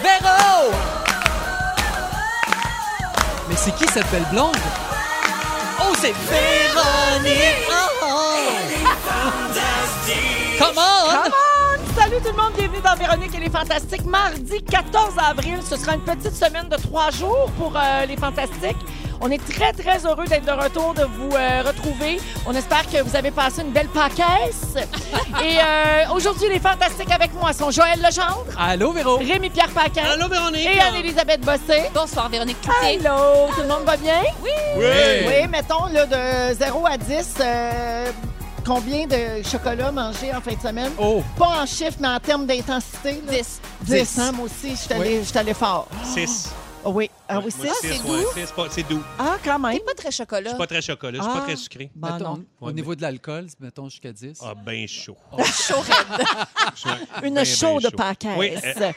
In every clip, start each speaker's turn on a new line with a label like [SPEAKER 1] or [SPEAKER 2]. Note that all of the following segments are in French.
[SPEAKER 1] Véro! Mais c'est qui cette belle blonde? Oh, c'est Véronique! Oh, oh. Come on!
[SPEAKER 2] Salut tout le monde, bienvenue dans Véronique et les Fantastiques. Mardi 14 avril, ce sera une petite semaine de trois jours pour euh, les Fantastiques. On est très, très heureux d'être de retour, de vous euh, retrouver. On espère que vous avez passé une belle paquesse. et euh, aujourd'hui, les Fantastiques avec moi sont Joël Legendre,
[SPEAKER 1] Allô, Véro?
[SPEAKER 2] Rémi-Pierre Paquin
[SPEAKER 1] Allô, Véronique!
[SPEAKER 2] et Anne-Élisabeth Bossé.
[SPEAKER 3] Bonsoir Véronique Cloutier.
[SPEAKER 2] Allô, tout le monde va bien? Oui!
[SPEAKER 1] Oui!
[SPEAKER 2] Oui, mettons là, de 0 à 10, euh, combien de chocolat manger en fin de semaine?
[SPEAKER 1] Oh!
[SPEAKER 2] Pas en chiffre, mais en termes d'intensité. là.
[SPEAKER 3] 10.
[SPEAKER 2] 10. hein, moi aussi, je suis allée, je suis allée fort.
[SPEAKER 4] 6.
[SPEAKER 2] Ah oui, ah oui, six?
[SPEAKER 3] c'est doux.
[SPEAKER 4] C'est doux.
[SPEAKER 2] Ah, quand
[SPEAKER 3] T'es
[SPEAKER 2] même.
[SPEAKER 3] pas très
[SPEAKER 4] Je
[SPEAKER 3] chocolat.
[SPEAKER 4] suis pas très chocolat, je suis
[SPEAKER 2] Ah.
[SPEAKER 4] pas très sucré.
[SPEAKER 1] Bon,
[SPEAKER 2] Mettons.
[SPEAKER 1] non. Au
[SPEAKER 4] Ouais,
[SPEAKER 1] niveau de l'alcool, mettons jusqu'à 10.
[SPEAKER 4] Ah, ben chaud.
[SPEAKER 2] Une
[SPEAKER 4] Ben, ben
[SPEAKER 2] chaude
[SPEAKER 4] chaud.
[SPEAKER 2] paquette.
[SPEAKER 4] Oui. euh,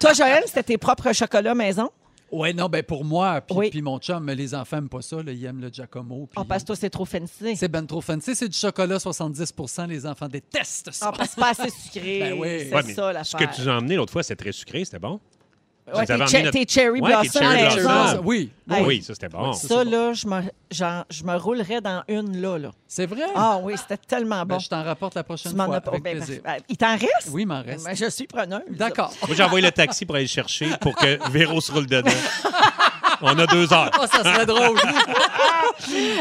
[SPEAKER 2] Toi, Joël, c'était tes propres chocolats maison?
[SPEAKER 1] Ouais, non, ben pour moi, puis
[SPEAKER 2] Oui.
[SPEAKER 1] puis mon chum, mais les enfants aiment pas ça, là, ils aiment le Giacomo. puis-
[SPEAKER 2] Ah, parce que toi, c'est trop fancy.
[SPEAKER 1] C'est ben trop fancy, c'est du chocolat 70 les enfants détestent ça.
[SPEAKER 2] Ah, parce que c'est pas assez sucré.
[SPEAKER 1] Ben oui.
[SPEAKER 2] C'est
[SPEAKER 4] Ouais, mais
[SPEAKER 2] ça,
[SPEAKER 4] Ce
[SPEAKER 2] l'affaire.
[SPEAKER 4] que tu nous as emmené l'autre fois, c'était très sucré, c'était bon.
[SPEAKER 2] Ouais,
[SPEAKER 4] tu nous
[SPEAKER 2] tes,
[SPEAKER 4] avais emmené
[SPEAKER 2] che-
[SPEAKER 4] notre-
[SPEAKER 2] tes cherry
[SPEAKER 4] Ouais, tes
[SPEAKER 2] blossom
[SPEAKER 4] cherry
[SPEAKER 2] maison.
[SPEAKER 4] blossom.
[SPEAKER 1] Ah, oui,
[SPEAKER 2] Hey.
[SPEAKER 4] Oui, ça, c'était bon.
[SPEAKER 1] c'est
[SPEAKER 2] Ça, là, je me, j'en- je me roulerais dans une, là. là.
[SPEAKER 1] c'est vrai.
[SPEAKER 2] Ah oui, c'était tellement bon.
[SPEAKER 1] Ben, je t'en rapporte la
[SPEAKER 2] Tu
[SPEAKER 1] prochaine
[SPEAKER 2] m'en
[SPEAKER 1] fois
[SPEAKER 2] as pas-
[SPEAKER 1] avec
[SPEAKER 2] ben,
[SPEAKER 1] plaisir.
[SPEAKER 2] ben, Il t'en reste?
[SPEAKER 1] Oui, il m'en reste.
[SPEAKER 2] Ben, je suis preneuse.
[SPEAKER 1] D'accord.
[SPEAKER 4] Moi, j'ai envoyé le taxi pour aller le chercher pour que Véro se roule dedans. On a deux heures.
[SPEAKER 1] Oh, ça serait drôle.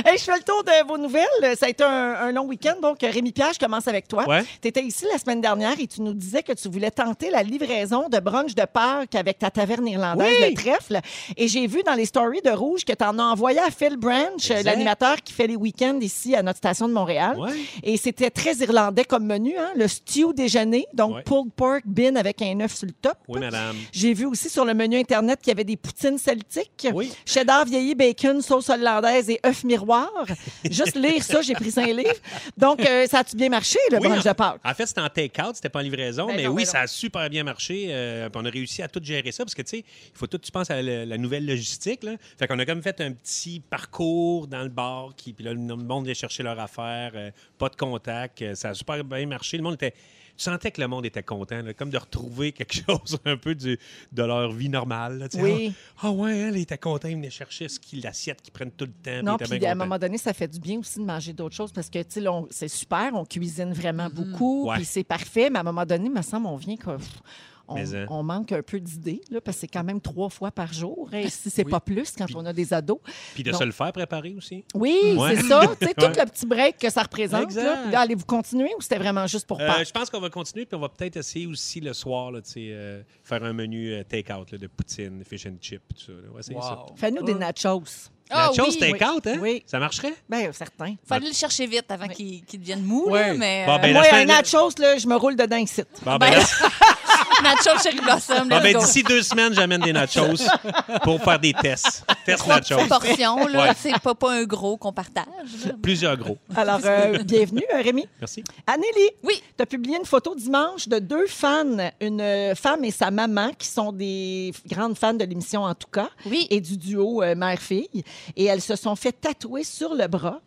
[SPEAKER 2] Hey, je fais le tour de vos nouvelles. Ça a été un, un long week-end. Donc, Rémi Pierre, je commence avec toi.
[SPEAKER 4] Ouais.
[SPEAKER 2] Tu étais ici la semaine dernière et tu nous disais que tu voulais tenter la livraison de brunch de Pâques avec ta taverne irlandaise, le trèfle. Et j'ai vu dans les stories de Rouge que tu en as envoyé à Phil Branch,
[SPEAKER 4] Exact.
[SPEAKER 2] l'animateur qui fait les week-ends ici à notre station de Montréal.
[SPEAKER 4] Ouais.
[SPEAKER 2] Et c'était très irlandais comme menu, hein? le stew déjeuner, donc
[SPEAKER 4] Ouais.
[SPEAKER 2] pulled pork bin avec un œuf sur le top.
[SPEAKER 4] Oui, madame.
[SPEAKER 2] J'ai vu aussi sur le menu Internet qu'il y avait des poutines celtiques.
[SPEAKER 4] Oui.
[SPEAKER 2] Cheddar vieilli, bacon, sauce hollandaise et œufs miroirs. Juste lire ça, j'ai pris cinq livres. Donc, euh, ça a-tu bien marché, le
[SPEAKER 4] Oui, Ah,
[SPEAKER 2] brunch de
[SPEAKER 4] en-
[SPEAKER 2] Pâques?
[SPEAKER 4] En fait, c'était en take-out, c'était pas en livraison,
[SPEAKER 2] Ben
[SPEAKER 4] mais
[SPEAKER 2] non,
[SPEAKER 4] oui,
[SPEAKER 2] ben non.
[SPEAKER 4] ça a super bien marché. euh, puis on a réussi à tout gérer ça parce que, tu sais, il faut tout, tu penses à la, la nouvelle logistique. Là. Fait qu'on a comme fait un petit parcours dans le bar, qui, puis là, le monde vient chercher leur affaire, euh, pas de contact. euh, ça a super bien marché. Le monde était. Tu sentais que le monde était content, là, comme de retrouver quelque chose un peu du, de leur vie normale. là, tu sais.
[SPEAKER 2] Oui.
[SPEAKER 4] Ah ouais, elle était content, ils venaient chercher ce qui- l'assiette qu'ils prennent tout le temps. puis
[SPEAKER 2] Non,
[SPEAKER 4] ils étaient
[SPEAKER 2] puis
[SPEAKER 4] bien
[SPEAKER 2] à un
[SPEAKER 4] contents.
[SPEAKER 2] moment donné, ça fait du bien aussi de manger d'autres choses parce que, tu sais, là, on- c'est super, on cuisine vraiment beaucoup,
[SPEAKER 4] Ouais.
[SPEAKER 2] puis c'est parfait, mais à un moment donné, me semble, on vient que. pff, On,
[SPEAKER 4] Mais, hein.
[SPEAKER 2] on manque un peu d'idées, là, parce que c'est quand même trois fois par jour, hein, si c'est
[SPEAKER 1] Oui.
[SPEAKER 2] pas plus quand on a des ados.
[SPEAKER 4] Puis de
[SPEAKER 2] Non.
[SPEAKER 4] se le faire préparer aussi.
[SPEAKER 2] Oui,
[SPEAKER 4] Ouais.
[SPEAKER 2] c'est ça. Tu sais, tout
[SPEAKER 4] Ouais.
[SPEAKER 2] le petit break que ça représente.
[SPEAKER 4] Exact.
[SPEAKER 2] Là, Puis là, allez-vous continuer ou c'était vraiment juste pour
[SPEAKER 4] Euh,
[SPEAKER 2] Pâques?
[SPEAKER 4] je pense qu'on va continuer, puis on va peut-être essayer aussi le soir, là, tu sais, euh, faire un menu euh, take-out là, de poutine, fish and chip, tout ça. là. On va essayer ça.
[SPEAKER 1] Wow.
[SPEAKER 2] Fais-nous des nachos.
[SPEAKER 3] Ah
[SPEAKER 4] La chose
[SPEAKER 3] oui.
[SPEAKER 4] take-out, hein?
[SPEAKER 2] Oui.
[SPEAKER 4] Ça marcherait?
[SPEAKER 2] Bien, Ben, certain.
[SPEAKER 3] Fallait le chercher vite avant qu'il qu'il devienne mou,
[SPEAKER 1] Ouais.
[SPEAKER 3] là, mais...
[SPEAKER 4] Bon,
[SPEAKER 3] euh,
[SPEAKER 4] ben,
[SPEAKER 2] Moi,
[SPEAKER 4] la
[SPEAKER 2] un
[SPEAKER 4] semaine-
[SPEAKER 2] nachos, là, je me roule dedans ici.
[SPEAKER 4] Bon,
[SPEAKER 3] Ben,
[SPEAKER 4] ben, là,
[SPEAKER 3] Nacho Cherry Blossom,
[SPEAKER 4] bon,
[SPEAKER 3] let's
[SPEAKER 4] ben,
[SPEAKER 3] go.
[SPEAKER 4] d'ici deux semaines, j'amène des nachos pour faire des tests. Test
[SPEAKER 3] Trois petites
[SPEAKER 4] nachos.
[SPEAKER 3] portions, là,
[SPEAKER 4] Ouais.
[SPEAKER 3] c'est pas, pas un gros qu'on partage. là.
[SPEAKER 4] Plusieurs gros.
[SPEAKER 2] Alors, euh, bienvenue, euh, Rémi.
[SPEAKER 4] Merci.
[SPEAKER 2] Anélie,
[SPEAKER 3] Oui.
[SPEAKER 2] tu as publié une photo dimanche de deux fans, une euh, femme et sa maman, qui sont des f- grandes fans de l'émission en tout cas,
[SPEAKER 3] Oui.
[SPEAKER 2] et du duo euh, mère-fille. Et elles se sont fait tatouer sur le bras,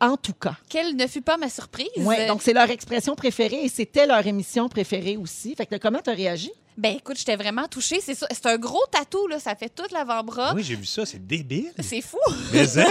[SPEAKER 2] en tout cas.
[SPEAKER 3] Quelle ne fut pas ma surprise. Euh,
[SPEAKER 2] Ouais, donc, c'est leur expression préférée et c'était leur émission préférée aussi. Fait que là, comment tu as réagi?
[SPEAKER 3] Ben écoute, j'étais vraiment touchée. C'est ça- c'est un gros tatou, là, ça fait tout l'avant-bras.
[SPEAKER 4] Oui, j'ai vu ça, c'est débile.
[SPEAKER 3] C'est fou.
[SPEAKER 4] Mais hein?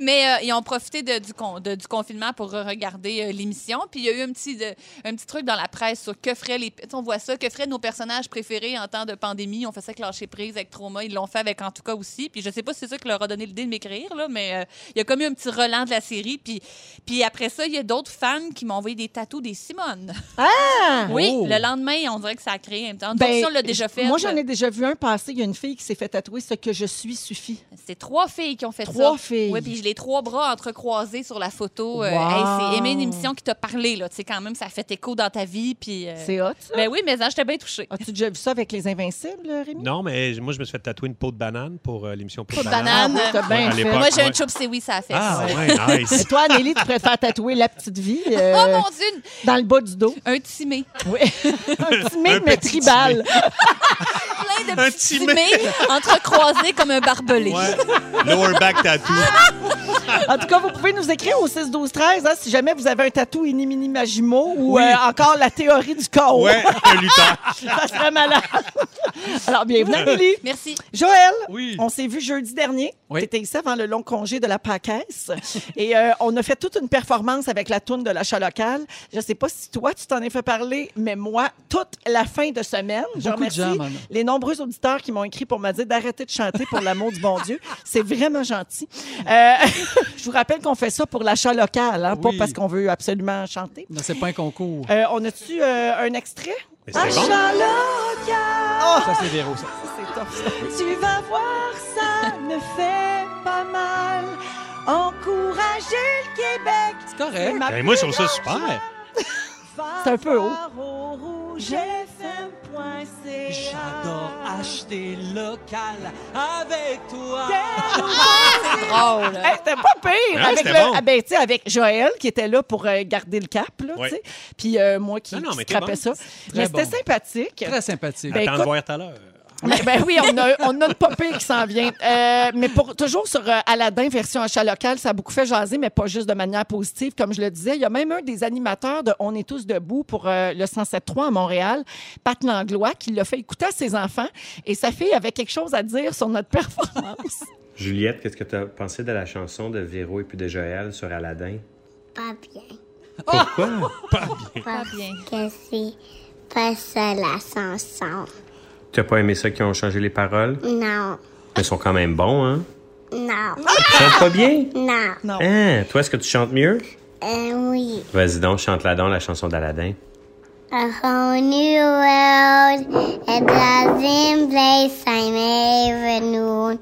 [SPEAKER 3] Mais euh, ils ont profité de- du, con- de- du confinement pour regarder euh, l'émission. Puis il y a eu un petit, de- un petit truc dans la presse sur que feraient les. tu sais, On voit ça, que feraient nos personnages préférés en temps de pandémie. On fait ça avec Lâcher Prise, avec Trauma. Ils l'ont fait avec En tout cas aussi. Puis je sais pas si c'est ça qui leur a donné l'idée de m'écrire, là, mais euh, il y a comme eu un petit relent de la série. Puis, puis après ça, il y a d'autres fans qui m'ont envoyé des tatous des Simone.
[SPEAKER 2] Ah!
[SPEAKER 3] Oui,
[SPEAKER 1] Oh!
[SPEAKER 3] le lendemain, on dirait que ça a créé un temps Comme
[SPEAKER 2] Ben,
[SPEAKER 3] ça, on l'a déjà fait.
[SPEAKER 2] Moi, j'en ai déjà vu un passer. Il y a une fille qui s'est fait tatouer ce que je suis suffit.
[SPEAKER 3] C'est trois filles qui ont fait ça.
[SPEAKER 2] Trois filles.
[SPEAKER 3] Oui, puis j'ai les trois bras entrecroisés sur la photo. Euh,
[SPEAKER 2] Wow.
[SPEAKER 3] hey, c'est aimé une émission qui t'a parlé, là. Tu sais, quand même, ça a fait écho dans ta vie, puis... euh,
[SPEAKER 2] C'est hot, ça. Ah,
[SPEAKER 3] Ben oui, mais hein, j'étais bien touchée.
[SPEAKER 2] As-tu déjà vu ça avec les Invincibles, Rémi?
[SPEAKER 4] Non, mais moi, je me suis fait tatouer une peau de banane pour euh, l'émission Peau
[SPEAKER 3] Peau
[SPEAKER 4] de
[SPEAKER 3] de
[SPEAKER 4] banane.
[SPEAKER 2] Ah
[SPEAKER 3] banane.
[SPEAKER 2] oui, t'as bien
[SPEAKER 4] Ouais, à
[SPEAKER 2] fait.
[SPEAKER 4] l'époque.
[SPEAKER 3] Moi, j'ai
[SPEAKER 4] ouais.
[SPEAKER 3] un choup, c'est oui, ça a fait.
[SPEAKER 4] Ah, ouais,
[SPEAKER 2] Et
[SPEAKER 4] nice.
[SPEAKER 2] Euh, toi, Anélie, tu préfères tatouer la petite vie euh,
[SPEAKER 3] Oh mon Dieu, une-
[SPEAKER 2] dans le bas du dos?
[SPEAKER 3] un timé.
[SPEAKER 2] Oui. un petit
[SPEAKER 4] Un
[SPEAKER 2] mime, mais
[SPEAKER 4] petit
[SPEAKER 2] tribal.
[SPEAKER 3] Plein de
[SPEAKER 4] Un
[SPEAKER 3] petits
[SPEAKER 4] timé.
[SPEAKER 3] timés entrecroisés comme un barbelé.
[SPEAKER 4] Ouais. Lower back tattoo.
[SPEAKER 2] En tout cas, vous pouvez nous écrire au 6 12 13 hein, si jamais vous avez un tatou inimini-magimo ou
[SPEAKER 4] Oui.
[SPEAKER 2] euh, encore la théorie du corps.
[SPEAKER 4] Ouais, un lutteur.
[SPEAKER 2] Ça serait malade. Alors, bienvenue, Amélie.
[SPEAKER 3] Merci.
[SPEAKER 2] Joël,
[SPEAKER 4] Oui.
[SPEAKER 2] on s'est vu jeudi dernier.
[SPEAKER 5] Oui.
[SPEAKER 2] T'étais ici avant le long congé de la Pacaisse. Et euh, on a fait toute une performance avec la toune de l'achat local. Je sais pas si toi, tu t'en es fait parler, mais moi, toute la fin de semaine, je
[SPEAKER 5] Beaucoup de
[SPEAKER 2] remercie
[SPEAKER 5] gens, maman.
[SPEAKER 2] les nombreux auditeurs qui m'ont écrit pour me dire d'arrêter de chanter pour l'amour du bon Dieu. C'est vraiment gentil. Euh, je vous rappelle qu'on fait ça pour l'achat local, hein, pas
[SPEAKER 5] Oui.
[SPEAKER 2] parce qu'on veut absolument chanter.
[SPEAKER 5] Non, c'est pas un concours.
[SPEAKER 2] Euh, on a-tu euh, un extrait?
[SPEAKER 4] Mais c'est
[SPEAKER 2] Achat
[SPEAKER 4] bon.
[SPEAKER 2] local! Oh!
[SPEAKER 5] Ça, c'est Véro, ça.
[SPEAKER 2] Tu vas voir, ça ne fait pas mal. Encourager le Québec.
[SPEAKER 5] C'est correct.
[SPEAKER 4] Ben, moi, je trouve ça super.
[SPEAKER 2] Ben, C'est un peu haut.
[SPEAKER 5] J'adore acheter local avec toi.
[SPEAKER 3] Drôle.
[SPEAKER 2] Hey, c'était pas pire.
[SPEAKER 4] Ouais,
[SPEAKER 2] avec,
[SPEAKER 4] c'était
[SPEAKER 2] le-
[SPEAKER 4] bon.
[SPEAKER 2] ah, ben, tu sais, avec Joël qui était là pour euh, garder le cap, là,
[SPEAKER 4] Ouais.
[SPEAKER 2] tu sais. puis euh, moi qui,
[SPEAKER 4] Non, non,
[SPEAKER 2] qui
[SPEAKER 4] mais t'es
[SPEAKER 2] scrapais
[SPEAKER 4] bonne.
[SPEAKER 2] ça.
[SPEAKER 5] Très
[SPEAKER 2] Mais c'était
[SPEAKER 5] bon.
[SPEAKER 2] sympathique.
[SPEAKER 5] Très sympathique.
[SPEAKER 2] Ben,
[SPEAKER 4] Attends
[SPEAKER 2] écoute-
[SPEAKER 4] de voir tout à l'heure.
[SPEAKER 2] Ben, ben oui, on a, on a une pas pire qui s'en vient. Euh, mais pour, toujours sur euh, Aladdin version achat local, ça a beaucoup fait jaser, mais pas juste de manière positive, comme je le disais. Il y a même un des animateurs de On est tous debout pour euh, le 107.3 à Montréal, Pat Langlois, qui l'a fait écouter à ses enfants. Et sa fille avait quelque chose à dire sur notre performance.
[SPEAKER 6] Juliette, qu'est-ce que tu as pensé de la chanson de Véro et puis de Joël sur Aladdin?
[SPEAKER 7] Pas bien.
[SPEAKER 4] Pourquoi? Pas bien.
[SPEAKER 7] Pas
[SPEAKER 3] bien.
[SPEAKER 7] Que c'est pas ça la chanson.
[SPEAKER 6] Tu pas aimé ça qui ont changé les paroles?
[SPEAKER 7] Non,
[SPEAKER 6] Ils sont quand même bons, hein?
[SPEAKER 7] non,
[SPEAKER 6] Tu chantes pas bien?
[SPEAKER 7] non.
[SPEAKER 6] Hein? Toi, est-ce que tu chantes mieux?
[SPEAKER 7] Euh, oui.
[SPEAKER 6] Vas-y donc, chante-la donc, la chanson d'Aladdin.
[SPEAKER 7] A whole new world, a dozen place I'm ever known.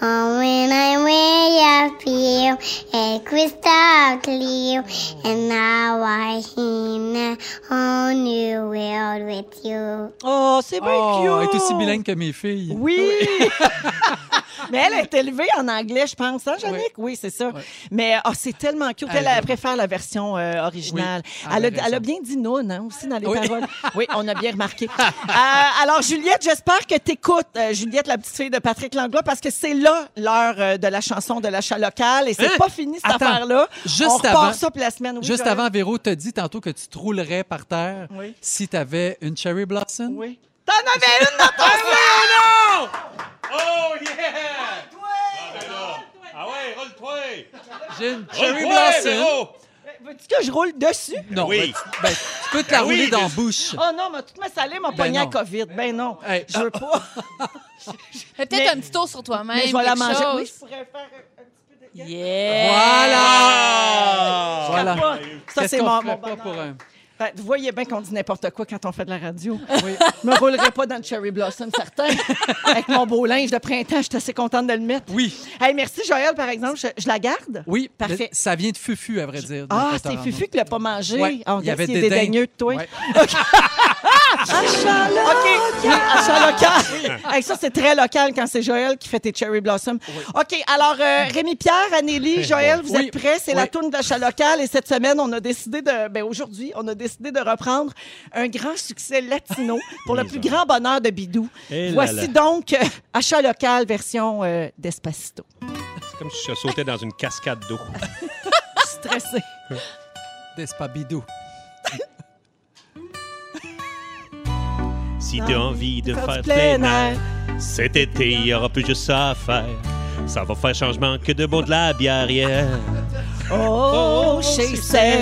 [SPEAKER 7] Oh, when I'm way up here, a crystal clear, and now I'm in a whole new world with you.
[SPEAKER 2] Oh, c'est bien
[SPEAKER 5] Oh, elle
[SPEAKER 2] cute!
[SPEAKER 5] est aussi bilingue que mes filles.
[SPEAKER 2] Oui! Mais elle est élevée en anglais, je pense, hein, Jannick? Oui, c'est ça. Mais ah, c'est tellement cute. Elle,
[SPEAKER 5] Elle
[SPEAKER 2] elle
[SPEAKER 5] aime.
[SPEAKER 2] préfère la version euh, originale.
[SPEAKER 5] Oui, elle
[SPEAKER 2] Elle, a,
[SPEAKER 5] avait
[SPEAKER 2] elle a
[SPEAKER 5] raison.
[SPEAKER 2] bien dit non, hein, aussi dans les
[SPEAKER 5] Oui.
[SPEAKER 2] paroles. Oui, on a bien remarqué. Euh, alors, Juliette, j'espère que tu écoutes, Juliette, la petite fille de Patrick Langlois, parce que c'est là l'heure euh, de la chanson de l'achat local et c'est
[SPEAKER 5] Hein?
[SPEAKER 2] pas fini cette
[SPEAKER 5] Attends.
[SPEAKER 2] affaire-là.
[SPEAKER 5] Juste
[SPEAKER 2] on repart
[SPEAKER 5] avant-
[SPEAKER 2] ça pour la semaine. Oui,
[SPEAKER 5] Juste
[SPEAKER 2] Joël?
[SPEAKER 5] avant, Véro t'a dit tantôt que tu te roulerais par terre
[SPEAKER 2] Oui.
[SPEAKER 5] si tu avais une cherry blossom.
[SPEAKER 2] Oui. T'en avais une dans ton sac!
[SPEAKER 4] Oh, yeah! Ah ouais, roule-toi!
[SPEAKER 5] J'ai
[SPEAKER 4] Oh,
[SPEAKER 5] une cherry blossom.
[SPEAKER 2] Veux-tu que je roule dessus?
[SPEAKER 5] Non,
[SPEAKER 4] Oui.
[SPEAKER 5] ben, ben, tu peux te la
[SPEAKER 4] Ben oui,
[SPEAKER 5] rouler dans la
[SPEAKER 4] mais-
[SPEAKER 5] bouche.
[SPEAKER 2] Oh non, mais toute ma salée m'a pogné à
[SPEAKER 5] non.
[SPEAKER 2] COVID. Ben non,
[SPEAKER 5] Hey, ah,
[SPEAKER 2] je veux pas.
[SPEAKER 3] Fais
[SPEAKER 2] Mais-
[SPEAKER 3] peut-être un petit tour sur toi-même.
[SPEAKER 2] Mais je vais la
[SPEAKER 3] quelque
[SPEAKER 2] manger.
[SPEAKER 3] chose.
[SPEAKER 2] Oui, je pourrais faire un, un petit peu de...
[SPEAKER 3] Yeah.
[SPEAKER 5] Voilà.
[SPEAKER 4] Voilà!
[SPEAKER 2] Capote. Ça,
[SPEAKER 5] Qu'est-ce
[SPEAKER 2] c'est
[SPEAKER 5] qu'on
[SPEAKER 2] mon,
[SPEAKER 5] ferait
[SPEAKER 2] mon
[SPEAKER 5] pas
[SPEAKER 2] bonheur.
[SPEAKER 5] pour un-
[SPEAKER 2] Fait, Ben, vous voyez bien qu'on dit n'importe quoi quand on fait de la radio.
[SPEAKER 5] Oui.
[SPEAKER 2] Je me roulerais pas dans le Cherry Blossom, certain. Avec mon beau linge de printemps, je suis assez contente de le mettre.
[SPEAKER 5] Oui.
[SPEAKER 2] Hey, merci, Joël, par exemple. Je, je la garde?
[SPEAKER 5] Oui,
[SPEAKER 2] Parfait.
[SPEAKER 5] mais Ça vient de Fufu, à vrai dire. de
[SPEAKER 2] Ah,
[SPEAKER 5] notre
[SPEAKER 2] c'est
[SPEAKER 5] restaurant.
[SPEAKER 2] Fufu qui l'a pas mangé.
[SPEAKER 5] Ouais,
[SPEAKER 2] Ah, on
[SPEAKER 5] il y
[SPEAKER 2] regarde
[SPEAKER 5] avait
[SPEAKER 2] s'il est
[SPEAKER 5] des dindes.
[SPEAKER 2] dédaigneux de toi.
[SPEAKER 5] Ouais.
[SPEAKER 2] OK. Oui, achat local. Hey, ça, c'est très local quand c'est Joël qui fait tes cherry blossoms. OK. Alors, euh, Rémi Pierre, Anneli, Joël, vous
[SPEAKER 5] Oui.
[SPEAKER 2] êtes prêts? C'est la
[SPEAKER 5] Oui.
[SPEAKER 2] tourne d'achat local. Et cette semaine, on a décidé de. Ben, aujourd'hui, on a décidé de reprendre un grand succès latino pour le
[SPEAKER 4] Oui,
[SPEAKER 2] plus
[SPEAKER 4] ça.
[SPEAKER 2] grand bonheur de Bidou.
[SPEAKER 4] Eh là
[SPEAKER 2] Voici donc euh, achat local version euh, Despacito.
[SPEAKER 4] C'est comme si je sautais dans une cascade d'eau.
[SPEAKER 2] Je suis stressée.
[SPEAKER 5] Despabidou.
[SPEAKER 4] Si t'as envie de
[SPEAKER 2] Faire du
[SPEAKER 4] faire
[SPEAKER 2] plein
[SPEAKER 4] plein
[SPEAKER 2] air.
[SPEAKER 4] air, cet été, il y aura plus juste ça à faire. Ça va faire changement que de bon de la bière hier.
[SPEAKER 2] Oh,
[SPEAKER 4] Oh,
[SPEAKER 2] chez
[SPEAKER 4] chez
[SPEAKER 2] Cell,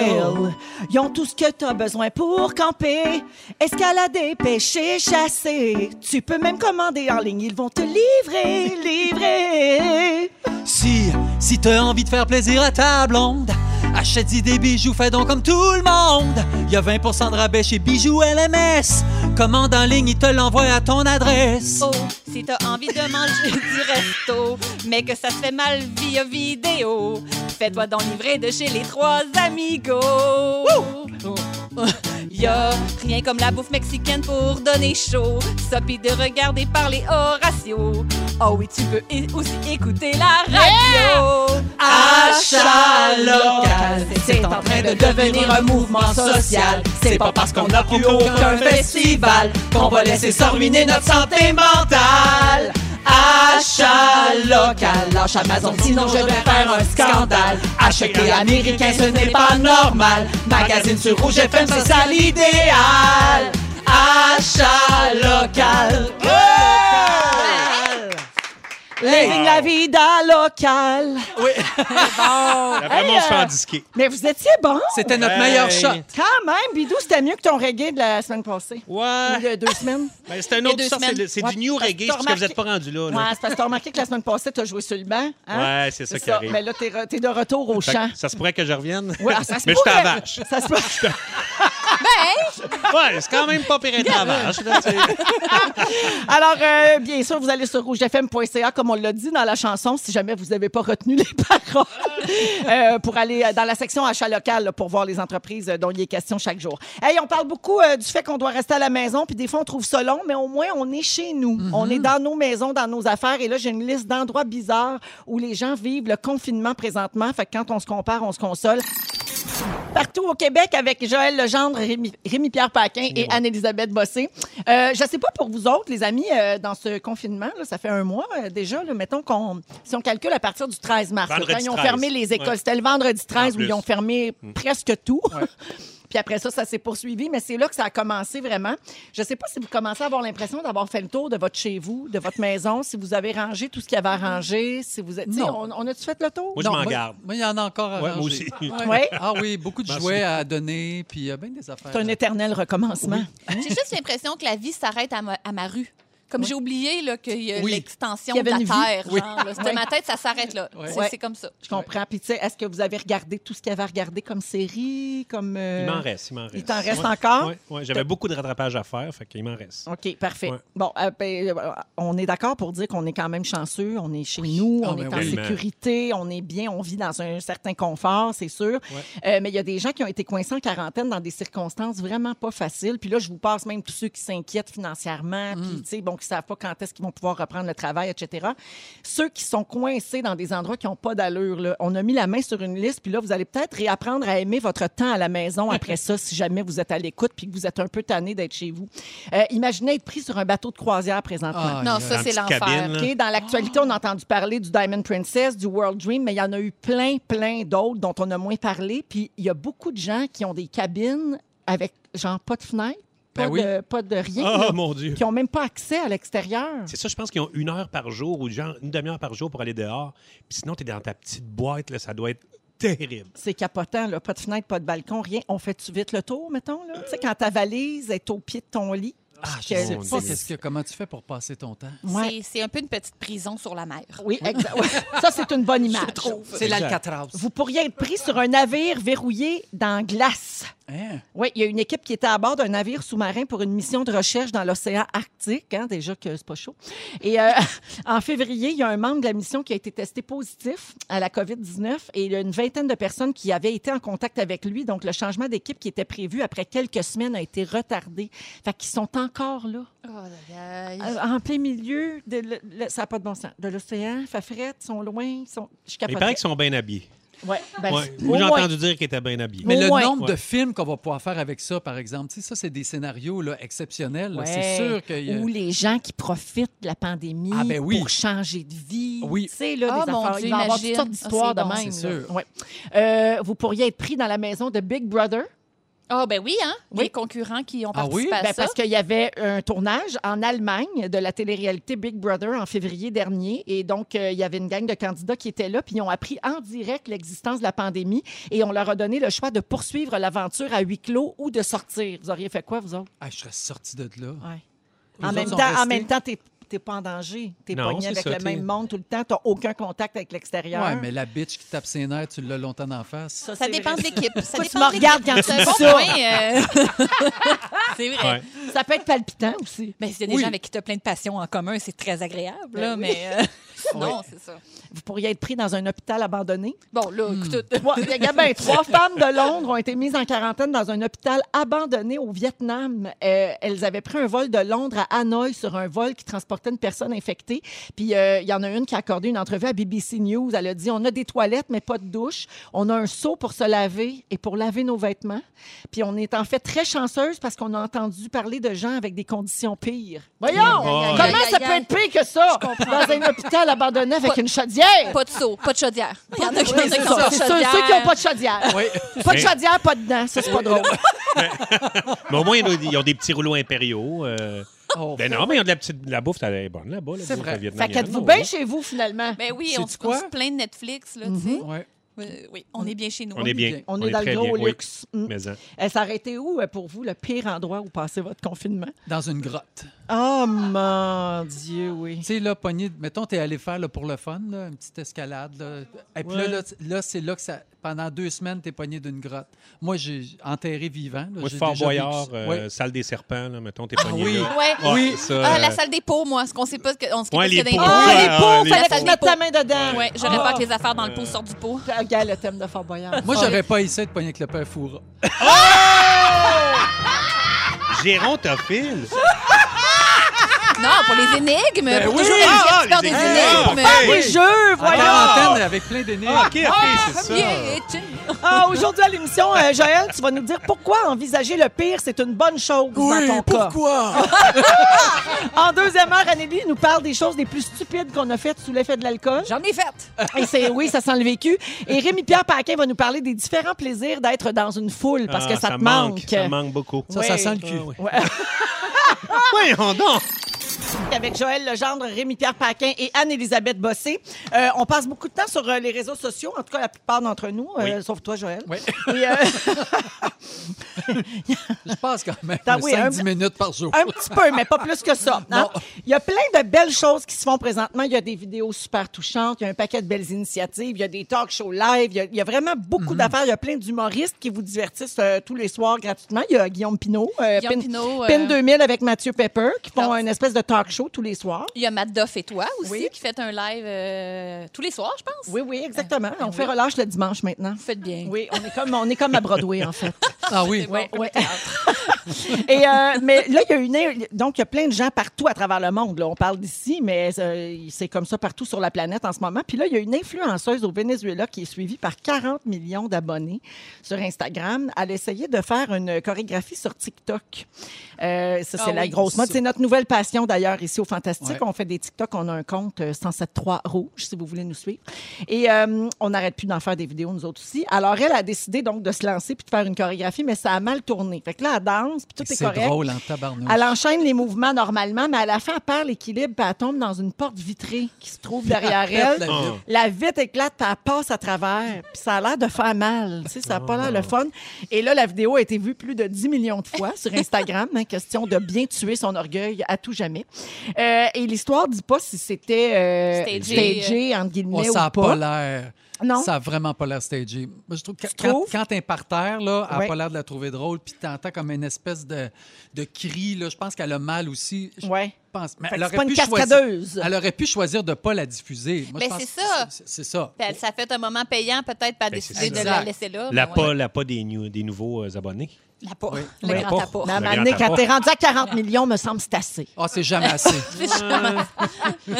[SPEAKER 2] ils ont tout ce que t'as besoin pour camper. Escalader, pêcher, chasser. Tu peux même commander en ligne, ils vont te livrer, livrer.
[SPEAKER 5] Si, si t'as envie de faire plaisir à ta blonde,
[SPEAKER 1] Achète des bijoux, fais donc comme tout le monde. Il y a 20 de rabais chez Bijoux LMS. Commande en ligne, ils te l'envoient à ton adresse.
[SPEAKER 3] Oh, si t'as envie de manger du resto, mais que ça se fait mal via vidéo, fais-toi donc livrer de chez les trois amigos. Oh, oh. Y a rien comme la bouffe mexicaine pour donner chaud, ça pis de regarder parler Horatio. Oh oui, tu peux é- aussi écouter la radio.
[SPEAKER 1] Achat local, c'est en train de devenir un mouvement social. C'est pas parce qu'on n'a plus aucun festival qu'on va laisser ça ruiner notre santé mentale. Achat local, lâche Amazon, sinon je vais faire un scandale. Acheter américain, ce n'est pas normal. Magazine sur Rouge FM, c'est ça l'idéal. Achat local.
[SPEAKER 2] Living la vida locale.
[SPEAKER 1] Oui,
[SPEAKER 4] Là, Vraiment, on se fait endisquer.
[SPEAKER 2] Mais vous étiez bon.
[SPEAKER 1] c'était notre
[SPEAKER 4] Hey.
[SPEAKER 1] meilleur shot.
[SPEAKER 2] Quand même, Bidou, c'était mieux que ton reggae de la semaine passée. Ou de
[SPEAKER 4] Ouais.
[SPEAKER 2] deux semaines.
[SPEAKER 4] Ben, c'est un
[SPEAKER 3] y a
[SPEAKER 4] autre
[SPEAKER 3] deux
[SPEAKER 4] sort. C'est
[SPEAKER 3] semaines.
[SPEAKER 4] le- c'est
[SPEAKER 2] Ouais,
[SPEAKER 4] du new
[SPEAKER 2] parce que
[SPEAKER 4] reggae,
[SPEAKER 2] t'as
[SPEAKER 4] c'est ce que vous n'êtes
[SPEAKER 2] remarqué-
[SPEAKER 4] pas rendu là.
[SPEAKER 2] Ouais,
[SPEAKER 4] là.
[SPEAKER 2] c'est parce que t'as remarqué que la semaine passée, t'as joué sur le banc. hein?
[SPEAKER 4] Ouais, c'est ça qui arrive.
[SPEAKER 2] Mais là, t'es, re- t'es de retour au
[SPEAKER 4] Fait que
[SPEAKER 2] champ.
[SPEAKER 4] Ça se pourrait que je revienne.
[SPEAKER 2] Ouais, ah, ça se
[SPEAKER 4] Mais je
[SPEAKER 2] pourrait.
[SPEAKER 4] t'avache.
[SPEAKER 2] Ça se peut.
[SPEAKER 4] Ouais, c'est quand même pas pire être à vache, là, tu sais.
[SPEAKER 2] Alors, euh, bien sûr, vous allez sur rougefm.ca, comme on l'a dit dans la chanson, si jamais vous n'avez pas retenu les paroles, euh, pour aller euh, dans la section achat local là, pour voir les entreprises euh, dont il est question chaque jour. Hey, on parle beaucoup euh, du fait qu'on doit rester à la maison, puis des fois, on trouve ça long, mais au moins, on est chez nous. On est dans nos maisons, dans nos affaires. Et là, j'ai une liste d'endroits bizarres où les gens vivent le confinement présentement. Fait que quand on se compare, on se console. Partout au Québec avec Joël Legendre, Rémi- Rémi-Pierre Paquin et Anne-Élisabeth Bossé. Euh, je ne sais pas pour vous autres, les amis, euh, dans ce confinement, là, ça fait un mois euh, déjà, là, mettons qu'on, si on calcule à partir du 13 mars, là, quand
[SPEAKER 4] Vendredi
[SPEAKER 2] ils ont
[SPEAKER 4] 13.
[SPEAKER 2] fermé les écoles,
[SPEAKER 4] Ouais.
[SPEAKER 2] c'était le vendredi 13
[SPEAKER 4] En
[SPEAKER 2] où ils
[SPEAKER 4] plus. Mm.
[SPEAKER 2] ont fermé presque tout. Puis après ça, ça s'est poursuivi, mais c'est là que ça a commencé vraiment. Je ne sais pas si vous commencez à avoir l'impression d'avoir fait le tour de votre chez vous, de votre maison, si vous avez rangé tout ce qu'il y avait à ranger, si vous êtes. tu sais,
[SPEAKER 1] Non.
[SPEAKER 2] On, on a-tu fait le tour?
[SPEAKER 4] Moi, je
[SPEAKER 1] Non,
[SPEAKER 4] m'en
[SPEAKER 1] moi-
[SPEAKER 4] garde.
[SPEAKER 1] Moi, il y en a encore à
[SPEAKER 4] Ouais, moi
[SPEAKER 1] ranger.
[SPEAKER 4] aussi.
[SPEAKER 1] Ouais.
[SPEAKER 2] Ouais.
[SPEAKER 1] Ah oui, beaucoup de
[SPEAKER 4] Merci.
[SPEAKER 1] jouets à donner, puis il y a bien des affaires.
[SPEAKER 2] C'est un éternel recommencement.
[SPEAKER 3] J'ai juste l'impression que la vie s'arrête à ma, à ma rue. Comme j'ai oublié là, qu'il y a
[SPEAKER 1] Oui.
[SPEAKER 3] l'extension
[SPEAKER 2] Qu'il y
[SPEAKER 3] de
[SPEAKER 2] avait
[SPEAKER 3] la
[SPEAKER 2] une vie.
[SPEAKER 3] terre.
[SPEAKER 1] Oui.
[SPEAKER 3] genre, là. C'était
[SPEAKER 2] Ouais.
[SPEAKER 3] ma tête, ça s'arrête là.
[SPEAKER 1] Ouais.
[SPEAKER 3] C'est
[SPEAKER 2] Ouais.
[SPEAKER 3] c'est comme ça.
[SPEAKER 2] Je comprends. Puis, tu sais, est-ce que vous avez regardé tout ce qu'il y avait à regarder comme série, comme... euh,
[SPEAKER 4] Il m'en reste, il m'en reste.
[SPEAKER 2] il t'en reste
[SPEAKER 4] Ouais,
[SPEAKER 2] encore?
[SPEAKER 4] ouais, ouais, J'avais beaucoup de rattrapage à faire, fait qu'il m'en reste.
[SPEAKER 2] OK, parfait.
[SPEAKER 4] Ouais.
[SPEAKER 2] Bon, euh, ben, euh, on est d'accord pour dire qu'on est quand même chanceux, on est chez nous,
[SPEAKER 1] Ah,
[SPEAKER 2] on
[SPEAKER 1] ben
[SPEAKER 2] est en
[SPEAKER 1] oui.
[SPEAKER 2] sécurité, on est bien, on vit dans un certain confort, c'est sûr. Euh, mais il y a des gens qui ont été coincés en quarantaine dans des circonstances vraiment pas faciles. Puis là, je vous passe même tous ceux qui s'inquiètent financièrement, puis tu sais, bon, qui savent pas quand est-ce qu'ils vont pouvoir reprendre le travail, etc. Ceux qui sont coincés dans des endroits qui n'ont pas d'allure, là, on a mis la main sur une liste, puis là, vous allez peut-être réapprendre à aimer votre temps à la maison après ça, si jamais vous êtes à l'écoute, puis que vous êtes un peu tanné d'être chez vous. Euh, imaginez être pris sur un bateau de croisière présentement.
[SPEAKER 1] Ah,
[SPEAKER 3] Non,
[SPEAKER 1] il y a-
[SPEAKER 3] ça, c'est
[SPEAKER 4] petite cabine, là.
[SPEAKER 3] l'enfer.
[SPEAKER 2] OK, Dans l'actualité, on a entendu parler du Diamond Princess, du World Dream, mais il y en a eu plein, plein d'autres dont on a moins parlé. Puis il y a beaucoup de gens qui ont des cabines avec, genre, pas de fenêtre, pas,
[SPEAKER 1] Ben oui.
[SPEAKER 2] de, pas de rien,
[SPEAKER 4] Oh
[SPEAKER 2] là,
[SPEAKER 4] mon Dieu!
[SPEAKER 2] qui n'ont même pas accès à l'extérieur.
[SPEAKER 4] C'est ça, je pense qu'ils ont une heure par jour ou genre une demi-heure par jour pour aller dehors. Puis sinon, t'es dans ta petite boîte, là, ça doit être terrible.
[SPEAKER 2] C'est capotant, là. Pas de fenêtre, pas de balcon, rien. On fait-tu vite le tour, mettons, là? Tu sais, quand ta valise est au pied de ton lit.
[SPEAKER 1] Ah, je
[SPEAKER 2] que-
[SPEAKER 1] sais
[SPEAKER 4] Mon
[SPEAKER 1] pas
[SPEAKER 4] Dieu.
[SPEAKER 1] qu'est-ce que, comment tu fais pour passer ton temps.
[SPEAKER 2] Ouais.
[SPEAKER 3] C'est- C'est un peu une petite prison sur la mer.
[SPEAKER 2] Oui, exact. Ouais. Ça, c'est une bonne image.
[SPEAKER 1] C'est
[SPEAKER 4] Exact.
[SPEAKER 1] l'Alcatraz.
[SPEAKER 2] Vous pourriez être pris sur un navire verrouillé dans glace.
[SPEAKER 1] Hein?
[SPEAKER 2] Oui, il y a une équipe qui était à bord d'un navire sous-marin pour une mission de recherche dans l'océan Arctique, hein, déjà que c'est pas chaud. Et euh, en février, il y a un membre de la mission qui a été testé positif à la COVID-19 et il y a une vingtaine de personnes qui avaient été en contact avec lui. Donc, le changement d'équipe qui était prévu après quelques semaines a été retardé. Fait qu'ils sont encore là,
[SPEAKER 3] Oh, là, là.
[SPEAKER 2] euh, en plein milieu, de le- le- ça n'a pas de bon sens, de l'océan, fait frette, ils sont loin, ils sont... Je
[SPEAKER 4] Il
[SPEAKER 2] capote.
[SPEAKER 4] paraît qu'ils sont bien habillés.
[SPEAKER 2] Ouais, ben,
[SPEAKER 4] Ouais.
[SPEAKER 2] au
[SPEAKER 4] Moi, j'ai
[SPEAKER 2] moins.
[SPEAKER 4] entendu dire qu'ils étaient bien habillés.
[SPEAKER 1] Mais
[SPEAKER 2] Au
[SPEAKER 1] le
[SPEAKER 2] moins.
[SPEAKER 1] nombre de
[SPEAKER 4] Ouais.
[SPEAKER 1] films qu'on va pouvoir faire avec ça, par exemple, tu sais, ça, c'est des scénarios là, exceptionnels. là. C'est
[SPEAKER 2] Ouais.
[SPEAKER 1] sûr que... y a-
[SPEAKER 2] Ou les gens qui profitent de la pandémie
[SPEAKER 1] Ah, ben oui.
[SPEAKER 2] pour changer de vie.
[SPEAKER 1] Oui.
[SPEAKER 2] Tu sais, là,
[SPEAKER 3] Ah,
[SPEAKER 2] des
[SPEAKER 3] mon
[SPEAKER 2] affaires.
[SPEAKER 3] Dieu,
[SPEAKER 2] il va y avoir toutes
[SPEAKER 3] imagine.
[SPEAKER 2] sortes d'histoires
[SPEAKER 3] Ah,
[SPEAKER 2] de
[SPEAKER 3] c'est
[SPEAKER 2] même.
[SPEAKER 1] bon, c'est
[SPEAKER 2] là.
[SPEAKER 1] sûr.
[SPEAKER 2] Ouais. Euh, vous pourriez être pris dans la maison de Big Brother
[SPEAKER 3] Ah, ben oui, hein?
[SPEAKER 2] Oui.
[SPEAKER 3] Les concurrents qui ont
[SPEAKER 1] Ah oui?
[SPEAKER 3] participé à
[SPEAKER 2] ben,
[SPEAKER 3] ça.
[SPEAKER 2] parce qu'il y avait un tournage en Allemagne de la télé-réalité Big Brother en février dernier. Et donc, euh, il y avait une gang de candidats qui étaient là, puis ils ont appris en direct l'existence de la pandémie. Et on leur a donné le choix de poursuivre l'aventure à huis clos ou de sortir. Vous auriez fait quoi, vous autres?
[SPEAKER 1] Ah, je serais sorti de là.
[SPEAKER 2] Ouais.
[SPEAKER 1] Les
[SPEAKER 2] En
[SPEAKER 1] autres
[SPEAKER 2] même,
[SPEAKER 1] sont
[SPEAKER 2] temps, en
[SPEAKER 1] restés.
[SPEAKER 2] même temps, t'es t'es pas en danger. T'es
[SPEAKER 4] Non,
[SPEAKER 2] pogné
[SPEAKER 4] c'est
[SPEAKER 2] avec
[SPEAKER 4] ça,
[SPEAKER 2] le
[SPEAKER 4] t'es-
[SPEAKER 2] même monde tout le temps. T'as aucun contact avec l'extérieur.
[SPEAKER 5] Ouais, mais la bitch qui tape ses nerfs, tu l'as longtemps en face.
[SPEAKER 3] Ça dépend de l'équipe. Ça
[SPEAKER 2] Pourquoi tu
[SPEAKER 3] dépend
[SPEAKER 2] me
[SPEAKER 3] de l'équipe.
[SPEAKER 2] regardes quand tu
[SPEAKER 3] C'est un
[SPEAKER 2] dis
[SPEAKER 3] bon
[SPEAKER 2] ça?
[SPEAKER 3] point, euh. c'est vrai.
[SPEAKER 4] Ouais.
[SPEAKER 2] Ça peut être palpitant aussi.
[SPEAKER 3] Mais c'est des gens avec qui tu as plein de passions en commun, c'est très agréable, là,
[SPEAKER 2] Ben oui.
[SPEAKER 3] mais euh, sinon, c'est ça.
[SPEAKER 2] Vous pourriez être pris dans un hôpital abandonné.
[SPEAKER 3] Bon, là, écoute, euh,
[SPEAKER 2] Trois, regarde bien, ben, trois femmes de Londres ont été mises en quarantaine dans un hôpital abandonné au Vietnam. Euh, elles avaient pris un vol de Londres à Hanoï sur un vol qui transportait une personne infectée. Puis euh, il y en a une qui a accordé une entrevue à BBC News. Elle a dit on a des toilettes mais pas de douche. On a un seau pour se laver et pour laver nos vêtements. Puis on est en fait très chanceuse parce qu'on a entendu parler de gens avec des conditions pires. Voyons,
[SPEAKER 4] aïe,
[SPEAKER 2] comment ça peut être pire que ça dans un hôpital abandonné avec
[SPEAKER 3] Pas-
[SPEAKER 2] une chaudière
[SPEAKER 3] pas de seau, pas de chaudière. Il y en a qui
[SPEAKER 2] Oui,
[SPEAKER 3] il y en a
[SPEAKER 2] c'est
[SPEAKER 3] qui ont
[SPEAKER 2] ça.
[SPEAKER 3] pas de
[SPEAKER 2] Ceux
[SPEAKER 3] chaudière.
[SPEAKER 2] ceux qui n'ont pas de chaudière.
[SPEAKER 5] Oui.
[SPEAKER 2] Pas de
[SPEAKER 4] Mais-
[SPEAKER 2] chaudière, pas dedans. Ça, c'est pas drôle.
[SPEAKER 4] Mais au moins, ils ont, ils ont des petits rouleaux impériaux. euh.
[SPEAKER 5] Oh.
[SPEAKER 4] Ben non, mais ils ont de la, petite, de la bouffe, elle est bonne là-bas. La
[SPEAKER 5] C'est
[SPEAKER 4] bouffe Oh,
[SPEAKER 5] vrai.
[SPEAKER 4] au Vietnam,
[SPEAKER 2] Fait
[SPEAKER 4] il y en a,
[SPEAKER 2] qu'êtes-vous
[SPEAKER 4] non,
[SPEAKER 2] bien
[SPEAKER 4] là.
[SPEAKER 2] chez vous, finalement?
[SPEAKER 3] Ben oui, on,
[SPEAKER 5] Sais-tu
[SPEAKER 3] se-
[SPEAKER 5] quoi?
[SPEAKER 3] on se plaint de Netflix, là,
[SPEAKER 2] Mm-hmm.
[SPEAKER 3] tu sais.
[SPEAKER 5] Ouais.
[SPEAKER 3] Oui, oui, on est bien chez nous.
[SPEAKER 4] On est bien.
[SPEAKER 2] On, est, dans
[SPEAKER 4] très
[SPEAKER 2] le gros
[SPEAKER 4] bien, oui.
[SPEAKER 2] luxe. Mm.
[SPEAKER 4] Mais, hein.
[SPEAKER 2] Elle s'arrêtait où, euh, pour vous, le pire endroit où passer votre confinement?
[SPEAKER 5] Dans une grotte.
[SPEAKER 2] Oh, mon Dieu, oui.
[SPEAKER 5] Tu sais, là, pogné, mettons, t'es allé faire là, pour le fun, là, une petite escalade. Là. Et puis là,
[SPEAKER 4] Ouais.
[SPEAKER 5] là, t- là, c'est là que ça. Pendant deux semaines, t'es pogné d'une grotte. Moi, j'ai enterré vivant. là,
[SPEAKER 4] Moi,
[SPEAKER 5] j'ai
[SPEAKER 4] Fort
[SPEAKER 5] déjà vécu
[SPEAKER 4] Boyard,
[SPEAKER 5] ça.
[SPEAKER 4] euh,
[SPEAKER 5] Oui.
[SPEAKER 4] salle des serpents, là, mettons, t'es
[SPEAKER 5] Ah
[SPEAKER 4] pogné
[SPEAKER 5] oui.
[SPEAKER 4] là.
[SPEAKER 3] Ouais.
[SPEAKER 4] Ouais,
[SPEAKER 5] Oui.
[SPEAKER 4] ça,
[SPEAKER 3] Ah, la
[SPEAKER 4] euh,
[SPEAKER 3] salle des pots, moi, ce qu'on sait pas, ce que- on sait
[SPEAKER 4] Ouais,
[SPEAKER 3] pas ce
[SPEAKER 4] les
[SPEAKER 3] qu'il y a
[SPEAKER 4] pots.
[SPEAKER 3] dans
[SPEAKER 2] Ah,
[SPEAKER 4] Ouais,
[SPEAKER 2] les
[SPEAKER 4] ah,
[SPEAKER 2] pauvres,
[SPEAKER 4] les
[SPEAKER 2] fallait que
[SPEAKER 3] pauvres.
[SPEAKER 2] tu mettes ta main dedans.
[SPEAKER 3] Ouais, j'aurais
[SPEAKER 2] Ah.
[SPEAKER 3] peur que les affaires dans le pot sortent du pot.
[SPEAKER 2] Regarde Ah, le thème de Fort Boyard.
[SPEAKER 5] Moi, j'aurais pas essayé de pogner avec le père Foura.
[SPEAKER 4] Gérontophile.
[SPEAKER 2] Ah.
[SPEAKER 3] Non, pour les énigmes, pour
[SPEAKER 2] Ben
[SPEAKER 5] oui.
[SPEAKER 3] toujours les
[SPEAKER 4] Ah,
[SPEAKER 3] peur des
[SPEAKER 4] les
[SPEAKER 3] énigmes. Ah,
[SPEAKER 4] énigmes.
[SPEAKER 2] Les jeux,
[SPEAKER 5] En
[SPEAKER 2] voyons!
[SPEAKER 5] quarantaine, avec plein d'aînés.
[SPEAKER 4] Ah, OK, OK, c'est ça.
[SPEAKER 3] Yeah, it's in-
[SPEAKER 2] Ah, Aujourd'hui à l'émission, euh, Joël, tu vas nous dire pourquoi envisager le pire, c'est une bonne chose dans ton cas.
[SPEAKER 5] pourquoi?
[SPEAKER 2] En deuxième heure, Anneli nous parle des choses les plus stupides qu'on a faites sous l'effet de l'alcool.
[SPEAKER 3] J'en ai fait.
[SPEAKER 2] Et c'est oui, ça sent le vécu. Et Rémi-Pierre Paquin va nous parler des différents plaisirs d'être dans une foule parce que
[SPEAKER 4] Ah,
[SPEAKER 2] ça, te manque.
[SPEAKER 4] Ça manque beaucoup.
[SPEAKER 5] Ça, ça sent le
[SPEAKER 4] Ah,
[SPEAKER 5] cul.
[SPEAKER 4] Voyons donc.
[SPEAKER 2] Ah, Avec Joël Legendre, Rémi-Pierre Paquin et Anne-Élisabeth Bossé. Euh, on passe beaucoup de temps sur euh, les réseaux sociaux, en tout cas la plupart d'entre nous, euh, sauf toi, Joël.
[SPEAKER 5] Oui.
[SPEAKER 2] Et, euh,
[SPEAKER 5] Je passe quand même
[SPEAKER 2] Ah oui,
[SPEAKER 5] 5-10
[SPEAKER 2] un-
[SPEAKER 5] minutes par jour.
[SPEAKER 2] Un petit peu, mais pas plus que ça. hein. Il y a plein de belles choses qui se font présentement. Il y a des vidéos super touchantes, il y a un paquet de belles initiatives, il y a des talk shows live, il y a, il y a vraiment beaucoup d'affaires. Il y a plein d'humoristes qui vous divertissent euh, tous les soirs gratuitement. Il y a Guillaume Pinault, euh,
[SPEAKER 3] Guillaume
[SPEAKER 2] Pin,
[SPEAKER 3] Pinault, euh,
[SPEAKER 2] Pin 2000 avec Mathieu Pepper, qui font
[SPEAKER 3] Alors,
[SPEAKER 2] une espèce de talk show tous les soirs.
[SPEAKER 3] Il y a Matt Duff et toi aussi
[SPEAKER 2] Oui.
[SPEAKER 3] qui faites un live euh, tous les soirs, je pense.
[SPEAKER 2] Oui, Ben oui, exactement. On fait relâche le dimanche maintenant.
[SPEAKER 3] Vous faites bien.
[SPEAKER 2] Oui, on est comme, on est comme à Broadway, en fait.
[SPEAKER 5] Ah oui.
[SPEAKER 3] C'est bien comme
[SPEAKER 2] ouais.
[SPEAKER 3] le théâtre.
[SPEAKER 2] Et euh, mais là, il y a une donc il y a plein de gens partout à travers le monde. là. On parle d'ici, mais euh, c'est comme ça partout sur la planète en ce moment. Puis là, il y a une influenceuse au Venezuela qui est suivie par 40 millions d'abonnés sur Instagram. Elle a essayé de faire une chorégraphie sur TikTok. Euh, ça, c'est
[SPEAKER 3] Ah
[SPEAKER 2] la
[SPEAKER 3] oui,
[SPEAKER 2] grosse mode.
[SPEAKER 5] ça.
[SPEAKER 2] C'est notre nouvelle passion d'ailleurs ici au Fantastique.
[SPEAKER 5] Ouais.
[SPEAKER 2] On fait des TikTok. On a un compte euh, 1073 rouge si vous voulez nous suivre. Et euh, on n'arrête plus d'en faire des vidéos, nous autres aussi. Alors, elle a décidé donc de se lancer puis de faire une chorégraphie, mais ça a mal tourné. Fait que là, elle danse, puis tout est
[SPEAKER 5] C'est
[SPEAKER 2] correct.
[SPEAKER 5] drôle en tabarnouche.
[SPEAKER 2] Elle enchaîne les mouvements normalement, mais à la fin, elle perd l'équilibre, puis elle tombe dans une porte vitrée qui se trouve derrière
[SPEAKER 5] Pète la
[SPEAKER 2] elle.
[SPEAKER 3] Ah.
[SPEAKER 5] vitre.
[SPEAKER 2] La vitre éclate, puis elle passe à travers. Puis ça a l'air de faire mal. Tu sais, ça n'a pas l'air le fun. Et là, la vidéo a été vue plus de 10 millions de fois sur Instagram. hein, question de bien tuer son orgueil à tout jamais. Euh, et l'histoire dit pas si c'était euh,
[SPEAKER 3] Stagé.
[SPEAKER 2] stagé, entre guillemets,
[SPEAKER 5] Oh,
[SPEAKER 2] ou
[SPEAKER 5] ça n'a
[SPEAKER 2] pas.
[SPEAKER 5] pas l'air.
[SPEAKER 2] Non.
[SPEAKER 5] Ça n'a vraiment pas l'air stagé. Moi, Je trouve que
[SPEAKER 2] Tu
[SPEAKER 5] quand,
[SPEAKER 2] trouves?
[SPEAKER 5] quand t'es par terre, là, elle n'a
[SPEAKER 2] Ouais.
[SPEAKER 5] pas l'air de la trouver drôle, puis t'entends comme une espèce de, de cri. Là. Je pense qu'elle a mal aussi. Je
[SPEAKER 2] Ouais.
[SPEAKER 5] pense. Mais
[SPEAKER 2] Fait
[SPEAKER 5] elle
[SPEAKER 2] que c'est
[SPEAKER 5] aurait
[SPEAKER 2] pas
[SPEAKER 5] pu
[SPEAKER 2] une
[SPEAKER 5] choisir-
[SPEAKER 2] cascadeuse.
[SPEAKER 5] Elle aurait pu choisir de ne pas la diffuser. Moi, je
[SPEAKER 3] Ben,
[SPEAKER 5] pense
[SPEAKER 3] c'est
[SPEAKER 5] que
[SPEAKER 3] ça.
[SPEAKER 5] C'est c'est ça.
[SPEAKER 3] Ben, ça a fait un moment payant, peut-être, pas
[SPEAKER 4] Ben, c'est
[SPEAKER 3] décider de
[SPEAKER 5] ça.
[SPEAKER 3] la
[SPEAKER 5] Exact.
[SPEAKER 3] laisser là.
[SPEAKER 4] La
[SPEAKER 3] mais
[SPEAKER 4] pas,
[SPEAKER 3] ouais.
[SPEAKER 4] la pas des, new- des nouveaux euh, abonnés.
[SPEAKER 3] La pas.
[SPEAKER 5] Oui.
[SPEAKER 3] Le
[SPEAKER 4] Oui.
[SPEAKER 3] grand
[SPEAKER 4] La
[SPEAKER 3] appât.
[SPEAKER 4] pas.
[SPEAKER 2] Mais à un
[SPEAKER 4] Le
[SPEAKER 2] moment
[SPEAKER 4] grand
[SPEAKER 2] donné, quand
[SPEAKER 4] appât.
[SPEAKER 2] t'es rendu à 40 millions, me semble, c'est assez.
[SPEAKER 5] Ah, c'est jamais assez.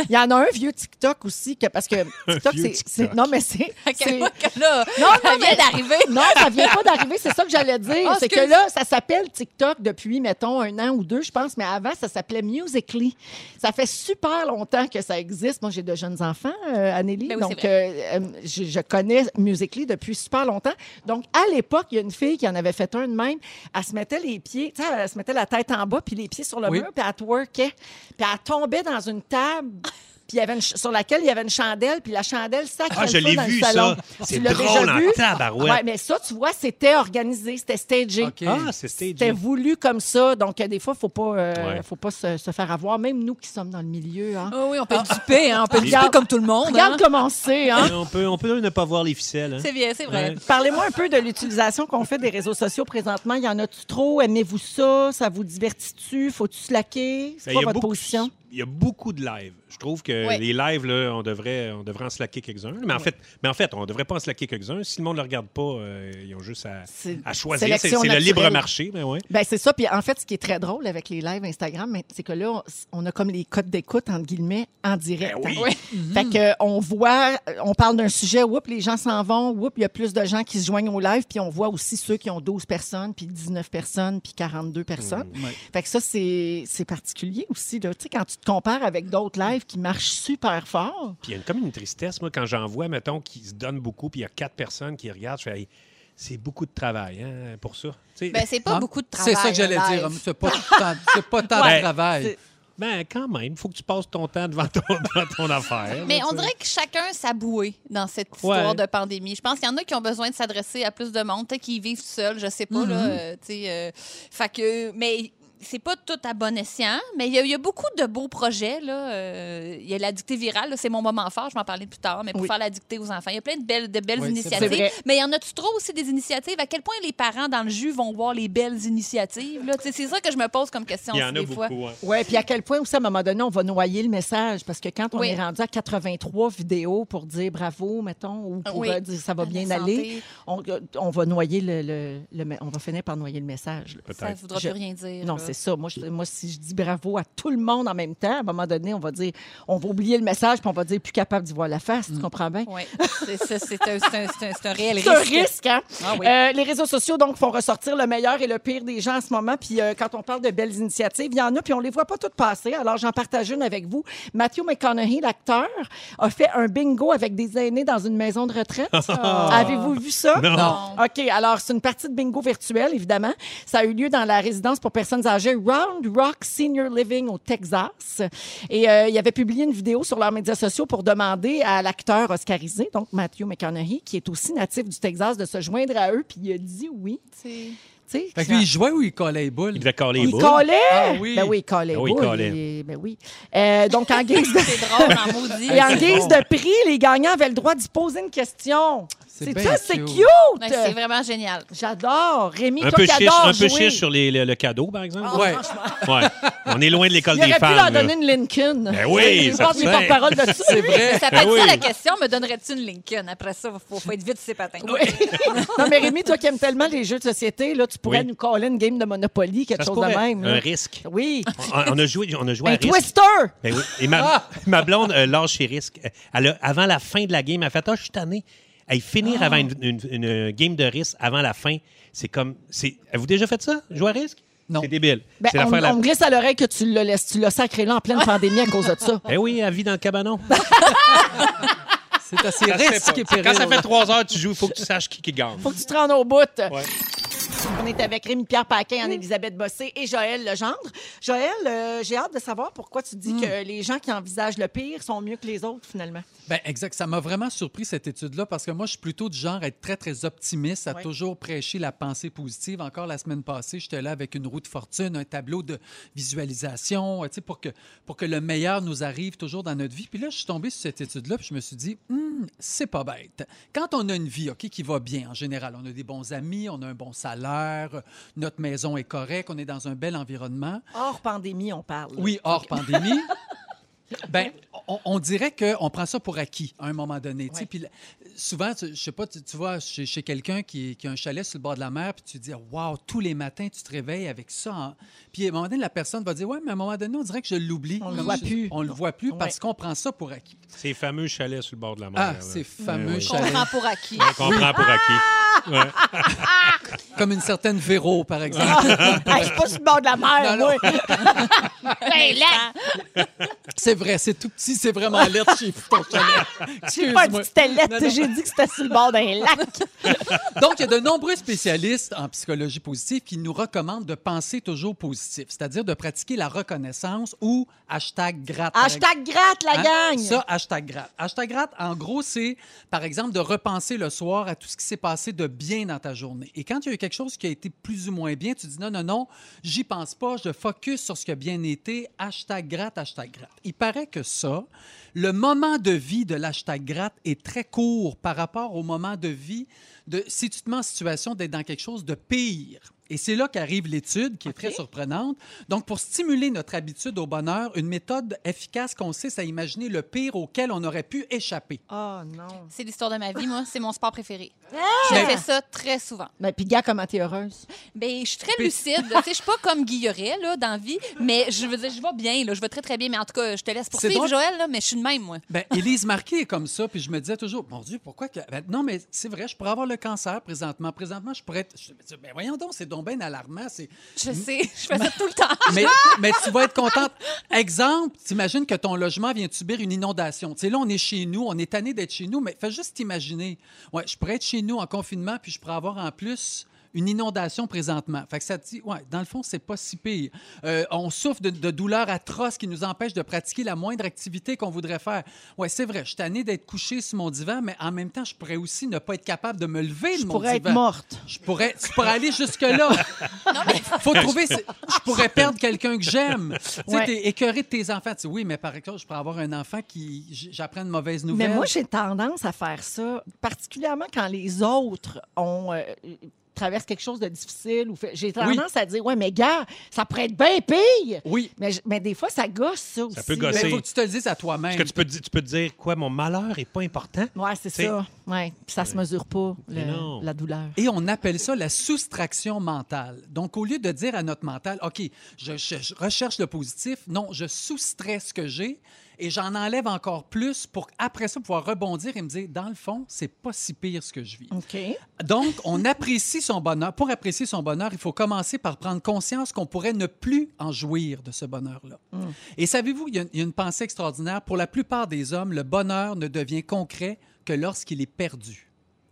[SPEAKER 2] Il y en a un vieux TikTok aussi, que, parce que TikTok,
[SPEAKER 4] vieux
[SPEAKER 2] c'est-
[SPEAKER 4] TikTok.
[SPEAKER 2] c'est. Non, mais c'est.
[SPEAKER 3] Fait que
[SPEAKER 2] c'est-
[SPEAKER 3] moi, que là,
[SPEAKER 2] Non, non,
[SPEAKER 3] elle vient
[SPEAKER 2] mais-
[SPEAKER 3] d'arriver.
[SPEAKER 2] Non, ça vient pas d'arriver, c'est ça que j'allais dire.
[SPEAKER 3] Ah,
[SPEAKER 2] c'est que
[SPEAKER 3] excuse.
[SPEAKER 2] là, ça s'appelle TikTok depuis, mettons, un an ou deux, je pense, mais avant, ça s'appelait Musically. Ça fait super longtemps que ça existe. Moi, j'ai de jeunes enfants, euh, Anneli,
[SPEAKER 3] Ben oui,
[SPEAKER 2] donc
[SPEAKER 3] c'est
[SPEAKER 2] euh, euh, je, je connais Musically depuis super longtemps. Donc, à l'époque, il y a une fille qui en avait fait un de même. Elle se mettait les pieds, tu sais, elle se mettait la tête en bas, puis les pieds sur le
[SPEAKER 5] Oui.
[SPEAKER 2] mur, puis elle twerkait. Puis elle tombait dans une table. Puis il y avait une ch- sur laquelle il y avait une chandelle, puis la chandelle sacre
[SPEAKER 4] Ah,
[SPEAKER 2] le
[SPEAKER 4] je
[SPEAKER 2] feu
[SPEAKER 4] l'ai
[SPEAKER 2] dans le
[SPEAKER 4] vu,
[SPEAKER 2] salon.
[SPEAKER 4] ça. C'est
[SPEAKER 2] tu l'as
[SPEAKER 4] drôle hein.
[SPEAKER 2] déjà
[SPEAKER 4] en
[SPEAKER 2] vu?
[SPEAKER 4] tabarouette.
[SPEAKER 2] Ouais, mais ça, tu vois, c'était organisé, c'était stagé.
[SPEAKER 5] OK.
[SPEAKER 4] Ah, c'est
[SPEAKER 2] C'était
[SPEAKER 4] stagé.
[SPEAKER 2] voulu comme ça. Donc, euh, des fois, faut pas, euh,
[SPEAKER 4] Ouais.
[SPEAKER 2] faut pas se, se faire avoir, même nous qui sommes dans le milieu. Hein.
[SPEAKER 3] Ah oui, on peut être dupé, hein, on peut être
[SPEAKER 2] Regarde-
[SPEAKER 3] dupé comme tout le monde.
[SPEAKER 2] Regarde
[SPEAKER 3] hein.
[SPEAKER 2] comment c'est, hein?
[SPEAKER 4] Mais On peut, on peut ne pas voir les ficelles. hein.
[SPEAKER 3] C'est bien, c'est vrai.
[SPEAKER 4] Ouais.
[SPEAKER 2] Parlez-moi un peu de l'utilisation qu'on fait des réseaux sociaux présentement. Il y en a-tu trop? Aimez-vous ça? Ça vous divertit-tu? Faut-tu slacker? C'est
[SPEAKER 4] Ben,
[SPEAKER 2] quoi
[SPEAKER 4] il y a
[SPEAKER 2] votre
[SPEAKER 4] beaucoup-
[SPEAKER 2] position?
[SPEAKER 4] Il y a beaucoup de lives. Je trouve que
[SPEAKER 3] Ouais.
[SPEAKER 4] les lives, là, on, devrait, on devrait en slacker quelques-uns. Mais, en fait, mais en fait, on ne devrait pas en slacker quelques-uns. Si le monde ne le regarde pas, euh, ils ont juste à,
[SPEAKER 2] C'est-
[SPEAKER 4] à choisir. C'est
[SPEAKER 2] sélection
[SPEAKER 4] c'est le
[SPEAKER 2] naturelle.
[SPEAKER 4] libre marché. Ben ouais.
[SPEAKER 2] Ben c'est ça. Puis en fait, ce qui est très drôle avec les lives Instagram, mais c'est que là, on, on a comme les codes d'écoute, entre guillemets, en direct.
[SPEAKER 4] Ben oui.
[SPEAKER 3] Oui.
[SPEAKER 2] Fait que, euh, on voit, euh, on parle d'un sujet, oups, les gens s'en vont, oups, il y a plus de gens qui se joignent au live, puis on voit aussi ceux qui ont 12 personnes, puis 19 personnes, puis 42 personnes.
[SPEAKER 4] Hmm.
[SPEAKER 5] Ouais.
[SPEAKER 2] Fait que ça, c'est c'est particulier aussi. Là. Tu sais, quand tu te compares avec d'autres lives qui marchent super fort,
[SPEAKER 4] Puis il y a comme une tristesse, moi, quand j'en vois, mettons, qui se donnent beaucoup, puis il y a quatre personnes qui regardent. Je fais, Hey, c'est beaucoup de travail hein, pour ça. Tu sais,
[SPEAKER 3] Ben, c'est pas
[SPEAKER 5] Hein?
[SPEAKER 3] beaucoup de travail.
[SPEAKER 5] C'est ça que j'allais
[SPEAKER 3] un
[SPEAKER 5] dire. hein.
[SPEAKER 3] live.
[SPEAKER 5] C'est pas tant, c'est pas tant
[SPEAKER 4] Ouais.
[SPEAKER 5] de travail.
[SPEAKER 2] C'est-
[SPEAKER 4] Ben, quand même, il faut que tu passes ton temps devant ton, devant ton affaire.
[SPEAKER 3] Mais
[SPEAKER 4] là,
[SPEAKER 3] on
[SPEAKER 4] tu sais.
[SPEAKER 3] dirait que chacun sa bouée dans cette
[SPEAKER 4] Ouais.
[SPEAKER 3] histoire de pandémie. Je pense qu'il y en a qui ont besoin de s'adresser à plus de monde, peut-être qu'ils vivent seuls, je sais pas.
[SPEAKER 2] Mm-hmm.
[SPEAKER 3] là, euh, tu sais, euh, fait que, mais c'est pas tout à bon escient, mais il y, a- il y a beaucoup de beaux projets. là. Euh, Il y a la dictée virale, là, c'est mon moment fort, je vais en parler plus tard, mais pour
[SPEAKER 2] Oui.
[SPEAKER 3] faire la dictée aux enfants. Il y a plein de belles, de belles
[SPEAKER 5] Oui, c'est
[SPEAKER 3] initiatives.
[SPEAKER 2] vrai.
[SPEAKER 3] Mais il y en a-tu trop aussi des initiatives? À quel point les parents dans le jus vont voir les belles initiatives? là? Tu sais, C'est ça que je me pose comme question
[SPEAKER 4] il y en
[SPEAKER 3] aussi,
[SPEAKER 4] a
[SPEAKER 3] des
[SPEAKER 4] beaucoup.
[SPEAKER 3] fois.
[SPEAKER 4] ouais.
[SPEAKER 2] ouais, puis à quel point aussi, à un moment donné, on va noyer le message, parce que quand on
[SPEAKER 3] Oui.
[SPEAKER 2] est rendu à 83 vidéos pour dire bravo, mettons, ou pour
[SPEAKER 3] Oui.
[SPEAKER 2] euh, dire ça va
[SPEAKER 3] À la
[SPEAKER 2] bien
[SPEAKER 3] santé,
[SPEAKER 2] aller, on, euh, on va noyer le, le- le me- on va finir par noyer le message. là.
[SPEAKER 3] Ça ne
[SPEAKER 4] Peut-être.
[SPEAKER 3] voudra
[SPEAKER 2] Je-
[SPEAKER 3] plus rien dire.
[SPEAKER 2] Non,
[SPEAKER 3] là.
[SPEAKER 2] c'est ça. Moi, je- moi, si je dis bravo à tout le monde en même temps, à un moment donné, on va dire, on va oublier le message, puis on va dire plus capable d'y voir la face.
[SPEAKER 3] Mm.
[SPEAKER 2] Tu comprends bien?
[SPEAKER 3] Oui, c'est ça, c'est un, c'est un- c'est un- c'est un réel
[SPEAKER 2] C'est un
[SPEAKER 3] risque.
[SPEAKER 2] risque, hein?
[SPEAKER 3] Ah oui.
[SPEAKER 2] Euh, les réseaux sociaux, donc, font ressortir le meilleur et le pire des gens en ce moment. Puis euh, quand on parle de belles initiatives, il y en a, puis on les voit pas toutes passer. Alors, j'en partage une avec vous. Matthew McConaughey, l'acteur, a fait un bingo avec des aînés dans une maison de retraite. Euh, Avez-vous vu ça?
[SPEAKER 4] Non.
[SPEAKER 3] Non.
[SPEAKER 2] OK, alors c'est une partie de bingo virtuelle, évidemment. Ça a eu lieu dans la résidence pour personnes âgées Round Rock Senior Living au Texas. Et euh, il avait publié une vidéo sur leurs médias sociaux pour demander à l'acteur oscarisé, donc Matthew McConaughey, qui est aussi natif du Texas, de se joindre à eux. Puis il a dit oui.
[SPEAKER 3] C'est-
[SPEAKER 2] Tu sais,
[SPEAKER 5] Fait que lui, il jouait ou il collait les boules?
[SPEAKER 4] Il devait coller les
[SPEAKER 2] il
[SPEAKER 4] boules.
[SPEAKER 2] collait!
[SPEAKER 5] Ah oui.
[SPEAKER 2] Ben oui, il collait.
[SPEAKER 4] Ah oui, il
[SPEAKER 2] Oui,
[SPEAKER 4] collait.
[SPEAKER 2] il- Ben oui. Euh, donc, en guise de...
[SPEAKER 3] C'est drôle, en maudit.
[SPEAKER 2] Et en
[SPEAKER 3] Ouais,
[SPEAKER 2] guise de prix, les gagnants avaient le droit d'y poser une question.
[SPEAKER 5] C'est
[SPEAKER 2] C'est
[SPEAKER 5] bien
[SPEAKER 2] ça, c'est
[SPEAKER 5] cute.
[SPEAKER 2] cute!
[SPEAKER 3] Ben, C'est vraiment génial.
[SPEAKER 2] J'adore. Rémi,
[SPEAKER 4] Un
[SPEAKER 2] toi
[SPEAKER 4] peu
[SPEAKER 2] qui
[SPEAKER 4] chiche,
[SPEAKER 2] adore
[SPEAKER 4] un peu
[SPEAKER 2] jouer.
[SPEAKER 4] chiche sur les- le, le cadeau, par exemple.
[SPEAKER 5] Ouais.
[SPEAKER 4] Ouais. On est loin de l'école
[SPEAKER 2] Il aurait
[SPEAKER 4] des
[SPEAKER 2] pu
[SPEAKER 4] femmes.
[SPEAKER 2] leur
[SPEAKER 4] là.
[SPEAKER 2] donner une Lincoln.
[SPEAKER 4] Ben oui,
[SPEAKER 2] Je
[SPEAKER 4] ça
[SPEAKER 2] pense
[SPEAKER 4] se
[SPEAKER 2] les
[SPEAKER 4] fait.
[SPEAKER 2] porte-parole de ça.
[SPEAKER 5] C'est vrai.
[SPEAKER 3] Ça peut être
[SPEAKER 4] oui.
[SPEAKER 3] ça la question. Me donnerais-tu une Lincoln? Après ça, il faut, faut être vite ses patins.
[SPEAKER 2] Non, mais Rémi, toi qui aimes tellement les jeux de société, là, tu pourrais
[SPEAKER 4] Oui.
[SPEAKER 2] nous coller une game de Monopoly, quelque
[SPEAKER 4] Ça se
[SPEAKER 2] chose
[SPEAKER 4] pourrait.
[SPEAKER 2] de même.
[SPEAKER 4] Un
[SPEAKER 2] là.
[SPEAKER 4] risque.
[SPEAKER 2] Oui.
[SPEAKER 4] On, on a joué, on a joué à
[SPEAKER 2] Un
[SPEAKER 4] risque.
[SPEAKER 2] twister!
[SPEAKER 4] Ben oui. Et ma,
[SPEAKER 2] Ah!
[SPEAKER 4] ma blonde euh, lâche ses risques. Elle a- avant la fin de la game, elle fait Ah, je suis tannée. Hey, finir
[SPEAKER 2] Ah!
[SPEAKER 4] avant une, une- une game de risque, avant la fin, c'est comme. c'est- Avez-vous déjà fait ça? Jouer à risque?
[SPEAKER 5] Non.
[SPEAKER 4] C'est débile.
[SPEAKER 2] Ben,
[SPEAKER 4] c'est
[SPEAKER 2] on,
[SPEAKER 4] l'affaire la-
[SPEAKER 2] on me glisse à l'oreille que tu le laisses, tu l'as sacré là en pleine pandémie à cause de ça.
[SPEAKER 4] Eh oui, elle vit dans le cabanon.
[SPEAKER 2] Ben,
[SPEAKER 5] C'est assez
[SPEAKER 4] Ça se fait
[SPEAKER 5] risque
[SPEAKER 4] pas.
[SPEAKER 5] et péril.
[SPEAKER 4] Quand ça fait trois heures que tu joues, il faut que tu saches qui, qui gagne.
[SPEAKER 2] Faut que tu te rendes au bout. On est avec Rémi-Pierre Paquin, Anne-Élisabeth Bossé et Joël Legendre. Joël, euh, j'ai hâte de savoir pourquoi tu dis que les gens qui envisagent le pire sont mieux que les autres, finalement.
[SPEAKER 5] Ben, exact. Ça m'a vraiment surpris cette étude-là parce que moi, je suis plutôt du genre à être très, très optimiste, à
[SPEAKER 2] Ouais.
[SPEAKER 5] toujours prêcher la pensée positive. Encore la semaine passée, j'étais là avec une roue de fortune, un tableau de visualisation, euh, tu sais, pour que, pour que le meilleur nous arrive toujours dans notre vie. Puis là, je suis tombé sur cette étude-là, puis je me suis dit, Hum, c'est pas bête. Quand on a une vie, OK, qui va bien en général, on a des bons amis, on a un bon salaire, euh, notre maison est correcte, on est dans un bel environnement.
[SPEAKER 2] Hors pandémie, on parle.
[SPEAKER 5] Oui, hors pandémie. Ben, on, on dirait qu'on prend ça pour acquis à un moment donné. tu sais.
[SPEAKER 2] Ouais.
[SPEAKER 5] Puis, le- souvent, tu- je sais pas, tu, tu vois, chez, chez quelqu'un qui, qui a un chalet sur le bord de la mer, puis tu dis, waouh, tous les matins, tu te réveilles avec ça. en- Puis à un moment donné, la personne va dire, ouais, mais à un moment donné, on dirait que je l'oublie.
[SPEAKER 2] On le
[SPEAKER 5] Comme
[SPEAKER 2] voit
[SPEAKER 5] je-
[SPEAKER 2] plus.
[SPEAKER 5] On le voit plus
[SPEAKER 2] Ouais.
[SPEAKER 5] parce qu'on prend ça pour acquis.
[SPEAKER 4] Ces fameux chalets sur le bord de la mer.
[SPEAKER 5] Ah,
[SPEAKER 4] là.
[SPEAKER 5] ces fameux
[SPEAKER 4] oui.
[SPEAKER 3] On
[SPEAKER 5] chalets.
[SPEAKER 3] prend pour acquis.
[SPEAKER 4] Qu'on prend pour acquis.
[SPEAKER 5] Comme une certaine Véro, par
[SPEAKER 2] Ah.
[SPEAKER 5] exemple.
[SPEAKER 2] Hey, je suis pas sur le bord de la
[SPEAKER 5] Non,
[SPEAKER 2] mer,
[SPEAKER 5] non.
[SPEAKER 2] moi.
[SPEAKER 3] Ben là,
[SPEAKER 5] c'est vrai, c'est tout petit, c'est vraiment alerte chez vous, ton chalet.
[SPEAKER 2] J'ai pas une
[SPEAKER 5] Excuse-moi.
[SPEAKER 2] petite ailette,
[SPEAKER 5] Non, non.
[SPEAKER 2] j'ai j'ai dit que c'était sur le bord d'un lac.
[SPEAKER 5] Donc, il y a de nombreux spécialistes en psychologie positive qui nous recommandent de penser toujours positif, c'est-à-dire de pratiquer la reconnaissance ou hashtag gratte. par exemple.
[SPEAKER 2] Hashtag gratte, la
[SPEAKER 5] Hein?
[SPEAKER 2] gang!
[SPEAKER 5] Ça, hashtag gratte. Hashtag gratte, en gros, c'est, par exemple, de repenser le soir à tout ce qui s'est passé de bien dans ta journée. Et quand il y a eu quelque chose qui a été plus ou moins bien, tu dis non, non, non, j'y pense pas, je focus sur ce qui a bien été, hashtag gratte, hashtag gratte. Il paraît que ça, le moment de vie de l'hashtag gratte est très court par rapport au moment de vie de si tu te mets en situation d'être dans quelque chose de pire. Et c'est là qu'arrive l'étude qui est très surprenante. Donc, pour stimuler notre habitude au bonheur, une méthode efficace consiste à imaginer le pire auquel on aurait pu échapper.
[SPEAKER 2] Oh non.
[SPEAKER 3] C'est l'histoire de ma vie, moi. C'est mon sport préféré. Je
[SPEAKER 5] Mais-
[SPEAKER 3] fais ça très souvent.
[SPEAKER 2] Mais puis, gars, comment t'es heureuse?
[SPEAKER 3] Ben, je suis très lucide. Tu sais, je suis pas comme Guilleret, là, dans la vie, mais je veux dire, je vais bien, là. Je vais très, très bien. Mais en tout cas, je te laisse poursuivre,
[SPEAKER 5] drôle.
[SPEAKER 3] Joël, là, mais je suis de même, moi.
[SPEAKER 5] Ben, Élise Marquis est comme ça, puis je me disais toujours, mon Dieu, pourquoi que... ben, non, mais c'est vrai, je pourrais avoir le cancer présentement. Présentement, je pourrais... être- Je me disais, ben voyons donc, c'est donc bien alarmant. C'est...
[SPEAKER 3] Je sais, je fais ça tout le temps.
[SPEAKER 5] mais, mais tu vas être contente. Exemple, t'imagines que ton logement vient de subir une inondation. Tu sais, là, on est chez nous, on est tanné d'être chez nous, mais fais juste t'imaginer. Ouais, je pourrais être chez nous en confinement, puis je pourrais avoir en plus une inondation présentement. Fait que ça te dit, ouais, dans le fond, c'est pas si pire. Euh, on souffre de, de douleurs atroces qui nous empêchent de pratiquer la moindre activité qu'on voudrait faire. Ouais, c'est vrai, je suis tanné d'être couché sur mon divan, mais en même temps, je pourrais aussi ne pas être capable de me lever
[SPEAKER 2] Je
[SPEAKER 5] de mon
[SPEAKER 2] pourrais être
[SPEAKER 5] divan.
[SPEAKER 2] morte.
[SPEAKER 5] Je pourrais, tu pourrais aller jusque-là. Faut trouver. c'est- Je pourrais perdre quelqu'un que j'aime. Tu sais,
[SPEAKER 2] Ouais.
[SPEAKER 5] t'es écœuré de tes enfants. Tu sais, oui, mais par exemple, je pourrais avoir un enfant qui. j- J'apprends une mauvaise nouvelle.
[SPEAKER 2] Mais moi, j'ai tendance à faire ça, particulièrement quand les autres ont. euh, traversent quelque chose de difficile ou fait- j'ai tendance à dire ouais mais gars ça pourrait être bien pire
[SPEAKER 5] Oui.
[SPEAKER 2] mais, je- mais des fois ça gosse ça, aussi
[SPEAKER 4] Ça peut gosser.
[SPEAKER 5] il
[SPEAKER 4] c'est-
[SPEAKER 5] faut que tu te le dises à toi-même.
[SPEAKER 4] Parce que tu peux, te di- tu peux te dire quoi, mon malheur est pas important.
[SPEAKER 2] ouais c'est
[SPEAKER 4] C'est-
[SPEAKER 2] ça ouais puis ça se mesure pas le-
[SPEAKER 4] Mais non.
[SPEAKER 2] la douleur
[SPEAKER 5] Et on appelle ça la soustraction mentale. Donc, au lieu de dire à notre mental, OK, je, je- je recherche le positif, non, je soustrais ce que j'ai et j'en enlève encore plus pour, après ça, pouvoir rebondir et me dire, dans le fond, c'est pas si pire ce que je vis.
[SPEAKER 2] ok
[SPEAKER 5] Donc, on apprécie son bonheur. Pour apprécier son bonheur, il faut commencer par prendre conscience qu'on pourrait ne plus en jouir de ce bonheur-là. Et savez-vous, il y a- il y, a une pensée extraordinaire. Pour la plupart des hommes, le bonheur ne devient concret que lorsqu'il est perdu.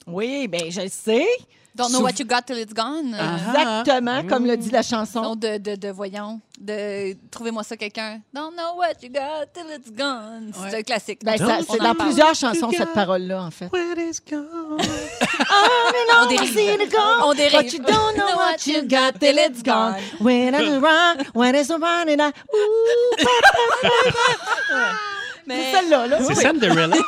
[SPEAKER 2] oui ben je le sais
[SPEAKER 3] Don't know what you got till it's gone.
[SPEAKER 5] Ah.
[SPEAKER 2] exactement comme le dit la
[SPEAKER 3] Non,
[SPEAKER 2] chanson
[SPEAKER 3] de, de, de voyons, de trouvez-moi ça quelqu'un. Don't know what you got till it's gone. C'est
[SPEAKER 5] Ouais.
[SPEAKER 3] un classique.
[SPEAKER 2] ben, ça-
[SPEAKER 3] On
[SPEAKER 2] c'est
[SPEAKER 3] en
[SPEAKER 2] dans
[SPEAKER 3] parle.
[SPEAKER 2] plusieurs chansons cette parole là en fait Ah
[SPEAKER 4] Where is gone?
[SPEAKER 3] On dérive. On dérive.
[SPEAKER 2] But you don't know what you got till it's gone. When it's wrong, when it's wrong, and I... Ouh, pa, pa, pa, pa. Ouais.
[SPEAKER 3] Mais-
[SPEAKER 2] C'est celle-là, là. Oui.
[SPEAKER 4] C'est Cinderella?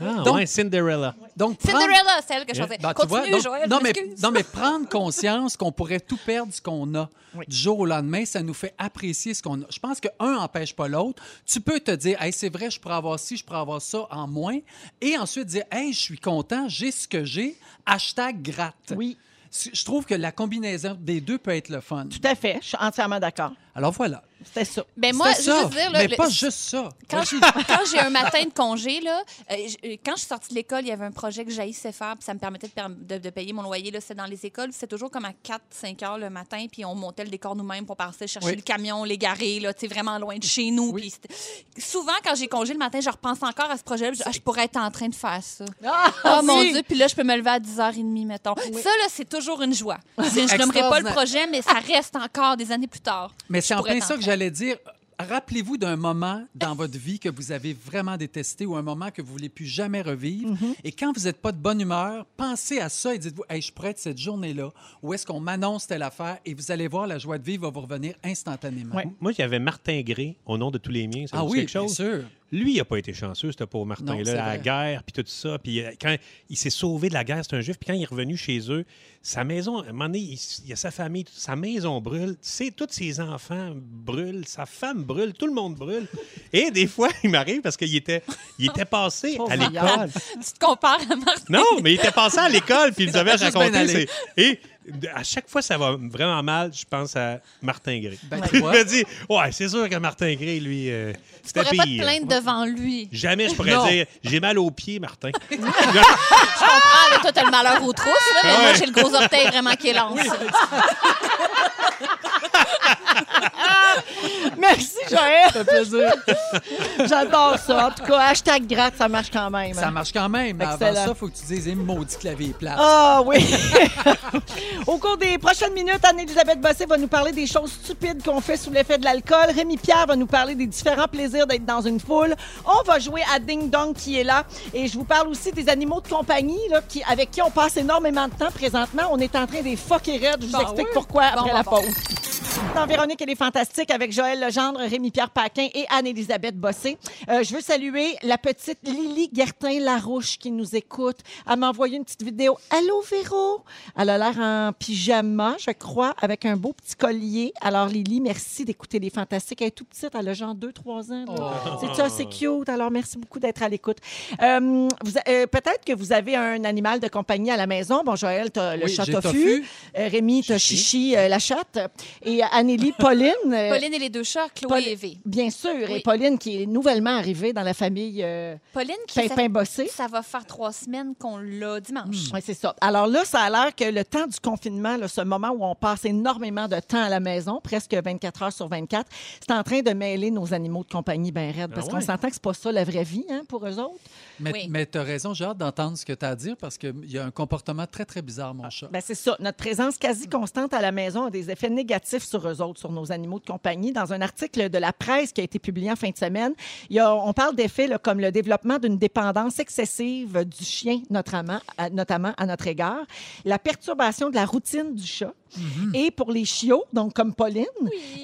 [SPEAKER 4] Ah,
[SPEAKER 5] Donc-
[SPEAKER 4] ouais, Cinderella.
[SPEAKER 5] Donc, prendre-
[SPEAKER 3] Cinderella, celle que je faisais.
[SPEAKER 5] Ben, tu
[SPEAKER 3] Continue,
[SPEAKER 5] vois, donc-
[SPEAKER 3] Joël.
[SPEAKER 5] non,
[SPEAKER 3] je
[SPEAKER 5] mais,
[SPEAKER 3] m'excuse.
[SPEAKER 5] non, mais prendre conscience qu'on pourrait tout perdre ce qu'on a du jour au lendemain, ça nous fait apprécier ce qu'on a. Je pense qu'un n'empêche pas l'autre. Tu peux te dire, hey, c'est vrai, je pourrais avoir ci, je pourrais avoir ça en moins. Et ensuite dire, hey, je suis content, j'ai ce que j'ai. Hashtag gratte.
[SPEAKER 2] Oui,
[SPEAKER 5] Je trouve que la combinaison des deux peut être le fun.
[SPEAKER 2] tout à fait. Je suis entièrement d'accord.
[SPEAKER 5] Alors voilà.
[SPEAKER 2] C'était ça.
[SPEAKER 3] Ben, moi,
[SPEAKER 5] C'était
[SPEAKER 3] je veux
[SPEAKER 5] ça,
[SPEAKER 3] juste dire, là,
[SPEAKER 5] mais
[SPEAKER 3] le-
[SPEAKER 5] pas juste ça.
[SPEAKER 3] quand, je- quand j'ai un matin de congé, là, euh, je- euh, quand je suis sortie de l'école, il y avait un projet que j'haïssais faire, puis ça me permettait de, perm- de- de payer mon loyer. là. C'était dans les écoles, c'était toujours comme à 4-5 heures le matin, puis on montait le décor nous-mêmes pour partir chercher
[SPEAKER 5] Oui.
[SPEAKER 3] le camion, les garer, là, tu sais, vraiment loin de chez nous. puis c'était- souvent, quand j'ai congé le matin, je repense encore à ce projet-là, puis je, dis, Ah, je pourrais être en train de faire ça. Ah,
[SPEAKER 2] si.
[SPEAKER 3] mon Dieu, puis là, je peux me lever à 10h30, mettons. Ça, là, c'est toujours une joie. Je ne nommerai pas le
[SPEAKER 5] Extraordinaire.
[SPEAKER 3] projet, mais ça reste encore des années plus tard.
[SPEAKER 5] Mais
[SPEAKER 3] Je
[SPEAKER 5] c'est en
[SPEAKER 3] pourrais
[SPEAKER 5] plein
[SPEAKER 3] être
[SPEAKER 5] ça
[SPEAKER 3] en
[SPEAKER 5] que
[SPEAKER 3] train.
[SPEAKER 5] j'allais dire. Rappelez-vous d'un moment dans votre vie que vous avez vraiment détesté ou un moment que vous voulez plus jamais revivre.
[SPEAKER 2] Mm-hmm.
[SPEAKER 5] Et quand vous n'êtes pas de bonne humeur, pensez à ça et dites-vous, hey, je pourrais être cette journée-là où est-ce qu'on m'annonce telle affaire et vous allez voir, la joie de vivre va vous revenir instantanément.
[SPEAKER 2] Ouais.
[SPEAKER 4] Moi, j'avais Martin Gray, au nom de tous les miens. Ça
[SPEAKER 5] Ah
[SPEAKER 4] vous dit
[SPEAKER 5] oui,
[SPEAKER 4] quelque
[SPEAKER 5] bien
[SPEAKER 4] chose?
[SPEAKER 5] sûr.
[SPEAKER 4] Lui, il n'a pas été chanceux, ce pauvre Martin.
[SPEAKER 5] Non,
[SPEAKER 4] là,
[SPEAKER 5] c'est
[SPEAKER 4] la
[SPEAKER 5] vrai.
[SPEAKER 4] guerre, puis tout ça. Puis euh, quand il s'est sauvé de la guerre, c'est un juif. Puis quand il est revenu chez eux, sa maison, à un moment donné, il, s- il y a sa famille, toute sa maison brûle. C'est, tous ses enfants brûlent, sa femme brûle, tout le monde brûle. Et des fois, il m'arrive parce qu'il était, il était passé à l'école.
[SPEAKER 3] Tu te compares à Martin.
[SPEAKER 4] Non, mais il était passé à l'école, puis il nous avait
[SPEAKER 5] juste bien
[SPEAKER 4] raconté.
[SPEAKER 5] aller.
[SPEAKER 4] ses- Et de- à chaque fois, ça va vraiment mal, je pense à Martin Gray.
[SPEAKER 5] Ben, tu
[SPEAKER 4] je
[SPEAKER 5] vois.
[SPEAKER 4] me dis, ouais, c'est sûr que Martin Gray, lui, euh,
[SPEAKER 3] Je
[SPEAKER 4] c'était
[SPEAKER 3] pourrais pas te
[SPEAKER 4] pire.
[SPEAKER 3] plaindre devant lui.
[SPEAKER 4] Jamais je pourrais
[SPEAKER 5] Non.
[SPEAKER 4] dire j'ai mal aux pieds, Martin.
[SPEAKER 3] Ah, mais toi, t'as le malheur aux trousses, là, mais moi,
[SPEAKER 4] Ouais.
[SPEAKER 3] j'ai le gros orteil vraiment qui est lance.
[SPEAKER 2] Merci, Joël.
[SPEAKER 5] Ça fait plaisir.
[SPEAKER 2] J'adore ça. En tout cas, hashtag gratte, ça marche quand même.
[SPEAKER 5] Ça marche quand même. Mais avant
[SPEAKER 2] Excellent.
[SPEAKER 5] ça, faut que tu dises, eh, maudit clavier plat.
[SPEAKER 2] Ah oui! Au cours des prochaines minutes, Anne-Élisabeth Bossé va nous parler des choses stupides qu'on fait sous l'effet de l'alcool. Rémi Pierre va nous parler des différents plaisirs d'être dans une foule. On va jouer à Ding Dong qui est là. Et je vous parle aussi des animaux de compagnie là, qui, avec qui on passe énormément de temps présentement. On est en train des fucker raides. Je vous
[SPEAKER 3] Bon,
[SPEAKER 2] explique
[SPEAKER 3] Bah oui.
[SPEAKER 2] pourquoi
[SPEAKER 3] Bon,
[SPEAKER 2] après la
[SPEAKER 3] bon, bon.
[SPEAKER 2] pause. Dans Véronique, elle est fantastique avec Joël Legendre, Rémi-Pierre Paquin et Anne-Élisabeth Bossé. Euh, je veux saluer la petite Lily Gertin-Larouche qui nous écoute. Elle m'a envoyé une petite vidéo. Allô, Véro? Elle a l'air en pyjama, je crois, avec un beau petit collier. Alors, Lily, merci d'écouter Les Fantastiques. Elle est toute petite, elle a genre 2-3 ans. là.
[SPEAKER 5] Oh.
[SPEAKER 2] C'est ça, c'est cute. Alors, merci beaucoup d'être à l'écoute. Euh, vous a- euh, Peut-être que vous avez un animal de compagnie à la maison. Bon, Joël, t'as le
[SPEAKER 5] Oui,
[SPEAKER 2] chat
[SPEAKER 5] j'ai
[SPEAKER 2] tofu.
[SPEAKER 5] tofu.
[SPEAKER 2] Euh, Rémi, t'as
[SPEAKER 4] Chichi.
[SPEAKER 2] Chichi, euh, la chatte. Et euh, Annélie, Pauline. euh,
[SPEAKER 3] Pauline et les deux chats, Chloé
[SPEAKER 2] Paul-
[SPEAKER 3] et V.
[SPEAKER 2] Bien sûr. Et
[SPEAKER 3] Oui.
[SPEAKER 2] Pauline, qui est nouvellement arrivée dans la famille euh,
[SPEAKER 3] Pauline qui fait...
[SPEAKER 2] Pimpin-Bossé.
[SPEAKER 3] Ça va faire trois semaines qu'on l'a dimanche.
[SPEAKER 4] Mm.
[SPEAKER 2] Oui, c'est ça. Alors là, ça a l'air que le temps du confinement, là, ce moment où on passe énormément de temps à la maison, presque 24 heures sur 24, c'est en train de mêler nos animaux de compagnie bien raides. Parce
[SPEAKER 4] Ah
[SPEAKER 2] qu'on
[SPEAKER 4] ouais?
[SPEAKER 2] s'entend que c'est pas ça la vraie vie hein, pour eux autres.
[SPEAKER 5] Mais,
[SPEAKER 3] Oui.
[SPEAKER 5] mais t'as raison, j'ai hâte d'entendre ce que t'as à dire parce qu'il y a un comportement très, très bizarre, mon chat.
[SPEAKER 2] Ben, c'est ça. Notre présence quasi constante à la maison a des effets négatifs sur eux autres, sur nos animaux de compagnie. Dans un article de la presse qui a été publié en fin de semaine, il y a- on parle d'effets là, comme le développement d'une dépendance excessive du chien, notamment à, notamment à notre égard, la perturbation de la routine du chat. Et pour les chiots, donc comme Pauline,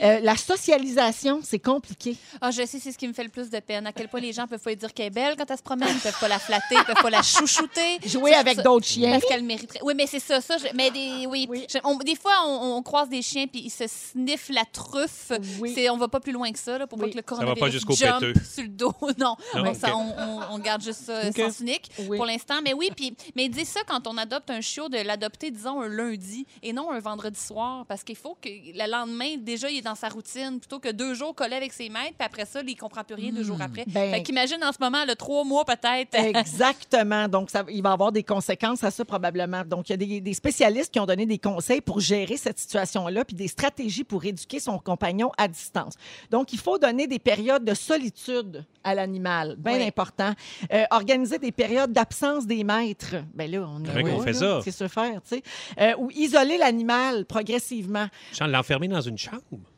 [SPEAKER 2] euh, la socialisation, c'est compliqué.
[SPEAKER 3] Ah, je sais, c'est ce qui me fait le plus de peine. À quel point les gens peuvent pas lui dire qu'elle est belle quand elle se promène, ils peuvent pas la flatter, ils peuvent pas la chouchouter.
[SPEAKER 2] Jouer
[SPEAKER 3] Ça,
[SPEAKER 2] avec
[SPEAKER 3] ça-
[SPEAKER 2] d'autres chiens.
[SPEAKER 3] Parce qu'elle mériterait. Oui, mais c'est ça, ça. je- Mais des, oui.
[SPEAKER 2] Oui.
[SPEAKER 3] Je- on- des fois, on, on croise des chiens puis ils se sniffent la truffe.
[SPEAKER 2] Oui.
[SPEAKER 3] C'est, on va pas plus loin que ça, là, pour
[SPEAKER 2] Oui.
[SPEAKER 3] pas que
[SPEAKER 4] va
[SPEAKER 3] le
[SPEAKER 4] pas
[SPEAKER 3] coronavirus
[SPEAKER 4] jusqu'au
[SPEAKER 3] jump
[SPEAKER 4] péteux.
[SPEAKER 3] sur le dos.
[SPEAKER 4] Non,
[SPEAKER 3] non, on,
[SPEAKER 4] ok.
[SPEAKER 3] s'en- on- on- on garde juste ça
[SPEAKER 4] Ok.
[SPEAKER 3] sens unique
[SPEAKER 2] Oui.
[SPEAKER 3] pour l'instant. Mais oui, puis mais dis ça quand on adopte un chiot, de l'adopter, disons, un lundi et non un vendredi soir, parce qu'il faut que le lendemain, déjà, il est dans sa routine, plutôt que deux jours collés avec ses maîtres, puis après ça, il comprend plus rien deux
[SPEAKER 4] Hmm.
[SPEAKER 3] jours après.
[SPEAKER 2] Ben-
[SPEAKER 3] Fait qu'imagine en ce moment, le trois mois peut-être.
[SPEAKER 2] Exactement. Donc, ça, il va y avoir des conséquences à ça probablement. Donc, il y a des, des spécialistes qui ont donné des conseils pour gérer cette situation-là, puis des stratégies pour éduquer son compagnon à distance. Donc, il faut donner des périodes de solitude à l'animal, bien
[SPEAKER 3] Oui.
[SPEAKER 2] important. Euh, organiser des périodes d'absence des maîtres. Bien là, on est
[SPEAKER 5] Comment
[SPEAKER 2] là,
[SPEAKER 5] qu'on
[SPEAKER 4] fait
[SPEAKER 2] là.
[SPEAKER 4] ça?
[SPEAKER 2] C'est se faire, tu sais. Euh, ou isoler l'animal progressivement.
[SPEAKER 4] Je sens de l'enfermer dans une chambre.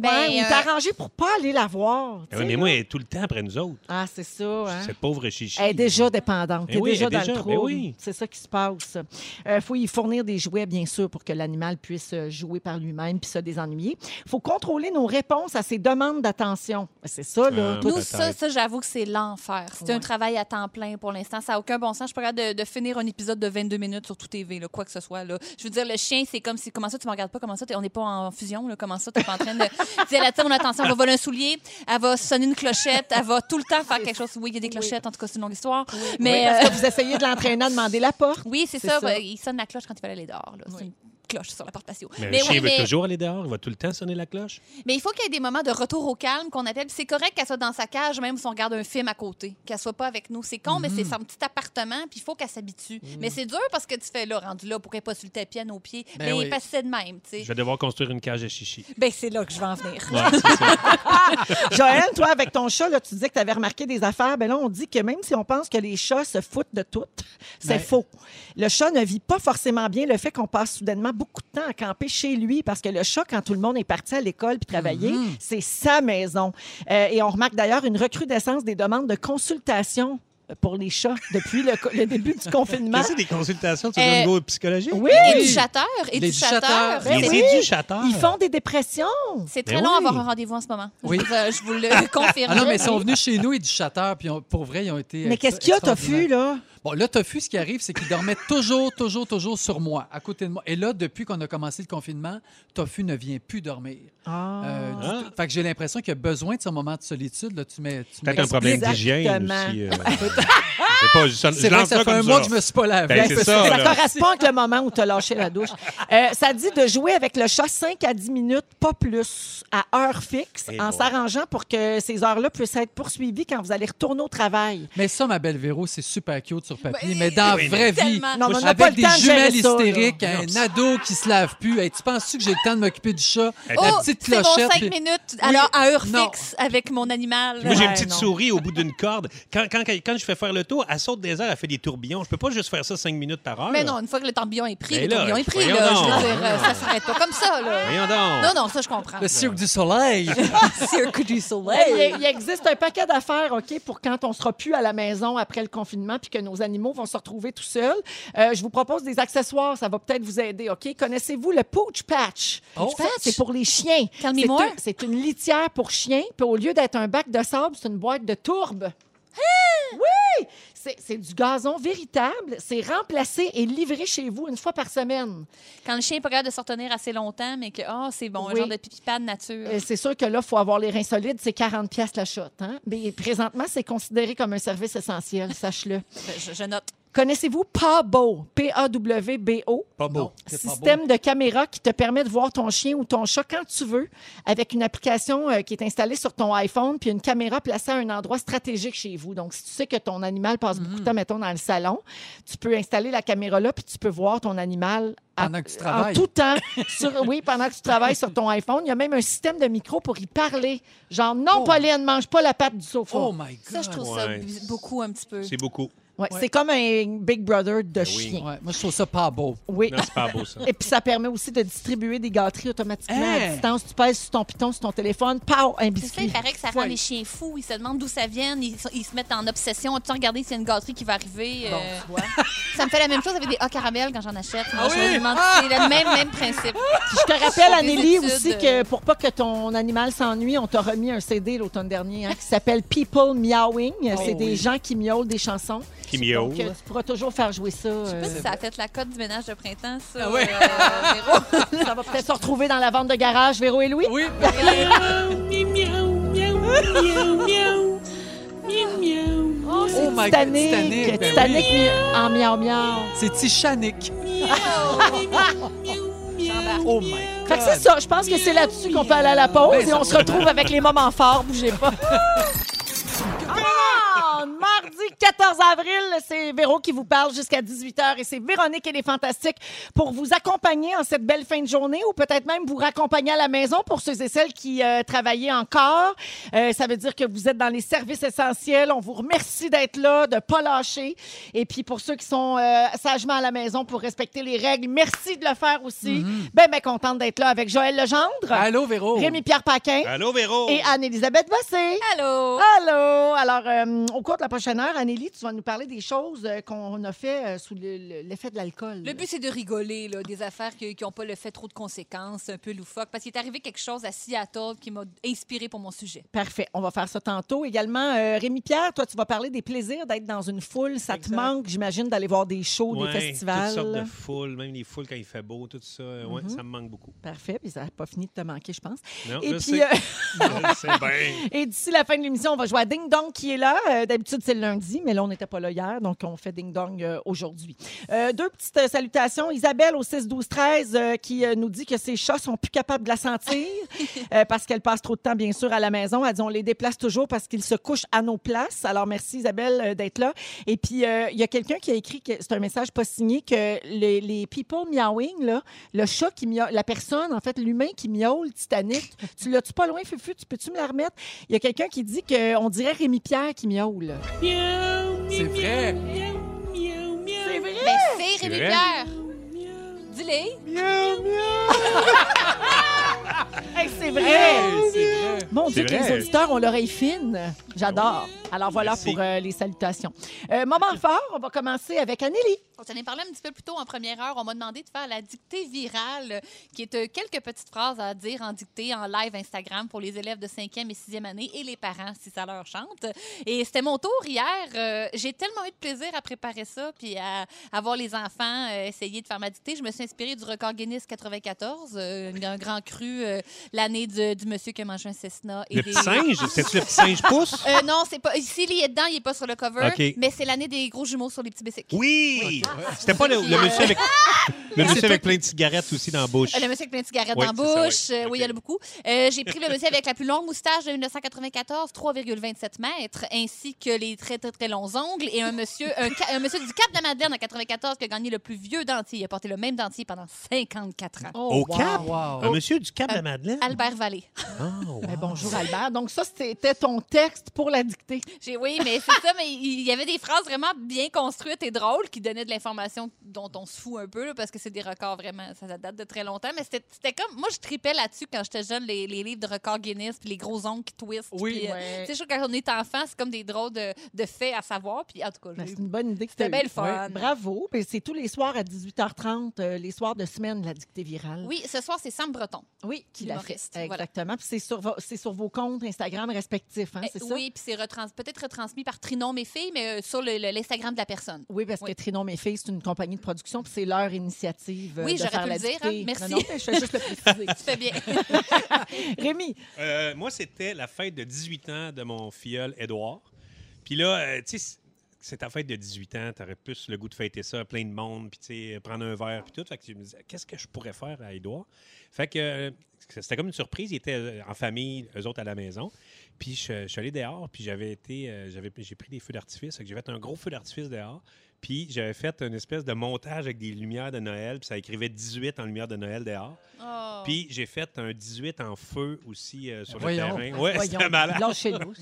[SPEAKER 3] Ben,
[SPEAKER 2] Ouais, ou
[SPEAKER 3] euh,
[SPEAKER 2] t'arranger pour pas aller la voir. tu
[SPEAKER 4] Eh oui,
[SPEAKER 2] sais,
[SPEAKER 4] mais
[SPEAKER 2] là.
[SPEAKER 4] moi, elle est tout le temps après nous autres.
[SPEAKER 2] Ah, c'est ça. Hein?
[SPEAKER 4] Cette pauvre chichi.
[SPEAKER 2] Elle est déjà dépendante.
[SPEAKER 4] Eh
[SPEAKER 2] Elle est
[SPEAKER 4] oui,
[SPEAKER 2] déjà
[SPEAKER 4] elle est
[SPEAKER 2] dans le
[SPEAKER 4] déjà, ben
[SPEAKER 2] trouble.
[SPEAKER 4] oui.
[SPEAKER 2] C'est ça qui se passe. Il faut y fournir des jouets, bien sûr, pour que l'animal puisse euh, jouer par lui-même puis se désennuyer. Il faut contrôler nos réponses à ses demandes d'attention. Ben, C'est ça, là.
[SPEAKER 4] Ah,
[SPEAKER 2] Toi,
[SPEAKER 3] Nous, ça,
[SPEAKER 4] peut-être.
[SPEAKER 3] ça j'avoue que c'est l'enfer. C'est
[SPEAKER 2] Ouais.
[SPEAKER 3] un travail à temps plein pour l'instant. Ça n'a aucun bon sens. Je suis pas capable de, de finir un épisode de 22 minutes sur tout TV, là, quoi que ce soit. Là. Je veux dire, le chien, c'est comme si. Comment ça, tu ne me regardes pas? Comment ça, t'es- on n'est pas en fusion? Là, comment ça, tu pas en train de. Tu sais, elle attire mon attention. Elle va voler un soulier, elle va sonner une clochette, elle va tout le temps faire quelque chose. Oui, il y a des clochettes, en tout cas, c'est une longue histoire.
[SPEAKER 2] Oui,
[SPEAKER 3] Mais. euh,
[SPEAKER 2] parce que vous essayez de l'entraîner à demander la porte.
[SPEAKER 3] Oui, c'est
[SPEAKER 2] C'est
[SPEAKER 3] ça. Ben,
[SPEAKER 2] ça.
[SPEAKER 3] ouais, Il sonne la cloche quand il va aller dehors. là. C'est
[SPEAKER 2] Oui.
[SPEAKER 3] une cloche sur la porte patio.
[SPEAKER 4] Mais,
[SPEAKER 3] Mais
[SPEAKER 4] le chien
[SPEAKER 3] oui,
[SPEAKER 4] veut
[SPEAKER 3] mais-
[SPEAKER 4] toujours aller dehors. Il va tout le temps sonner la cloche.
[SPEAKER 3] Mais il faut qu'il y ait des moments de retour au calme qu'on appelle. Puis C'est correct qu'elle soit dans sa cage, même si on regarde un film à côté, qu'elle soit pas avec nous. C'est con, mais c'est
[SPEAKER 5] Mhm.
[SPEAKER 3] son petit appartement, puis il faut qu'elle s'habitue. Mais c'est dur parce que tu fais là, rendu là, pour qu'elle pas sur le tapis à nos pieds.
[SPEAKER 5] Ben
[SPEAKER 3] mais
[SPEAKER 5] oui.
[SPEAKER 3] il passait de même, tu sais.
[SPEAKER 4] Je vais devoir construire une cage à chichi.
[SPEAKER 3] Ben c'est là que je vais en venir.
[SPEAKER 4] Ouais, c'est ça.
[SPEAKER 2] Joël, toi, avec ton chat, là, tu disais que tu avais remarqué des affaires. Ben là, on dit que même si on pense que les chats se foutent de tout, c'est
[SPEAKER 5] Ben-
[SPEAKER 2] faux. Le chat ne vit pas forcément bien le fait qu'on passe soudainement beaucoup de temps à camper chez lui parce que le chat, quand tout le monde est parti à l'école puis travailler, c'est sa maison. Euh, et on remarque d'ailleurs une recrudescence des demandes de consultation euh, pour les chats depuis le, co- le début du confinement.
[SPEAKER 4] Qu'est-ce que c'est des consultations sur
[SPEAKER 3] Euh,
[SPEAKER 4] le niveau psychologique?
[SPEAKER 2] Oui,
[SPEAKER 3] Éducateur, éducateur.
[SPEAKER 5] L'éducateur.
[SPEAKER 3] Ben Oui. Ah.
[SPEAKER 4] Les éducateurs.
[SPEAKER 2] ils font des dépressions.
[SPEAKER 3] C'est très
[SPEAKER 4] Ben
[SPEAKER 3] long à
[SPEAKER 4] oui.
[SPEAKER 3] avoir un rendez-vous en ce moment.
[SPEAKER 5] Oui.
[SPEAKER 3] Je, vous, euh, je vous le confirme.
[SPEAKER 5] Ah non, mais ils sont venus chez nous et du chateur, puis on- pour vrai, ils ont été.
[SPEAKER 2] Mais
[SPEAKER 5] extra-
[SPEAKER 2] qu'est-ce qu'il y a,
[SPEAKER 5] extraordinaires.
[SPEAKER 2] Tofu, là?
[SPEAKER 5] Bon, là, Tofu, ce qui arrive, c'est qu'il dormait toujours, toujours, toujours sur moi, à côté de moi. Et là, depuis qu'on a commencé le confinement, Tofu ne vient plus dormir.
[SPEAKER 2] Ah.
[SPEAKER 5] Euh, du
[SPEAKER 4] Ah.
[SPEAKER 5] tout. Fait que j'ai l'impression qu'il a besoin de son moment de solitude. Là, tu mets. tu
[SPEAKER 4] Peut-être
[SPEAKER 5] mets-
[SPEAKER 4] un problème d'hygiène
[SPEAKER 2] Exactement.
[SPEAKER 4] aussi. euh. Je sais pas, je, sonne- je
[SPEAKER 5] C'est vrai que
[SPEAKER 4] lance
[SPEAKER 5] ça fait un
[SPEAKER 4] comme
[SPEAKER 5] mois que je me suis pas lavé.
[SPEAKER 4] Ben, c'est ça,
[SPEAKER 2] Ça
[SPEAKER 4] là.
[SPEAKER 2] correspond avec le moment où tu as lâché la douche. Euh, ça dit de jouer avec le chat 5 à 10 minutes, pas plus, à heure fixe,
[SPEAKER 4] Et
[SPEAKER 2] en
[SPEAKER 4] bon.
[SPEAKER 2] s'arrangeant pour que ces heures-là puissent être poursuivies quand vous allez retourner au travail.
[SPEAKER 5] Mais ça, ma belle Véro, c'est super cute sur sur papier,
[SPEAKER 3] Ben,
[SPEAKER 5] mais dans la
[SPEAKER 4] oui,
[SPEAKER 5] vraie
[SPEAKER 3] tellement.
[SPEAKER 5] vie,
[SPEAKER 2] Non, mais on n'a pas
[SPEAKER 5] avec des
[SPEAKER 2] le temps de gérer
[SPEAKER 5] jumelles
[SPEAKER 2] ça, là.
[SPEAKER 5] hystériques,
[SPEAKER 4] Non,
[SPEAKER 5] un ado qui se lave plus. Hey, tu penses-tu que j'ai le temps de m'occuper du chat?
[SPEAKER 4] Hey,
[SPEAKER 3] Oh,
[SPEAKER 5] La petite
[SPEAKER 3] c'est mon
[SPEAKER 5] clochette,
[SPEAKER 3] 5
[SPEAKER 5] puis-
[SPEAKER 3] minutes, alors à heure
[SPEAKER 5] Non.
[SPEAKER 3] fixe avec mon animal.
[SPEAKER 4] Moi, j'ai une
[SPEAKER 2] Ouais,
[SPEAKER 4] petite
[SPEAKER 2] non.
[SPEAKER 4] souris au bout d'une corde. Quand, quand, quand je fais faire le tour, elle saute des airs, elle fait des tourbillons. Je peux pas juste faire ça cinq minutes par heure.
[SPEAKER 3] Mais non, une fois que le tourbillon est pris,
[SPEAKER 4] Mais
[SPEAKER 3] le
[SPEAKER 4] Ben là,
[SPEAKER 3] tourbillon est pris.
[SPEAKER 4] voyons
[SPEAKER 3] Là, je
[SPEAKER 4] donc.
[SPEAKER 3] veux dire, euh, ça s'arrête pas comme ça. Là.
[SPEAKER 4] Voyons donc.
[SPEAKER 3] Non, non, ça, je comprends.
[SPEAKER 5] Le cirque du soleil.
[SPEAKER 3] cirque du
[SPEAKER 2] Hey, il, il existe un paquet d'affaires, OK, pour quand on sera plus à la maison après le confinement puis que nos animaux vont se retrouver tout seuls. Euh, je vous propose des accessoires, ça va peut-être vous aider, OK? Connaissez-vous le Pooch Patch?
[SPEAKER 5] Oh.
[SPEAKER 2] Pooch Patch, c'est pour les chiens.
[SPEAKER 3] Tell me
[SPEAKER 2] C'est
[SPEAKER 3] more.
[SPEAKER 2] un- C'est une litière pour chiens, puis au lieu d'être un bac de sable, c'est une boîte de tourbe. Oui! C'est c'est du gazon véritable. C'est remplacé et livré chez vous une fois par semaine.
[SPEAKER 3] Quand le chien n'est pas capable de se retenir assez longtemps, mais que, ah, c'est bon,
[SPEAKER 2] Oui.
[SPEAKER 3] un genre de pipi de nature.
[SPEAKER 2] Euh, C'est sûr que là, il faut avoir les reins solides, c'est 40 pièces la shot. hein. Mais présentement, c'est considéré comme un service essentiel, sache-le.
[SPEAKER 3] ben, Je, je note.
[SPEAKER 2] Connaissez-vous Pabo, P-A-W-B-O?
[SPEAKER 4] Pas beau.
[SPEAKER 5] C'est pas
[SPEAKER 2] Système de caméra qui te permet de voir ton chien ou ton chat quand tu veux, avec une application euh, qui est installée sur ton iPhone, puis une caméra placée à un endroit stratégique chez vous. Donc, si tu sais que ton animal passe beaucoup de temps, mettons, dans le salon, tu peux installer la caméra là, puis tu peux voir ton animal à-
[SPEAKER 5] Pendant que tu travailles.
[SPEAKER 2] en tout temps. sur- oui, pendant que tu travailles sur ton iPhone. Il y a même un système de micro pour y parler. Genre, non,
[SPEAKER 5] Oh.
[SPEAKER 2] Pauline, mange pas la patte du sofa.
[SPEAKER 5] Oh my God.
[SPEAKER 3] Ça, je trouve ça
[SPEAKER 4] Ouais.
[SPEAKER 3] bu- beaucoup un petit peu.
[SPEAKER 4] C'est beaucoup.
[SPEAKER 2] Ouais, C'est comme un Big Brother de chien.
[SPEAKER 5] Ben Ouais, moi, je trouve ça pas beau.
[SPEAKER 2] Oui.
[SPEAKER 4] Non, c'est pas beau, ça.
[SPEAKER 2] Et puis, ça permet aussi de distribuer des gâteries automatiquement à
[SPEAKER 5] Hein?
[SPEAKER 2] distance. Tu pèses sur ton piton, sur ton téléphone, pow, un
[SPEAKER 3] C'est ça,
[SPEAKER 2] biscuit.
[SPEAKER 3] il paraît que ça rend
[SPEAKER 5] Ouais.
[SPEAKER 3] les chiens fous. Ils se demandent d'où ça vient. Ils, sont- ils se mettent en obsession. Tu regarder s'il y a une gâterie qui va arriver. euh, ça me fait la même chose avec des hauts caramels quand j'en achète.
[SPEAKER 4] Ah
[SPEAKER 3] Moi, je me demande si c'est le même, même principe.
[SPEAKER 2] Puis je te rappelle,
[SPEAKER 3] Des
[SPEAKER 2] Anélie,
[SPEAKER 3] études,
[SPEAKER 2] aussi
[SPEAKER 3] euh,
[SPEAKER 2] que pour pas que ton animal s'ennuie, on t'a remis un CD l'automne dernier hein, qui s'appelle People Meowing.
[SPEAKER 5] Oh
[SPEAKER 2] C'est des gens qui miaulent des chansons.
[SPEAKER 4] Qui
[SPEAKER 2] Donc,
[SPEAKER 4] miaule.
[SPEAKER 2] euh, tu pourras toujours faire jouer ça.
[SPEAKER 3] Je sais pas
[SPEAKER 2] euh,
[SPEAKER 3] si ça a fait la cote du ménage de printemps, ça.
[SPEAKER 5] Ah ouais.
[SPEAKER 3] euh, Véro.
[SPEAKER 2] ça va peut-être se retrouver dans la vente de garage, Véro et Louis.
[SPEAKER 5] Oui,
[SPEAKER 2] Oh, c'est
[SPEAKER 5] Oh my God,
[SPEAKER 2] Titanic.
[SPEAKER 5] Titanic, ben
[SPEAKER 2] Titanic mi- en miau miau.
[SPEAKER 5] c'est Tichanic.
[SPEAKER 3] J'embarque.
[SPEAKER 5] Oh my
[SPEAKER 2] Fait
[SPEAKER 5] God.
[SPEAKER 2] que c'est ça. Je pense que c'est là-dessus qu'on peut aller à la pause
[SPEAKER 5] Ben,
[SPEAKER 2] et on
[SPEAKER 5] ça-
[SPEAKER 2] se retrouve avec les moments forts. Bougez pas. Come on! Mardi 14 avril, c'est Véro qui vous parle jusqu'à 18h et c'est Véronique et les Fantastiques pour vous accompagner en cette belle fin de journée ou peut-être même vous raccompagner à la maison pour ceux et celles qui euh, travaillaient encore. Euh, ça veut dire que vous êtes dans les services essentiels. On vous remercie d'être là, de pas lâcher. Et puis pour ceux qui sont euh, sagement à la maison pour respecter les règles, merci de le faire aussi. Ben, ben contente d'être là avec Joël Legendre,
[SPEAKER 5] Allô, Véro.
[SPEAKER 2] Rémi-Pierre Paquin
[SPEAKER 4] Allô, Véro.
[SPEAKER 2] et Anne-Élisabeth Bossé.
[SPEAKER 3] Allô!
[SPEAKER 2] Allô! Alors, euh, au cours de la prochaine heure, Anélie, tu vas nous parler des choses euh, qu'on a fait euh, sous le- le- l'effet de l'alcool.
[SPEAKER 3] Le but, c'est de rigoler, là, des affaires qui n'ont pas le fait trop de conséquences, un peu loufoque, parce qu'il est arrivé quelque chose à Seattle qui m'a inspiré pour mon sujet.
[SPEAKER 2] Parfait. On va faire ça tantôt. Également, euh, Rémi-Pierre, toi, tu vas parler des plaisirs d'être dans une foule. Ça te
[SPEAKER 4] Exact.
[SPEAKER 2] manque, j'imagine, d'aller voir des shows,
[SPEAKER 4] Ouais,
[SPEAKER 2] des festivals.
[SPEAKER 4] Toutes sortes de foules, même les foules quand il fait beau, tout ça. euh, ouais, Ça me manque beaucoup.
[SPEAKER 2] Parfait. Puis ça n'a pas fini de te manquer, je pense.
[SPEAKER 4] Non,
[SPEAKER 2] Et
[SPEAKER 4] je
[SPEAKER 2] puis,
[SPEAKER 4] sais.
[SPEAKER 2] euh,
[SPEAKER 4] Je sais bien.
[SPEAKER 2] Et d'ici la fin de l'émission, on va jouer à Ding Dong qui est là. Euh, D'habitude, c'est le lundi, mais là, on n'était pas là hier, donc on fait Ding Dong euh, aujourd'hui. Euh, deux petites euh, salutations. Isabelle au 6-12-13 euh, qui euh, nous dit que ses chats sont plus capables de la sentir euh, parce qu'elle passe trop de temps, bien sûr, à la maison. Elle dit on les déplace toujours parce qu'ils se couchent à nos places. Alors, merci Isabelle euh, d'être là. Et puis, euh, il y a quelqu'un qui a écrit, que c'est un message pas signé, que les, les people meowing, là, le chat qui miaule, la personne, en fait, l'humain qui miaule, Titanic, tu l'as-tu pas loin, Fufu? Tu peux-tu me la remettre? Il y a quelqu'un qui dit qu'on dirait Rémi Pierre qui miaule.
[SPEAKER 5] C'est vrai.
[SPEAKER 2] C'est vrai!
[SPEAKER 3] Ben, fille, Rémi
[SPEAKER 4] vrai?
[SPEAKER 3] Pierre! Dis-les!
[SPEAKER 5] Hey, c'est
[SPEAKER 2] c'est vrai!
[SPEAKER 5] vrai.
[SPEAKER 2] Mon Dieu,
[SPEAKER 4] C'est
[SPEAKER 2] que les
[SPEAKER 4] vrai.
[SPEAKER 2] auditeurs ont l'oreille fine. J'adore. Alors voilà
[SPEAKER 4] Merci.
[SPEAKER 2] pour euh, les salutations. Euh, moment fort, on va commencer avec Anélie.
[SPEAKER 3] On t'en a parlé un petit peu plus tôt en première heure. On m'a demandé de faire la dictée virale, euh, qui est euh, quelques petites phrases à dire en dictée, en live Instagram pour les élèves de 5e et 6e année et les parents, si ça leur chante. Et c'était mon tour hier. Euh, J'ai tellement eu de plaisir à préparer ça, puis à, à voir les enfants euh, essayer de faire ma dictée. Je me suis inspirée du record Guinness 94, euh, un grand cru euh, l'année du, du monsieur qui a mangé un Cessna. et
[SPEAKER 4] Le
[SPEAKER 3] des-
[SPEAKER 4] petit singe, c'est-tu le petit singe pouce?
[SPEAKER 3] Euh, non, c'est pas. S'il est dedans, il est pas sur le cover.
[SPEAKER 4] OK.
[SPEAKER 3] Mais c'est l'année des gros jumeaux sur les petits bicycles.
[SPEAKER 4] Oui! C'était pas le,
[SPEAKER 3] Puis,
[SPEAKER 4] le
[SPEAKER 3] euh,
[SPEAKER 4] monsieur avec, le
[SPEAKER 3] c'est
[SPEAKER 4] monsieur
[SPEAKER 3] toi
[SPEAKER 4] avec plein de cigarettes aussi dans la bouche.
[SPEAKER 3] Euh, Le monsieur avec plein de cigarettes
[SPEAKER 4] Oui,
[SPEAKER 3] dans la
[SPEAKER 4] c'est ça, oui.
[SPEAKER 3] bouche. Euh, Oui, il y en a
[SPEAKER 4] Ok.
[SPEAKER 3] beaucoup. Euh, J'ai pris le monsieur avec la plus longue moustache de 1994, 3,27 mètres, ainsi que les très, très, très longs ongles. Et un monsieur, un, ca- un monsieur du Cap de la Madeleine en 94 qui a gagné le plus vieux dentier. Il a porté le même dentier pendant 54 ans.
[SPEAKER 2] Oh,
[SPEAKER 4] Au cap?
[SPEAKER 5] Wow.
[SPEAKER 4] Un monsieur du cap de Madeleine?
[SPEAKER 3] Albert Vallée.
[SPEAKER 4] Oh,
[SPEAKER 2] Ben, bonjour, Albert. Donc, ça, c'était ton texte pour la dictée.
[SPEAKER 3] J'ai- Oui, mais c'est ça, mais il il y avait des phrases vraiment bien construites et drôles qui donnaient de l'information dont on se fout un peu, là, parce que c'est des records vraiment, ça ça date de très longtemps. Mais c'était c'était comme, moi, je tripais là-dessus quand j'étais jeune, les, les livres de records Guinness, puis les gros ongles qui twistent.
[SPEAKER 5] Oui.
[SPEAKER 3] puis, euh,
[SPEAKER 2] Ouais.
[SPEAKER 3] Tu sais, je trouve que quand on est enfant, c'est comme des drôles de, de faits à savoir, puis en tout cas,
[SPEAKER 2] Ben,
[SPEAKER 3] j'ai-
[SPEAKER 2] c'est une bonne idée que
[SPEAKER 3] c'était
[SPEAKER 2] t'as
[SPEAKER 3] bien
[SPEAKER 2] eue.
[SPEAKER 3] le fun.
[SPEAKER 2] Ouais. Bravo. Puis c'est tous les soirs à 18h30, euh, les soirs de semaine, la dictée virale.
[SPEAKER 3] Oui, ce soir, c'est Sam Breton.
[SPEAKER 2] Oui, qui l'a fait.
[SPEAKER 3] L'humoriste, voilà.
[SPEAKER 2] Exactement. Puis c'est sur, vo- c'est sur vos comptes Instagram respectifs, hein,
[SPEAKER 3] Eh,
[SPEAKER 2] c'est ça?
[SPEAKER 3] oui, puis c'est retrans- peut-être retransmis par Trinon, mes filles, mais euh, sur le- le- l'Instagram de la personne.
[SPEAKER 2] Oui, parce
[SPEAKER 3] Oui.
[SPEAKER 2] que Trinon Mes Filles, c'est une compagnie de production, puis c'est leur initiative. euh,
[SPEAKER 3] Oui,
[SPEAKER 2] de
[SPEAKER 3] j'aurais
[SPEAKER 2] faire
[SPEAKER 3] pu
[SPEAKER 2] la
[SPEAKER 3] le dire,
[SPEAKER 2] dictée.
[SPEAKER 3] hein. Merci.
[SPEAKER 2] Non, non, mais je fais juste le préciser.
[SPEAKER 3] Tu fais bien.
[SPEAKER 2] Rémi,
[SPEAKER 4] Euh, moi, c'était la fête de 18 ans de mon filleul Édouard. Puis là, euh, tu sais, c'est ta fête de 18 ans, t'aurais plus le goût de fêter ça, plein de monde, puis tu sais, prendre un verre, puis tout. Fait que je me disais, qu'est-ce que je pourrais faire à Édouard? Fait que euh, c'était comme une surprise. Ils étaient euh, en famille, eux autres à la maison. Puis je, je suis allé dehors, puis j'avais été, euh, j'avais, j'ai pris des feux d'artifice. Fait que j'ai fait un gros feu d'artifice dehors. Puis j'avais fait une espèce de montage avec des lumières de Noël, puis ça écrivait 18 en lumière de Noël dehors.
[SPEAKER 3] Oh.
[SPEAKER 4] Puis j'ai fait un 18 en feu aussi euh, sur
[SPEAKER 5] Voyons.
[SPEAKER 4] le terrain. Ouais,
[SPEAKER 2] voyons,
[SPEAKER 4] c'était malade.
[SPEAKER 2] lâchez-nous.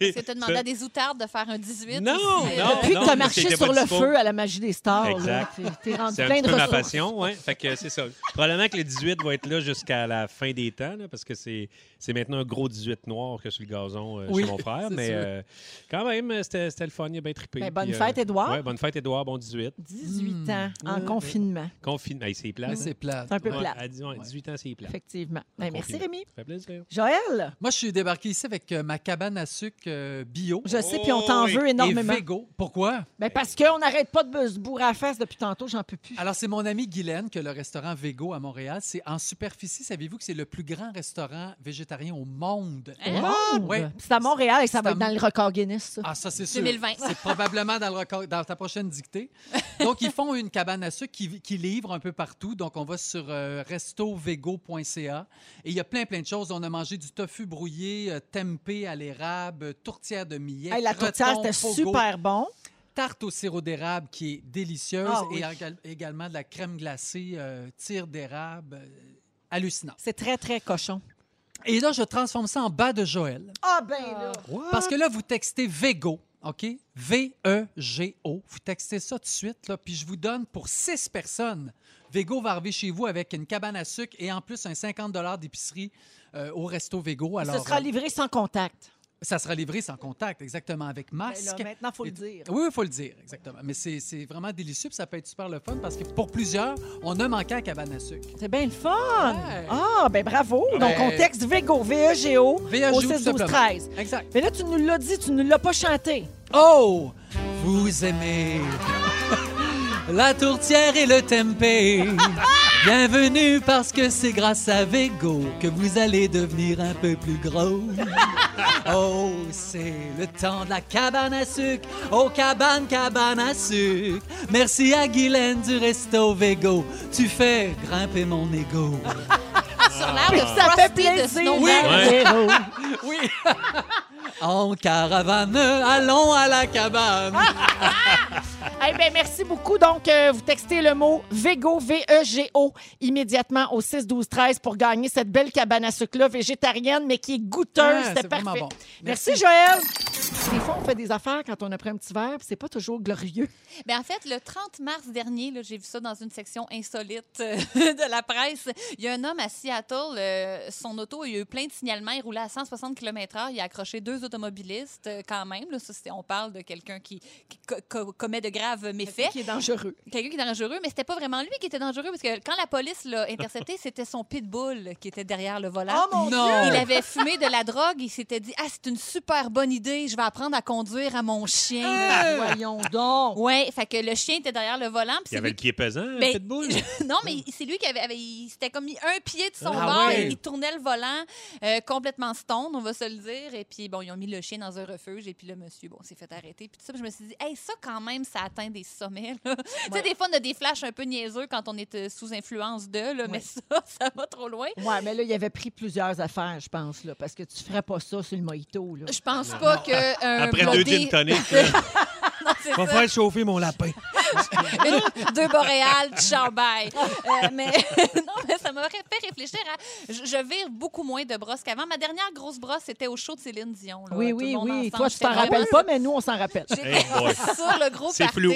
[SPEAKER 3] Est-ce que tu as demandé à des outardes de faire un 18?
[SPEAKER 4] Non,
[SPEAKER 3] aussi, euh,
[SPEAKER 4] non.
[SPEAKER 2] Depuis que tu as marché
[SPEAKER 4] c'était pas
[SPEAKER 2] sur le
[SPEAKER 4] dispo.
[SPEAKER 2] feu à la magie des stars, là,
[SPEAKER 4] Exact.
[SPEAKER 2] t'es t'es rendu
[SPEAKER 4] C'est un
[SPEAKER 2] plein
[SPEAKER 4] petit
[SPEAKER 2] de
[SPEAKER 4] peu ma
[SPEAKER 2] ressources.
[SPEAKER 4] passion, ouais. Fait que euh, c'est ça. Probablement que le 18 va être là jusqu'à la fin des temps, là, parce que c'est c'est maintenant un gros 18 noir que sur le gazon euh,
[SPEAKER 5] Oui,
[SPEAKER 4] chez mon frère.
[SPEAKER 5] c'est
[SPEAKER 4] Mais
[SPEAKER 5] sûr.
[SPEAKER 4] euh, quand même, euh, c'était c'était le fun, il a bien trippé.
[SPEAKER 2] Ben, bonne
[SPEAKER 4] Puis, euh,
[SPEAKER 2] fête, Édouard.
[SPEAKER 4] Ouais, bonne fête, Édouard, bon 18.
[SPEAKER 2] 18
[SPEAKER 5] Hmm.
[SPEAKER 2] ans en
[SPEAKER 4] Ouais.
[SPEAKER 2] confinement.
[SPEAKER 4] Confinement. Hey, c'est plat.
[SPEAKER 5] Mais C'est plate.
[SPEAKER 2] C'est un peu
[SPEAKER 5] Ouais.
[SPEAKER 2] plat.
[SPEAKER 4] À 10 ouais, 18 ans, c'est plat.
[SPEAKER 2] Effectivement. Ben, merci,
[SPEAKER 4] Confinement.
[SPEAKER 2] Rémi.
[SPEAKER 4] Ça fait plaisir.
[SPEAKER 2] Joël,
[SPEAKER 5] Moi, je suis débarqué ici avec euh, ma cabane à sucre euh, bio.
[SPEAKER 2] je sais, puis on t'en
[SPEAKER 4] Oh, oui.
[SPEAKER 2] veut énormément.
[SPEAKER 5] Et végo. Pourquoi?
[SPEAKER 2] Ben, parce qu'on n'arrête pas de se bourrer à la face depuis tantôt, j'en peux plus.
[SPEAKER 5] Alors, c'est mon amie Guylaine que le restaurant Végo à Montréal, c'est en superficie, savez-vous que c'est le plus grand restaurant végétarien au monde?
[SPEAKER 2] Wow!
[SPEAKER 5] Oui.
[SPEAKER 2] Hein? Puis C'est à Montréal et ça
[SPEAKER 5] C'est
[SPEAKER 2] va
[SPEAKER 5] à
[SPEAKER 2] être dans le record Guinness, ça.
[SPEAKER 5] Ah, ça, c'est sûr.
[SPEAKER 3] 2020.
[SPEAKER 5] C'est probablement dans, le record- dans ta prochaine dictée. Donc, ils font une cabane à sucre qui, qui livre un peu partout. Donc, on va sur euh, restovego.ca. Et il y a plein, plein de choses. On a mangé du tofu brouillé, euh, tempeh à l'érable, euh, tourtière de millet.
[SPEAKER 2] Hey, la
[SPEAKER 5] croton,
[SPEAKER 2] tourtière, c'était
[SPEAKER 5] pogo,
[SPEAKER 2] super bon.
[SPEAKER 5] Tarte au sirop d'érable qui est délicieuse.
[SPEAKER 2] Ah, oui.
[SPEAKER 5] Et égal- également de la crème glacée, euh, tire d'érable. euh, hallucinant.
[SPEAKER 2] C'est très, très cochon.
[SPEAKER 5] Et là, je transforme ça en bas de Joël.
[SPEAKER 2] Ah, ben là!
[SPEAKER 5] Parce que là, vous textez VEGO, OK? V-E-G-O. Vous textez ça tout de suite, là, puis je vous donne pour six personnes. VEGO va arriver chez vous avec une cabane à sucre et en plus un 50 d'épicerie euh, au resto VEGO. Alors,
[SPEAKER 2] Ce sera
[SPEAKER 5] euh,
[SPEAKER 2] livré sans contact.
[SPEAKER 5] ça sera livré sans contact, exactement, avec masque.
[SPEAKER 2] Ben là, maintenant, il faut le
[SPEAKER 5] Et-
[SPEAKER 2] dire.
[SPEAKER 5] Oui, il faut le dire, exactement. Mais c'est c'est vraiment délicieux, puis ça peut être super le fun parce que pour plusieurs, on a manqué à cabane à sucre.
[SPEAKER 2] C'est bien le fun! Ah, ben bravo!
[SPEAKER 5] Ouais.
[SPEAKER 2] Donc, on texte VEGO, V-E-G-O,
[SPEAKER 5] VEGO,
[SPEAKER 2] E au
[SPEAKER 5] tout
[SPEAKER 2] 6 12
[SPEAKER 5] simplement.
[SPEAKER 2] 13
[SPEAKER 5] Exact.
[SPEAKER 2] Mais là, tu nous l'as dit, tu ne l'as pas chanté.
[SPEAKER 5] Oh, vous aimez la tourtière et le tempeh. Bienvenue parce que c'est grâce à Vego que vous allez devenir un peu plus gros. Oh, c'est le temps de la cabane à sucre. Oh, cabane, cabane à sucre. Merci à Guylaine du resto Vego. Tu fais grimper mon ego.
[SPEAKER 3] Sur l'air de
[SPEAKER 2] Ça fait
[SPEAKER 3] Frosty de
[SPEAKER 2] plaisir,
[SPEAKER 3] Snowman.
[SPEAKER 4] Ouais.
[SPEAKER 2] Véro.
[SPEAKER 5] Oui. en caravane, allons à la cabane.
[SPEAKER 2] Eh ben, merci beaucoup. Donc, euh, vous textez le mot VEGO, V-E-G-O, immédiatement au 6 12 13 pour gagner cette belle cabane à sucre-là, végétarienne, mais qui est
[SPEAKER 5] Ah,
[SPEAKER 2] goûteuse.
[SPEAKER 5] c'est
[SPEAKER 2] C'était
[SPEAKER 5] vraiment
[SPEAKER 2] parfait.
[SPEAKER 5] bon.
[SPEAKER 2] Merci,
[SPEAKER 5] Merci.
[SPEAKER 2] Joël. Des fois, on fait des affaires quand on a pris un petit verre, puis c'est pas toujours glorieux.
[SPEAKER 3] Ben, en fait, le 30 mars dernier, là, j'ai vu ça dans une section insolite euh, de la presse. Il y a un homme à Seattle, euh, son auto, il y a eu plein de signalements, il roulait à 160 km/h, il a accroché deux automobilistes euh, quand même. Là, ça, c'était- on parle de quelqu'un qui, qui co- co- commet de graves méfaits.
[SPEAKER 2] qui est dangereux.
[SPEAKER 3] Quelqu'un qui est dangereux, mais c'était pas vraiment lui qui était dangereux parce que quand la police l'a intercepté, c'était son pitbull qui était derrière le volant.
[SPEAKER 2] Oh mon
[SPEAKER 5] Non.
[SPEAKER 3] Il avait fumé de la drogue. Il s'était dit Ah, c'est une super bonne idée. Je vais apprendre à conduire à mon chien.
[SPEAKER 5] Euh.
[SPEAKER 2] Ben, Voyons donc.
[SPEAKER 3] Ouais, fait que le chien était derrière le volant. puis
[SPEAKER 4] Il y
[SPEAKER 3] c'est
[SPEAKER 4] avait
[SPEAKER 3] lui
[SPEAKER 4] le pied pesant, le
[SPEAKER 3] Ben,
[SPEAKER 4] Pitbull.
[SPEAKER 3] non, mais c'est lui qui avait, avait- il s'était comme mis un pied de son
[SPEAKER 5] Ah
[SPEAKER 3] bord
[SPEAKER 5] ouais.
[SPEAKER 3] et il tournait le volant euh, complètement stone, on va se le dire. Et puis, bon, ils ont mis le chien dans un refuge et puis le monsieur, bon, s'est fait arrêter. Puis tout ça, puis je me suis dit, hey, ça quand même, ça atteint des sommets. là. Tu sais, des fois, on a des flashs un peu niaiseux quand on est euh, sous influence de, là, mais
[SPEAKER 2] Ouais.
[SPEAKER 3] ça, ça va trop loin.
[SPEAKER 2] Ouais, mais là, il avait pris plusieurs affaires, je pense, là, parce que tu ferais pas ça sur le mojito. Là.
[SPEAKER 3] Je pense pas que. euh, un
[SPEAKER 4] Après deux
[SPEAKER 3] blondé-
[SPEAKER 4] gin tonic,
[SPEAKER 3] Non, c'est
[SPEAKER 4] va
[SPEAKER 3] ça.
[SPEAKER 4] faire chauffer mon lapin.
[SPEAKER 3] Une- deux boréales, ciao, bye. Euh, mais non, mais ça m'a fait réfléchir à. Je, je vire beaucoup moins de brosses qu'avant. Ma dernière grosse brosse, c'était au show de Céline Dion. là,
[SPEAKER 2] oui,
[SPEAKER 3] tout le
[SPEAKER 2] oui,
[SPEAKER 3] monde
[SPEAKER 2] oui.
[SPEAKER 3] ensemble.
[SPEAKER 2] Toi, tu t'en
[SPEAKER 3] J'étais
[SPEAKER 2] rappelles
[SPEAKER 3] vraiment-
[SPEAKER 2] pas, mais nous, on s'en rappelle.
[SPEAKER 3] J'étais
[SPEAKER 4] Hey boy.
[SPEAKER 3] sur le gros
[SPEAKER 4] C'est
[SPEAKER 3] party.
[SPEAKER 4] flou.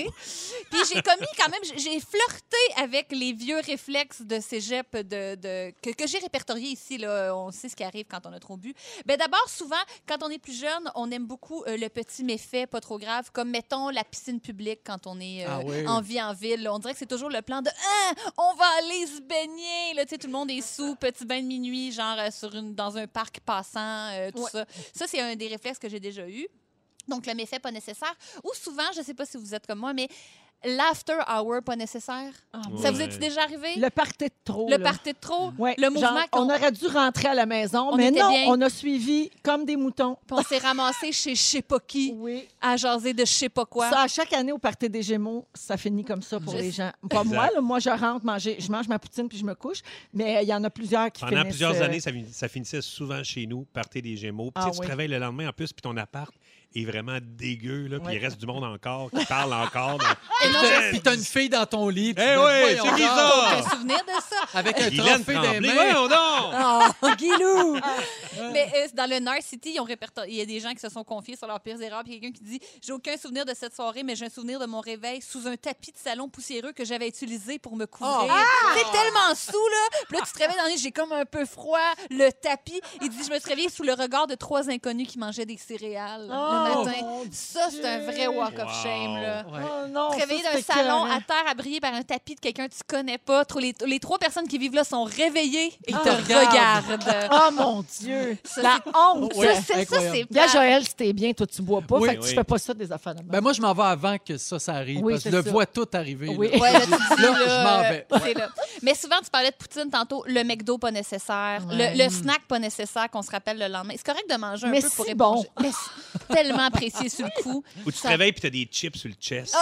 [SPEAKER 3] Puis j'ai commis quand même, j'ai- j'ai flirté avec les vieux réflexes de cégep de, de- que, que j'ai répertoriés ici. Là. On sait ce qui arrive quand on a trop bu. Ben D'abord, souvent, quand on est plus jeune, on aime beaucoup euh, le petit méfait pas trop grave, comme mettons la piscine publique quand on est euh,
[SPEAKER 5] Ah oui.
[SPEAKER 3] en vie en ville. là. On dirait que c'est toujours le plan de Ah, on va aller se baigner. Là, tu sais, tout le monde est sous, petit bain de minuit, genre euh, sur une, dans un parc passant, euh, tout
[SPEAKER 2] Ouais.
[SPEAKER 3] ça. Ça, c'est un des réflexes que j'ai déjà eu. Donc, le méfait pas nécessaire. Ou souvent, je ne sais pas si vous êtes comme moi, mais l'after hour pas nécessaire. Ça vous est
[SPEAKER 4] Ouais.
[SPEAKER 3] déjà arrivé?
[SPEAKER 2] Le party de trop.
[SPEAKER 3] Le
[SPEAKER 2] là.
[SPEAKER 3] party de trop?
[SPEAKER 2] Ouais,
[SPEAKER 3] le
[SPEAKER 2] genre,
[SPEAKER 3] mouvement qu'on
[SPEAKER 2] on aurait dû rentrer à la maison,
[SPEAKER 3] On
[SPEAKER 2] mais
[SPEAKER 3] était
[SPEAKER 2] non,
[SPEAKER 3] bien.
[SPEAKER 2] on a suivi comme des moutons.
[SPEAKER 3] puis on s'est ramassé chez je sais pas qui
[SPEAKER 2] Oui.
[SPEAKER 3] à jaser de je sais pas quoi.
[SPEAKER 2] Ça, à chaque année au party des Gémeaux, ça finit comme ça pour
[SPEAKER 3] Je
[SPEAKER 2] les
[SPEAKER 3] sais.
[SPEAKER 2] gens. Pas moi, là, moi je rentre manger, je mange ma poutine puis je me couche, mais il y en a plusieurs qui
[SPEAKER 4] Pendant
[SPEAKER 2] finissent,
[SPEAKER 4] plusieurs
[SPEAKER 2] euh,
[SPEAKER 4] années, ça, fin- ça finissait souvent chez nous, partir des Gémeaux. Puis,
[SPEAKER 2] Ah
[SPEAKER 4] tu sais, tu
[SPEAKER 2] oui.
[SPEAKER 4] travailles le lendemain en plus, puis ton appart est vraiment dégueu. Là, puis
[SPEAKER 2] Ouais.
[SPEAKER 4] il reste du monde encore qui parle encore.
[SPEAKER 3] Et non,
[SPEAKER 4] Putain,
[SPEAKER 5] Puis t'as une fille dans ton lit. puis
[SPEAKER 4] Eh
[SPEAKER 5] tu te dis,
[SPEAKER 4] ouais,
[SPEAKER 5] voyons
[SPEAKER 4] c'est qui
[SPEAKER 5] donc,
[SPEAKER 4] ça?
[SPEAKER 3] aucun souvenir de ça.
[SPEAKER 5] Avec un
[SPEAKER 4] Guylaine
[SPEAKER 5] trophée
[SPEAKER 4] Tremblay,
[SPEAKER 5] des mains.
[SPEAKER 4] voyons donc!
[SPEAKER 3] Oh, Guilou! Mais euh, dans le North City, ils ont répertorié. Il y a des gens qui se sont confiés sur leurs pires erreurs. Puis il y a quelqu'un qui dit J'ai aucun souvenir de cette soirée, mais j'ai un souvenir de mon réveil sous un tapis de salon poussiéreux que j'avais utilisé pour me couvrir.
[SPEAKER 2] Ah!
[SPEAKER 3] C'est tellement sous, là. Puis là, tu te réveilles dans la nuit, j'ai comme un peu froid, le tapis. Il dit Je me suis réveillée sous le regard de trois inconnus qui mangeaient des
[SPEAKER 2] Oh,
[SPEAKER 3] céréales le matin.
[SPEAKER 2] mon
[SPEAKER 3] Ça, c'est un vrai walk of
[SPEAKER 4] Wow.
[SPEAKER 3] shame, là.
[SPEAKER 5] Ouais.
[SPEAKER 2] Oh non,
[SPEAKER 3] Te réveiller
[SPEAKER 2] ça,
[SPEAKER 3] d'un
[SPEAKER 2] c'était
[SPEAKER 3] salon
[SPEAKER 2] écœurant.
[SPEAKER 3] à terre abrillé par un tapis de quelqu'un que tu connais pas. Trop- Les, les trois personnes qui vivent là sont réveillées et
[SPEAKER 2] Ah,
[SPEAKER 3] te
[SPEAKER 2] regarde.
[SPEAKER 3] regardent.
[SPEAKER 2] Oh mon Dieu!
[SPEAKER 3] Ça,
[SPEAKER 2] La honte!
[SPEAKER 5] Ouais,
[SPEAKER 3] ça, c'est- ça,
[SPEAKER 5] incroyable.
[SPEAKER 3] c'est
[SPEAKER 2] Là,
[SPEAKER 3] plate.
[SPEAKER 2] Joël, c'était bien, toi, tu bois pas.
[SPEAKER 4] Oui,
[SPEAKER 2] fait que
[SPEAKER 4] oui.
[SPEAKER 2] tu fais pas ça des affaires de même.
[SPEAKER 5] Ben moi, je m'en vais avant que ça, ça arrive.
[SPEAKER 2] Oui,
[SPEAKER 5] parce que
[SPEAKER 2] c'est
[SPEAKER 5] je le
[SPEAKER 2] ça.
[SPEAKER 5] vois tout arriver.
[SPEAKER 2] Oui.
[SPEAKER 5] là.
[SPEAKER 3] Ouais, là, tu dis,
[SPEAKER 5] Là,
[SPEAKER 3] là,
[SPEAKER 5] je m'en vais.
[SPEAKER 3] euh, c'est là. Mais souvent, tu parlais de poutine tantôt, le McDo pas nécessaire,
[SPEAKER 2] Ouais.
[SPEAKER 3] le, le snack pas nécessaire qu'on se rappelle le lendemain. C'est correct de manger un
[SPEAKER 2] Mais
[SPEAKER 3] peu pour
[SPEAKER 2] c'est
[SPEAKER 3] éponger. Mais c'est tellement apprécié sur le coup.
[SPEAKER 4] Ou tu te
[SPEAKER 3] Ça- Ah!
[SPEAKER 4] réveilles puis t'as des chips sur le chest.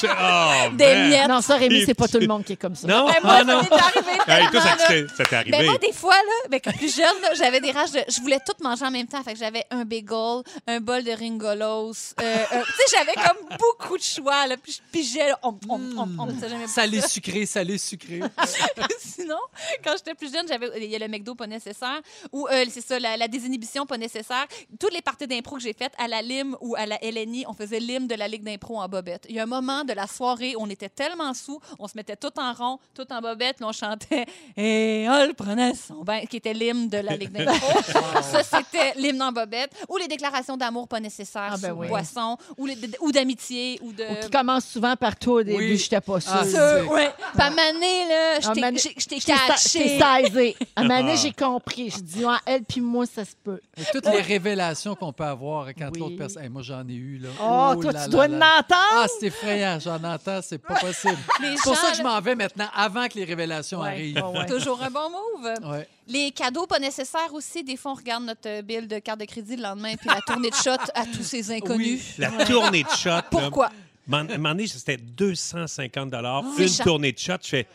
[SPEAKER 4] Tu- oh,
[SPEAKER 3] Des
[SPEAKER 4] man.
[SPEAKER 3] miettes.
[SPEAKER 2] non, ça, Rémi, c'est pas tout le monde qui est comme ça.
[SPEAKER 4] Non?
[SPEAKER 3] Mais moi,
[SPEAKER 4] Ah, non.
[SPEAKER 3] ça m'est arrivé
[SPEAKER 4] Hey, toi, ça
[SPEAKER 3] tellement, là.
[SPEAKER 4] t'est- ça t'est
[SPEAKER 3] Ben
[SPEAKER 4] arrivé.
[SPEAKER 3] moi, des fois, là, ben, quand plus jeune, là, j'avais des rages de. Je voulais tout manger en même temps. Fait que j'avais un bagel, un bol de ringolos. euh, euh, tu sais, j'avais comme beaucoup de choix, là. Puis je pigeais, là, om, om, om, om, ça, j'aimais
[SPEAKER 5] Salé sucré, salé sucré.
[SPEAKER 3] Sinon, quand j'étais plus jeune, j'avais il y a le McDo pas nécessaire ou euh, c'est ça la, la désinhibition pas nécessaire. Toutes les parties d'impro que j'ai faites à la Lime ou à la LNI, on faisait Lime de la Ligue d'impro en bobette. Il y a un moment de la soirée, on était tellement sous, on se mettait tout en rond, tout en bobette, puis on chantait et on le prenait son bain qui était Lime de la Ligue d'impro. ça c'était l'hymne en bobette ou les déclarations d'amour pas nécessaires
[SPEAKER 2] Ah, ben
[SPEAKER 3] sous
[SPEAKER 2] oui.
[SPEAKER 3] boisson ou les- ou d'amitié ou de
[SPEAKER 2] Ou qui commence souvent par toi au début,
[SPEAKER 5] Oui.
[SPEAKER 2] j'étais pas sûre.
[SPEAKER 5] Ah,
[SPEAKER 2] Je
[SPEAKER 3] Ça, ouais. Puis à Mané, là,
[SPEAKER 2] Ah, Mané-
[SPEAKER 3] je t'ai
[SPEAKER 2] t'ai sa- je t'ai
[SPEAKER 3] caché.
[SPEAKER 2] saisé. À un moment
[SPEAKER 4] Ah.
[SPEAKER 2] donné, j'ai compris. Je dis, ah, elle puis moi, ça se peut.
[SPEAKER 5] Et toutes les révélations qu'on peut avoir quand
[SPEAKER 2] Oui.
[SPEAKER 5] l'autre personne. Hey, moi, j'en ai eu. Là.
[SPEAKER 2] Oh, toi,
[SPEAKER 5] là là
[SPEAKER 2] tu dois
[SPEAKER 5] là.
[SPEAKER 2] l'entendre.
[SPEAKER 5] Ah, c'est effrayant, j'en entends, c'est pas possible.
[SPEAKER 3] Les
[SPEAKER 5] C'est pour
[SPEAKER 3] gens,
[SPEAKER 5] ça que je
[SPEAKER 3] là-
[SPEAKER 5] m'en vais maintenant, avant que les révélations
[SPEAKER 2] Ouais, Ah,
[SPEAKER 5] arrivent.
[SPEAKER 2] ouais, ouais.
[SPEAKER 3] Toujours un bon move.
[SPEAKER 5] Ouais.
[SPEAKER 3] Les cadeaux pas nécessaires aussi. Des fois, on regarde notre euh, bill de carte de crédit le lendemain puis la tournée de shot à tous ces inconnus.
[SPEAKER 4] La tournée de shot. là.
[SPEAKER 3] Pourquoi?
[SPEAKER 4] M'en- un moment donné, c'était 250
[SPEAKER 3] C'est
[SPEAKER 4] Une
[SPEAKER 3] cher.
[SPEAKER 4] tournée de shot, je fais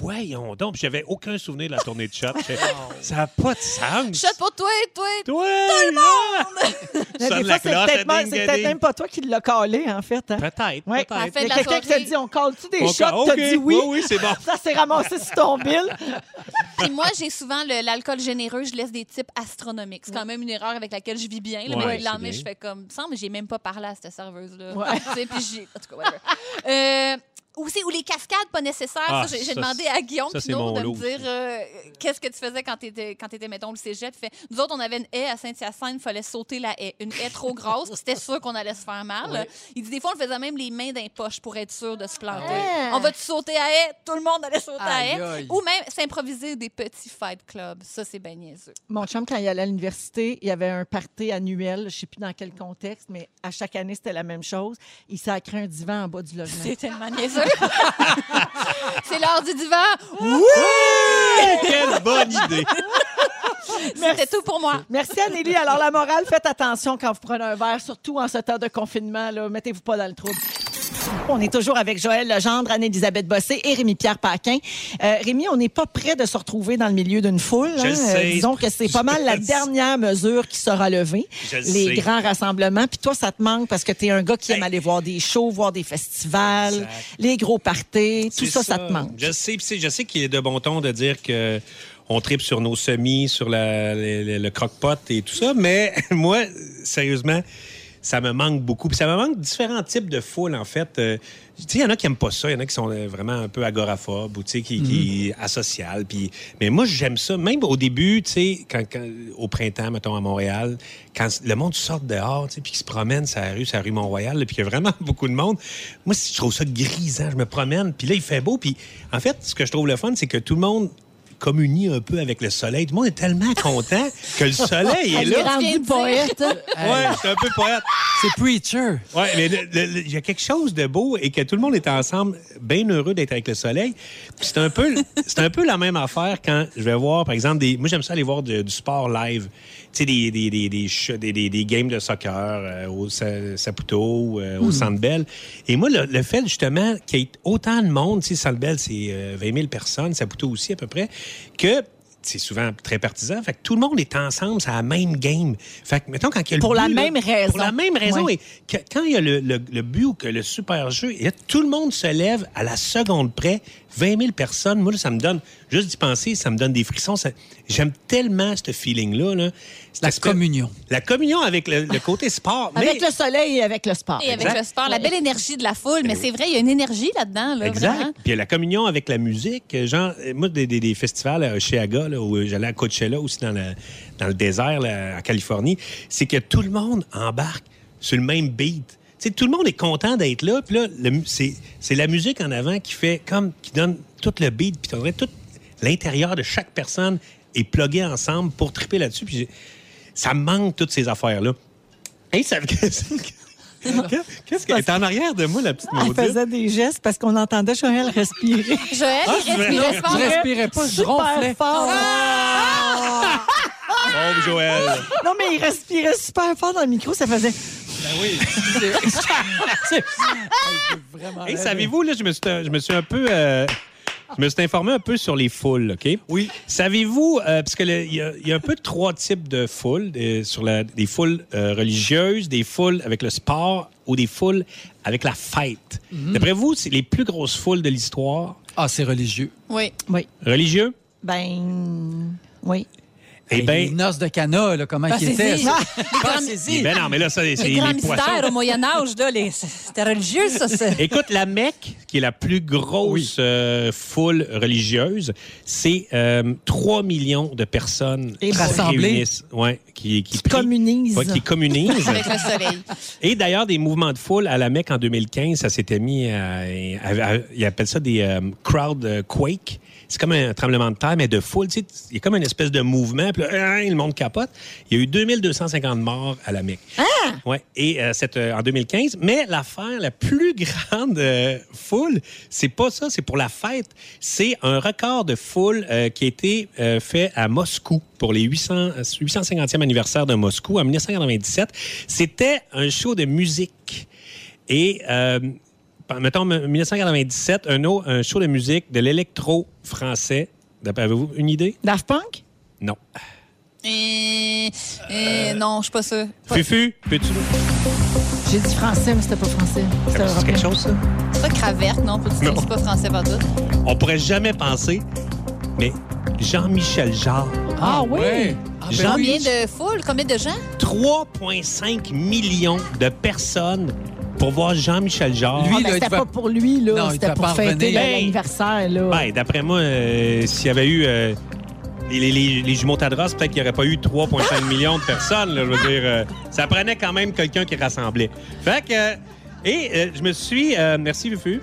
[SPEAKER 4] voyons donc. Puis J'avais aucun souvenir de la tournée de shot. Je fais, ça n'a pas de sens.
[SPEAKER 3] Shot pour toi, toi.
[SPEAKER 4] Toi, tout le
[SPEAKER 2] Mais
[SPEAKER 4] Sonne
[SPEAKER 2] des fois,
[SPEAKER 4] la
[SPEAKER 2] c'est
[SPEAKER 4] cloche,
[SPEAKER 2] peut-être
[SPEAKER 4] ding,
[SPEAKER 2] même, c'est peut-être
[SPEAKER 4] ding.
[SPEAKER 2] même pas toi qui l'as calé, en fait. hein.
[SPEAKER 4] Peut-être.
[SPEAKER 2] Ouais.
[SPEAKER 3] Parfait,
[SPEAKER 4] Peut-être.
[SPEAKER 3] de
[SPEAKER 2] Il y
[SPEAKER 3] la
[SPEAKER 2] a quelqu'un qui
[SPEAKER 3] soirée.
[SPEAKER 2] te dit, on cale-tu des
[SPEAKER 4] On
[SPEAKER 2] shots?
[SPEAKER 4] ca-
[SPEAKER 2] T'as
[SPEAKER 4] OK,
[SPEAKER 2] dit oui.
[SPEAKER 4] Oui, oui, c'est bon.
[SPEAKER 2] Ça s'est ramassé sur ton bill.
[SPEAKER 3] Puis moi, j'ai souvent le- l'alcool généreux, je laisse des types astronomiques. C'est quand même une erreur avec laquelle je vis bien. là,
[SPEAKER 4] Ouais,
[SPEAKER 3] mais le
[SPEAKER 4] c'est
[SPEAKER 3] lendemain,
[SPEAKER 4] bien.
[SPEAKER 3] je fais comme ça, mais j'ai même pas parlé à cette serveuse-là.
[SPEAKER 2] Ouais.
[SPEAKER 3] Tu sais, puis j'ai- En tout cas, whatever. Euh, aussi, ou les cascades pas nécessaires.
[SPEAKER 4] Ah,
[SPEAKER 3] ça, j'ai
[SPEAKER 4] ça,
[SPEAKER 3] j'ai demandé à Guillaume
[SPEAKER 4] ça, c'est
[SPEAKER 3] Pinot
[SPEAKER 4] mon
[SPEAKER 3] de me
[SPEAKER 4] lot
[SPEAKER 3] dire euh, qu'est-ce que tu faisais quand tu étais, mettons, le cégep. Il Fait, nous autres, on avait une haie à Saint-Hyacinthe, il fallait sauter la haie. Une haie trop grosse, puis c'était sûr qu'on allait se faire mal.
[SPEAKER 5] Ouais.
[SPEAKER 3] Il dit des fois, on le faisait même les mains d'un poche pour être sûr de se planter.
[SPEAKER 8] Ah.
[SPEAKER 3] On va-tu sauter à haie? Tout le monde allait sauter à
[SPEAKER 5] Aïe,
[SPEAKER 3] haie.
[SPEAKER 5] aïe.
[SPEAKER 3] Ou même s'improviser des petits fight clubs. Ça, c'est ben niaiseux.
[SPEAKER 2] Mon chum, quand il allait à l'université, il y avait un party annuel, je ne sais plus dans quel contexte, mais à chaque année, c'était la même chose. Il sacrait un divan en bas du logement.
[SPEAKER 3] C'est tellement niaiseux. c'est l'heure du divan.
[SPEAKER 4] Quelle bonne idée!
[SPEAKER 3] C'était tout pour moi.
[SPEAKER 2] Merci, Anélie. Alors, la morale, faites attention quand vous prenez un verre, surtout en ce temps de confinement. là. Mettez-vous pas dans le trouble. On est toujours avec Joël Legendre, Anne-Élisabeth Bossé et Rémi-Pierre Paquin. Euh, Rémi, on n'est pas prêt de se retrouver dans le milieu d'une foule. hein. Euh,
[SPEAKER 4] Je le sais.
[SPEAKER 2] disons que c'est pas mal la
[SPEAKER 4] Je le
[SPEAKER 2] dernière mesure qui sera levée.
[SPEAKER 4] Je le
[SPEAKER 2] les
[SPEAKER 4] sais.
[SPEAKER 2] grands rassemblements. Puis toi, ça te manque parce que tu es un gars qui aime
[SPEAKER 4] Hey.
[SPEAKER 2] aller voir des shows, voir des festivals,
[SPEAKER 4] Exact.
[SPEAKER 2] les gros parties. Tout
[SPEAKER 4] C'est
[SPEAKER 2] ça, ça, te manque.
[SPEAKER 4] Je sais, pis c'est- je sais qu'il est de bon ton de dire que on tripe sur nos semis, sur la- le, le- le croque-pot et tout ça, mais moi, sérieusement, ça me manque beaucoup. Puis ça me manque différents types de foules, en fait. Euh, tu sais, il y en a qui n'aiment pas ça, il y en a qui sont euh, vraiment un peu agoraphobes ou tu sais, qui, qui
[SPEAKER 2] Mm-hmm.
[SPEAKER 4] asociales. Puis, mais moi, j'aime ça. Même au début, tu sais, quand, quand- au printemps, mettons, à Montréal, quand le monde sort dehors, tu sais, puis qui se promène sur la rue, sur la rue Mont-Royal, là, puis qu'il y a vraiment beaucoup de monde. Moi, si je trouve ça grisant. Je me promène, puis là, il fait beau. Puis en fait, ce que je trouve le fun, c'est que tout le monde communie un peu avec le soleil. Tout le monde est tellement content que le soleil est
[SPEAKER 3] Elle
[SPEAKER 4] là.
[SPEAKER 3] est rendu poète.
[SPEAKER 4] Ouais, c'est un peu poète.
[SPEAKER 5] C'est Preacher.
[SPEAKER 4] Ouais, mais le- le- le- il y a quelque chose de beau et que tout le monde est ensemble, bien heureux d'être avec le soleil. Puis C'est un peu, c'est un peu la même affaire quand je vais voir, par exemple, des. Moi, j'aime ça aller voir de- du sport live. Tu sais, des, des, des, des, ch- des- des- des games de soccer euh, au Sa- Saputo, ou, euh,
[SPEAKER 2] Hmm.
[SPEAKER 4] au Centre Bell. Et moi, le, le fait, justement, qu'il y ait autant de monde, tu sais, Centre Bell, c'est euh, 20 000 personnes, Saputo aussi, à peu près, que. C'est souvent très partisan. Fait que tout le monde est ensemble, c'est la même game. Fait que, mettons, quand il y a le
[SPEAKER 2] Pour la
[SPEAKER 4] but, là,
[SPEAKER 2] même raison.
[SPEAKER 4] Pour la même raison.
[SPEAKER 2] Ouais.
[SPEAKER 4] Et que- quand il y a le, le- le but ou que le super jeu, et là, tout le monde se lève à la seconde près, 20 000 personnes, moi, là, ça me donne, juste d'y penser, ça me donne des frissons. ça- J'aime tellement ce feeling-là. Là, Cette
[SPEAKER 5] La
[SPEAKER 4] espèce-
[SPEAKER 5] communion.
[SPEAKER 4] La communion avec le, le côté sport.
[SPEAKER 2] Avec le soleil et avec le sport.
[SPEAKER 3] Et avec
[SPEAKER 4] Exact.
[SPEAKER 3] le sport, la belle énergie de la foule. Mais c'est vrai, il y a une énergie là-dedans. Là,
[SPEAKER 4] Eh Exact.
[SPEAKER 3] vraiment.
[SPEAKER 4] Puis il y a la communion avec la musique. Euh, Genre, euh, moi, des, des- des festivals à Chiaga, là, où euh, j'allais à Coachella, aussi dans, la- dans le désert, là, en Californie, c'est que tout le monde embarque sur le même beat. Tu sais, tout le monde est content d'être là. Puis là, le mu- c'est c'est la musique en avant qui fait comme, qui donne tout le beat. Puis on dirait tout l'intérieur de chaque personne est plugué ensemble pour triper là-dessus. Puis j'ai- ça me manque toutes ces affaires-là. Hey, ça... Qu'est-ce qu'elle est en arrière de moi, la petite
[SPEAKER 2] Il
[SPEAKER 4] maudite?
[SPEAKER 2] faisait des gestes parce qu'on entendait Joël respirer.
[SPEAKER 3] Joël,
[SPEAKER 4] Ah,
[SPEAKER 3] il
[SPEAKER 4] je vais-
[SPEAKER 3] respirait
[SPEAKER 5] Je
[SPEAKER 3] fort.
[SPEAKER 5] respirais pas, je
[SPEAKER 2] Super
[SPEAKER 5] ronflais. Ah!
[SPEAKER 2] fort.
[SPEAKER 4] Pauvre Joël!
[SPEAKER 2] Non, mais il respirait super fort dans le micro. Ça faisait.
[SPEAKER 4] Hey, savez-vous, là, je me suis, je me suis un peu. euh, je me suis informé un peu sur les foules, OK? Oui. Savez-vous, euh, parce qu'il y, a- il y a un peu trois types de foules, des- sur la, des foules euh, religieuses, des foules avec le sport ou des foules avec la fête. D'après vous, c'est les plus grosses foules de l'histoire?
[SPEAKER 5] Ah, c'est religieux.
[SPEAKER 3] Oui.
[SPEAKER 4] Religieux?
[SPEAKER 2] Ben. Oui.
[SPEAKER 4] Eh
[SPEAKER 5] Hey, les
[SPEAKER 4] bien,
[SPEAKER 5] noces de Cana, là,
[SPEAKER 2] Ben,
[SPEAKER 5] comment ils étaient.
[SPEAKER 3] Pensez-y.
[SPEAKER 5] ça?
[SPEAKER 3] Les
[SPEAKER 4] ben non, mais là, ça, c'est les,
[SPEAKER 3] grands
[SPEAKER 4] poissons.
[SPEAKER 3] mystères au Moyen-Âge, là, les- c'était religieux, ça. c'est-
[SPEAKER 4] Écoute, la Mecque, qui est la plus grosse euh, foule religieuse, c'est euh, 3 millions de personnes
[SPEAKER 2] Et
[SPEAKER 4] qui
[SPEAKER 5] rassemblées.
[SPEAKER 4] réunissent, ouais, qui, qui, prient.
[SPEAKER 2] communisent.
[SPEAKER 4] Ouais, qui communisent.
[SPEAKER 3] Avec le soleil.
[SPEAKER 4] Et d'ailleurs, des mouvements de foule à la Mecque en 2015, ça s'était mis à, à- à- Ils appellent ça des euh, crowd euh, quake. C'est comme un tremblement de terre, mais de foule. Tu sais, il y a comme une espèce de mouvement, puis là, hein, le monde capote. Il y a eu 2250 morts à la Mecque. Ouais, et euh, cette, euh, en 2015. Mais l'affaire la plus grande euh, foule, c'est pas ça, c'est pour la fête. C'est un record de foule euh, qui a été euh, fait à Moscou pour les 800, 850e anniversaire de Moscou en 1997. C'était un show de musique. Et, euh, par- mettons, m- 1997, un, au- un show de musique de l'électro français. D'après- Avez-vous une idée?
[SPEAKER 2] Daft Punk?
[SPEAKER 4] Non.
[SPEAKER 3] Et, et non, je suis pas sûre. Pas-
[SPEAKER 4] Fufu, peux-tu
[SPEAKER 2] J'ai dit français, mais c'était pas français. C'était
[SPEAKER 4] C'est
[SPEAKER 2] européen.
[SPEAKER 4] quelque chose, ça?
[SPEAKER 3] C'est pas craverte, non, pas du tout.
[SPEAKER 4] Non.
[SPEAKER 3] C'est pas français, pas tout.
[SPEAKER 4] On pourrait jamais penser, mais Jean-Michel Jarre,
[SPEAKER 2] Ah oui?
[SPEAKER 5] Ah, ben
[SPEAKER 4] Jean-
[SPEAKER 5] oui.
[SPEAKER 3] Combien de foules? Combien de gens?
[SPEAKER 4] 3,5 millions de personnes pour voir Jean-Michel Jarre.
[SPEAKER 5] Lui,
[SPEAKER 2] Ah, ben,
[SPEAKER 5] là, il
[SPEAKER 2] c'était
[SPEAKER 5] devait-
[SPEAKER 2] pas pour lui, là.
[SPEAKER 5] Non, il
[SPEAKER 2] c'était
[SPEAKER 5] devait
[SPEAKER 2] pour
[SPEAKER 5] pas
[SPEAKER 2] fêter
[SPEAKER 5] revenir.
[SPEAKER 2] le-
[SPEAKER 4] Ben,
[SPEAKER 2] l'anniversaire, là.
[SPEAKER 4] Ben, d'après moi, euh, s'il y avait eu euh, les, les- les- les jumeaux Tadros, peut-être qu'il n'y aurait pas eu 3,5 millions de personnes. là, je veux dire, euh, ça prenait quand même quelqu'un qui rassemblait. Fait que. euh, et euh, je me suis. euh, merci, Fufu.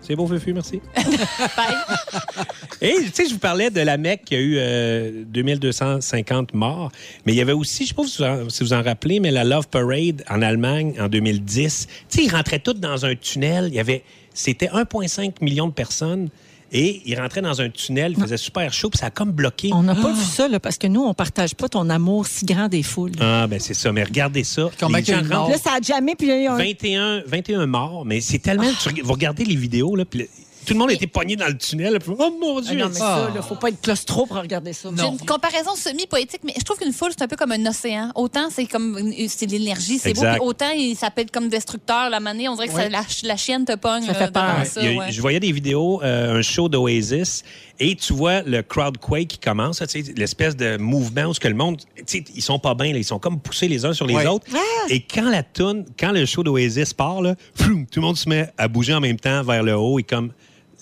[SPEAKER 4] C'est beau, Fufu, merci. Et, tu sais, je vous parlais de la Mecque qui a eu euh, 2250 morts, mais il y avait aussi, je ne sais pas si vous en- si vous en rappelez, mais la Love Parade en Allemagne en 2010. Tu sais, ils rentraient tous dans un tunnel. Il y avait, c'était 1,5 million de personnes et ils rentraient dans un tunnel. Il faisait super chaud, puis ça a comme bloqué.
[SPEAKER 1] Ah. On n'a
[SPEAKER 2] Ah.
[SPEAKER 1] pas vu ça, là, parce que nous, on partage pas ton amour si grand des foules.
[SPEAKER 4] Ah, ben c'est ça. Mais regardez ça.
[SPEAKER 5] combien
[SPEAKER 4] Les
[SPEAKER 5] qu'il y a
[SPEAKER 4] gens
[SPEAKER 5] eu de morts?
[SPEAKER 4] rentrent.
[SPEAKER 2] Là, ça a jamais, puis il y a un-
[SPEAKER 4] 21, 21 morts, mais c'est tellement.
[SPEAKER 1] Ah.
[SPEAKER 4] tu reg- vous regardez les vidéos, là, puis le- tout le monde était pogné dans le tunnel. là, puis, oh mon
[SPEAKER 1] Ah
[SPEAKER 4] Dieu!
[SPEAKER 1] non, mais ça, là, faut pas être claustro pour regarder ça.
[SPEAKER 3] J'ai une comparaison semi-poétique, mais je trouve qu'une foule, c'est un peu comme un océan. Autant, c'est comme une- c'est de l'énergie, c'est beau,
[SPEAKER 4] Exact.
[SPEAKER 3] puis autant, il s'appelle comme destructeur la manée. On dirait que ça- la, ch- la chienne te pogne.
[SPEAKER 1] Ça fait
[SPEAKER 3] euh, devant
[SPEAKER 1] peur.
[SPEAKER 3] ça,
[SPEAKER 4] Il y a-
[SPEAKER 3] ouais.
[SPEAKER 4] Je voyais des vidéos, euh, un show d'Oasis, et tu vois le crowd quake qui commence, tu sais, l'espèce de mouvement où ce que le monde, tu sais, ils sont pas bien, là, ils sont comme poussés les uns sur les
[SPEAKER 5] Ouais.
[SPEAKER 4] autres. Et quand la tune, quand le show d'Oasis part, là, floum, tout le monde se met à bouger en même temps vers le haut et comme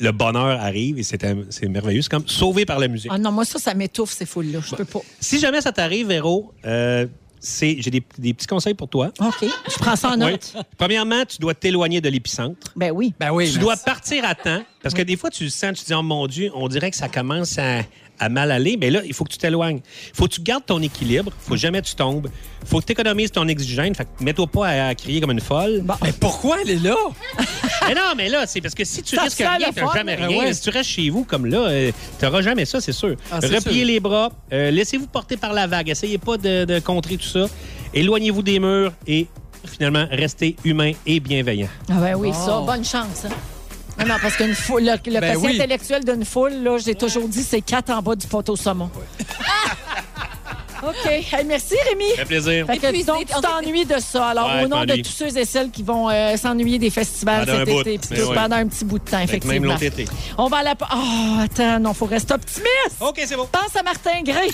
[SPEAKER 4] le bonheur arrive et c'est un- c'est merveilleux, c'est comme sauvé par la musique.
[SPEAKER 1] Ah non, moi, ça, ça m'étouffe, ces foules-là. Je peux pas.
[SPEAKER 4] Si jamais ça t'arrive, Véro, euh, c'est- j'ai des, des petits conseils pour toi.
[SPEAKER 1] Bah. OK. Je prends ça en
[SPEAKER 4] Oui.
[SPEAKER 1] note.
[SPEAKER 4] Premièrement, tu dois t'éloigner de l'épicentre.
[SPEAKER 2] Ben oui.
[SPEAKER 5] Ben oui,
[SPEAKER 4] Tu
[SPEAKER 5] mais-
[SPEAKER 4] dois partir à temps. Parce que des fois, tu le sens, tu te dis, oh mon Dieu, on dirait que ça commence à, à mal aller. Mais là, il faut que tu t'éloignes. Il faut que tu gardes ton équilibre. Il
[SPEAKER 5] Mm.
[SPEAKER 4] faut jamais que tu tombes. Il faut que tu économises ton oxygène. Fait que mets-toi pas à, à crier comme une folle.
[SPEAKER 5] Mais pourquoi elle est là?
[SPEAKER 4] Mais non, mais là, c'est parce que si tu
[SPEAKER 2] Ça
[SPEAKER 4] risques
[SPEAKER 2] sent
[SPEAKER 4] rien,
[SPEAKER 2] le
[SPEAKER 4] t'as
[SPEAKER 2] fun.
[SPEAKER 4] jamais
[SPEAKER 5] Ben
[SPEAKER 4] rien.
[SPEAKER 5] ouais.
[SPEAKER 4] Si tu restes chez vous comme là, tu t'auras jamais ça, c'est sûr.
[SPEAKER 5] Ah, c'est
[SPEAKER 4] Repliez
[SPEAKER 5] sûr.
[SPEAKER 4] les bras. euh, Laissez-vous porter par la vague. Essayez pas de, de contrer tout ça. Éloignez-vous des murs et finalement, restez humain et bienveillant.
[SPEAKER 2] Ah ben oui,
[SPEAKER 5] Bon.
[SPEAKER 2] ça, bonne chance. hein. Non, non, parce qu'une foule, le, le
[SPEAKER 5] Oh. Ben
[SPEAKER 2] quotient
[SPEAKER 5] oui.
[SPEAKER 2] intellectuel d'une foule, là, j'ai toujours dit, c'est quatre en bas du poteau saumon. Ah! OK. Hey, merci, Rémi.
[SPEAKER 4] Ça fait plaisir.
[SPEAKER 2] Fait que
[SPEAKER 3] Épuisé,
[SPEAKER 2] donc, tu
[SPEAKER 3] en fait-
[SPEAKER 2] t'ennuies de ça. Alors,
[SPEAKER 4] Ouais,
[SPEAKER 2] au nom de
[SPEAKER 4] t'ennuie.
[SPEAKER 2] tous ceux et celles qui vont euh, s'ennuyer des festivals
[SPEAKER 4] Pendant
[SPEAKER 2] cet
[SPEAKER 4] un
[SPEAKER 2] été,
[SPEAKER 4] bout,
[SPEAKER 2] puis
[SPEAKER 4] mais
[SPEAKER 2] tout,
[SPEAKER 4] ouais.
[SPEAKER 2] pendant un petit bout de temps,
[SPEAKER 4] Fait que même
[SPEAKER 2] effectivement.
[SPEAKER 4] l'autre été. Oh.
[SPEAKER 2] On va à la... pa- Oh, attends, non, faut rester optimiste.
[SPEAKER 4] OK, c'est bon.
[SPEAKER 2] Pense à Martin Gray.